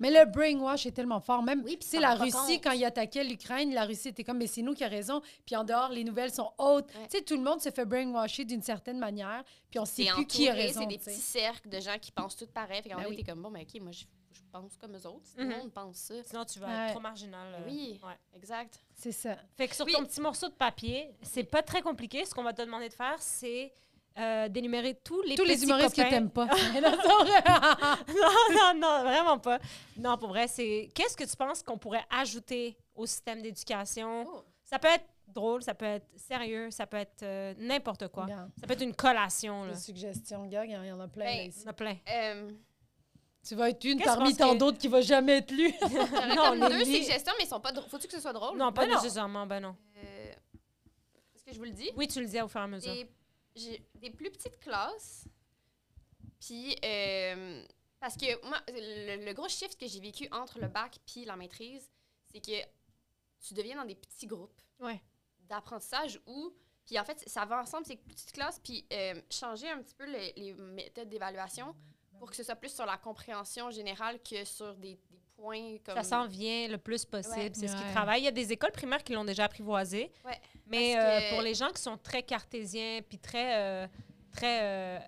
Mais le brainwash est tellement fort. Même,
Oui,
tu
puis
sais,
t'en
la
rends pas
Russie,
compte.
quand ils attaquaient l'Ukraine, la Russie était comme, mais c'est nous qui a raison. Puis en dehors, les nouvelles sont hautes.
Ouais.
Tu sais, tout le monde se fait brainwasher d'une certaine manière. Puis on sait
C'est
plus qui a
entouré,
raison.
C'est des
tu sais.
petits cercles de gens qui pensent tout pareil. Fait qu'à un
Ben
moment donné,
oui.
t'es comme, bon, ben, OK, moi, je, je pense comme eux autres. Si
Mhm.
Tout le monde pense ça.
Sinon, tu vas être
Ouais.
trop marginal. euh,
Oui.
ouais.
Exact.
C'est ça.
Fait que sur
Oui.
ton petit morceau de papier, c'est pas très compliqué. Ce qu'on va te demander de faire, c'est euh, d'énumérer tous les
Tous les
petits
humoristes
copains.
que t'aimes pas.
*laughs* non, non, non, vraiment pas. Non, pour vrai, c'est qu'est-ce que tu penses qu'on pourrait ajouter au système d'éducation
Oh.
Ça peut être drôle, ça peut être sérieux, ça peut être euh, n'importe *laughs* quoi.
Regarde,
Ça peut être une collation là.
Des suggestions, gars, il y en a plein.
Ben,
là,
Il
ici.
y en a plein.
*laughs*
Euh,
Tu vas être une
Qu'est-ce
parmi
que-
tant d'autres qui va jamais être lue.
J'aurais
Non,
comme
les
deux
li-
suggestions, mais ils sont pas drôles. Faut-tu que ce soit drôle?
Non, pas
Ben
nécessairement, ben non.
Euh, Est-ce que je vous le dis?
Oui, tu le dis au fur et à mesure.
Des, j'ai des plus petites classes. Puis, euh, parce que moi, le, le gros shift que j'ai vécu entre le bac puis la maîtrise, c'est que tu deviens dans des petits groupes
Ouais.
d'apprentissage où, puis en fait, ça va ensemble, ces petites classes, puis euh, changer un petit peu le- les méthodes d'évaluation pour que ce soit plus sur la compréhension générale que sur des, des points comme...
Ça s'en vient le plus possible,
Ouais.
c'est ce qu'ils
Ouais.
travaillent. Il y a des écoles primaires qui l'ont déjà apprivoisé.
Ouais,
Mais
parce que-
euh, pour les gens qui sont très cartésiens, puis très, euh, très, euh,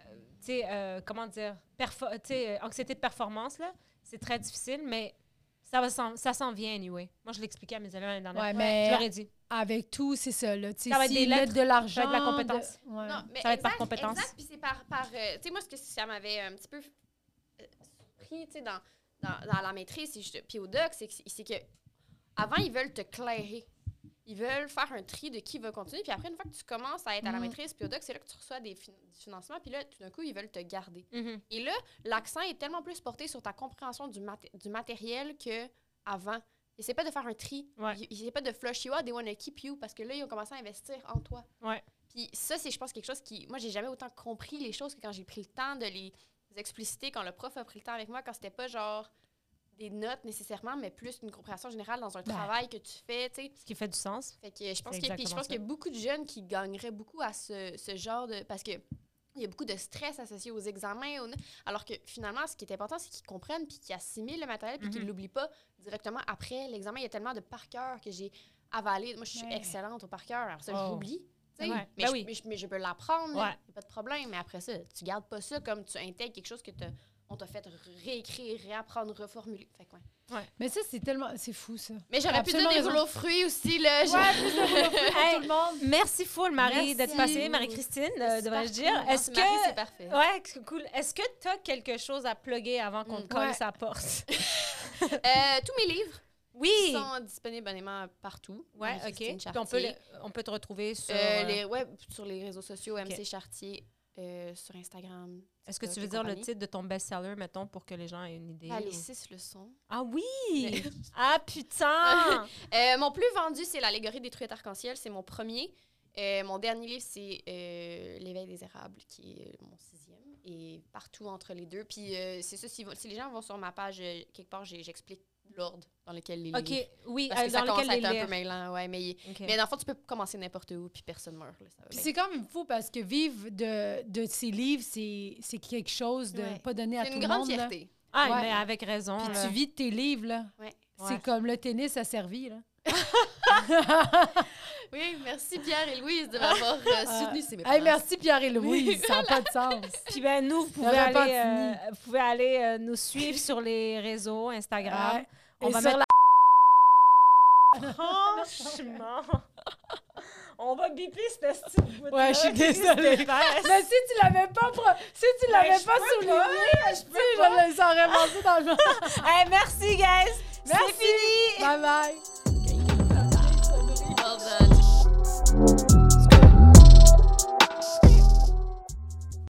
tu sais, euh, comment dire, perfo- tu sais, euh, anxiété de performance, là, c'est très difficile, mais ça va s'en- ça s'en vient anyway. Moi, je l'expliquais à mes élèves l'année dernière.
Ouais,
Je
mais
leur ai dit.
avec tout, c'est ça. Là. Tu sais,
Ça va être
s'ils
des
mettent
lettres,
de l'argent.
ça va être de la
de-
compétence.
Ouais.
Non, mais
Ça va être par
exact,
compétence.
Exact, puis c'est par. par euh, tu sais, moi, ce que ça m'avait un petit peu euh, surpris, tu sais, dans, dans, dans la maîtrise, c'est juste- puis au doc, c'est que, c'est que. Avant, ils veulent te clairer. Ils veulent faire un tri de qui veut continuer. Puis après, une fois que tu commences à être à la
Mhm.
maîtrise, puis au doc, c'est là que tu reçois des fin- du financement. Puis là, tout d'un coup, ils veulent te garder.
Mhm.
Et là, l'accent est tellement plus porté sur ta compréhension du, maté- du matériel que avant. Essaie pas de faire un tri.
Ouais.
Ils Essaie pas de flush you out, they wanna keep you, parce que là, ils ont commencé à investir en toi.
Ouais.
Puis ça, c'est, je pense, quelque chose qui. Moi, j'ai jamais autant compris les choses que quand j'ai pris le temps de les expliciter, quand le prof a pris le temps avec moi, quand c'était pas genre des notes nécessairement, mais plus une compréhension générale dans un
Ben.
travail que tu fais, tu sais.
Ce qui fait du sens.
*laughs* Fait que je pense
C'est
que puis je
exactement ça.
pense qu'il y a beaucoup de jeunes qui gagneraient beaucoup à ce, ce genre de parce que Il y a beaucoup de stress associé aux examens. au- Alors que finalement, ce qui est important, c'est qu'ils comprennent puis qu'ils assimilent le matériel puis qu'ils
Mhm.
ne l'oublient pas directement après l'examen. Il y a tellement de par cœur que j'ai avalé. Moi, je suis
Ouais.
excellente au par cœur. Alors ça,
Oh.
je l'oublie. tu sais.
Ouais.
Mais,
Ben
je,
oui.
mais, je, mais je peux l'apprendre, il
Ouais.
a pas de problème. Mais après ça, tu gardes pas ça comme tu intègres quelque chose que t'as- on t'a fait réécrire, réapprendre, reformuler. Fait que ouais.
Mais ça, c'est tellement. C'est fou, ça.
Mais j'aurais pu dire
Absolument
des
raison.
rouleaux aux fruits aussi. Là, Je-
Hey, Merci full, Marie,
Merci.
d'être passée. Marie-Christine, euh,
C'est
devrais-je
parfait.
dire.
Merci,
Est-ce que.
Marie, c'est parfait.
Ouais, c'est cool. Est-ce que tu as quelque chose à plugger avant qu'on te
Mm.
colle
Ouais.
sa porte?
Euh, tous mes livres
Oui!
sont disponibles honnêtement partout.
Ouais, OK.
Marie-Christine
Puis on peut,
Chartier.
les- on peut te retrouver sur.
Euh,
euh,
les, ouais, sur les réseaux sociaux, MC Chartier, euh, sur Instagram.
Est-ce que
TikTok
tu veux
et
dire le
compagnie.
titre de ton best-seller, mettons, pour que les gens aient une idée?
Ah,
ou-
les six leçons.
Ah oui!
*laughs* Mais-
ah
*laughs*
putain!
Euh, mon plus vendu, c'est l'allégorie des truites arc-en-ciel. C'est mon premier. Euh, mon dernier livre, c'est euh, L'éveil des érables, qui est mon sixième. Et partout entre les deux. Puis euh, c'est ça, si, vous- si les gens vont sur ma page, euh, quelque part, j'ai- j'explique l'ordre dans lequel les livres.
OK, oui,
Parce
euh,
que ça
dans
commence
lequel
à
les
être un
lire.
peu mêlant, ouais. Mais,
OK.
mais dans le fond, tu peux commencer n'importe où, puis personne meurt. là, ça va
Puis
bien.
c'est quand même fou parce que vivre de, de ces livres, c'est c'est quelque chose de
Ouais.
pas donné à
C'est
tout
une
le
grande
monde. là.
fierté.
Ah,
Ouais.
mais avec raison. euh.
Puis
là.
tu vis de tes livres, là.
Ouais.
Ouais.
C'est comme le tennis a servi, là.
*laughs*
*laughs*
Oui, merci Pierre et Louise *laughs* de m'avoir euh, soutenu. C'est mes
Hey,
parents.
merci Pierre et Louise, ça n'a pas de sens.
Puis ben, nous, vous pouvez
J'aurais pas
aller,
fini.
euh, vous pouvez aller euh, nous suivre sur les réseaux, Instagram.
Ouais.
On
Et
va
sur
*laughs* mettre
Franchement. On va biper cette petite bout
Ouais, je suis désolée. Mais si tu l'avais pas, pro- si tu l'avais
je
pas
peux
souligné,
pas,
je peux, je les aurais mangé dans le
Hey, merci, guys! C'est
Merci.
fini!
Bye bye.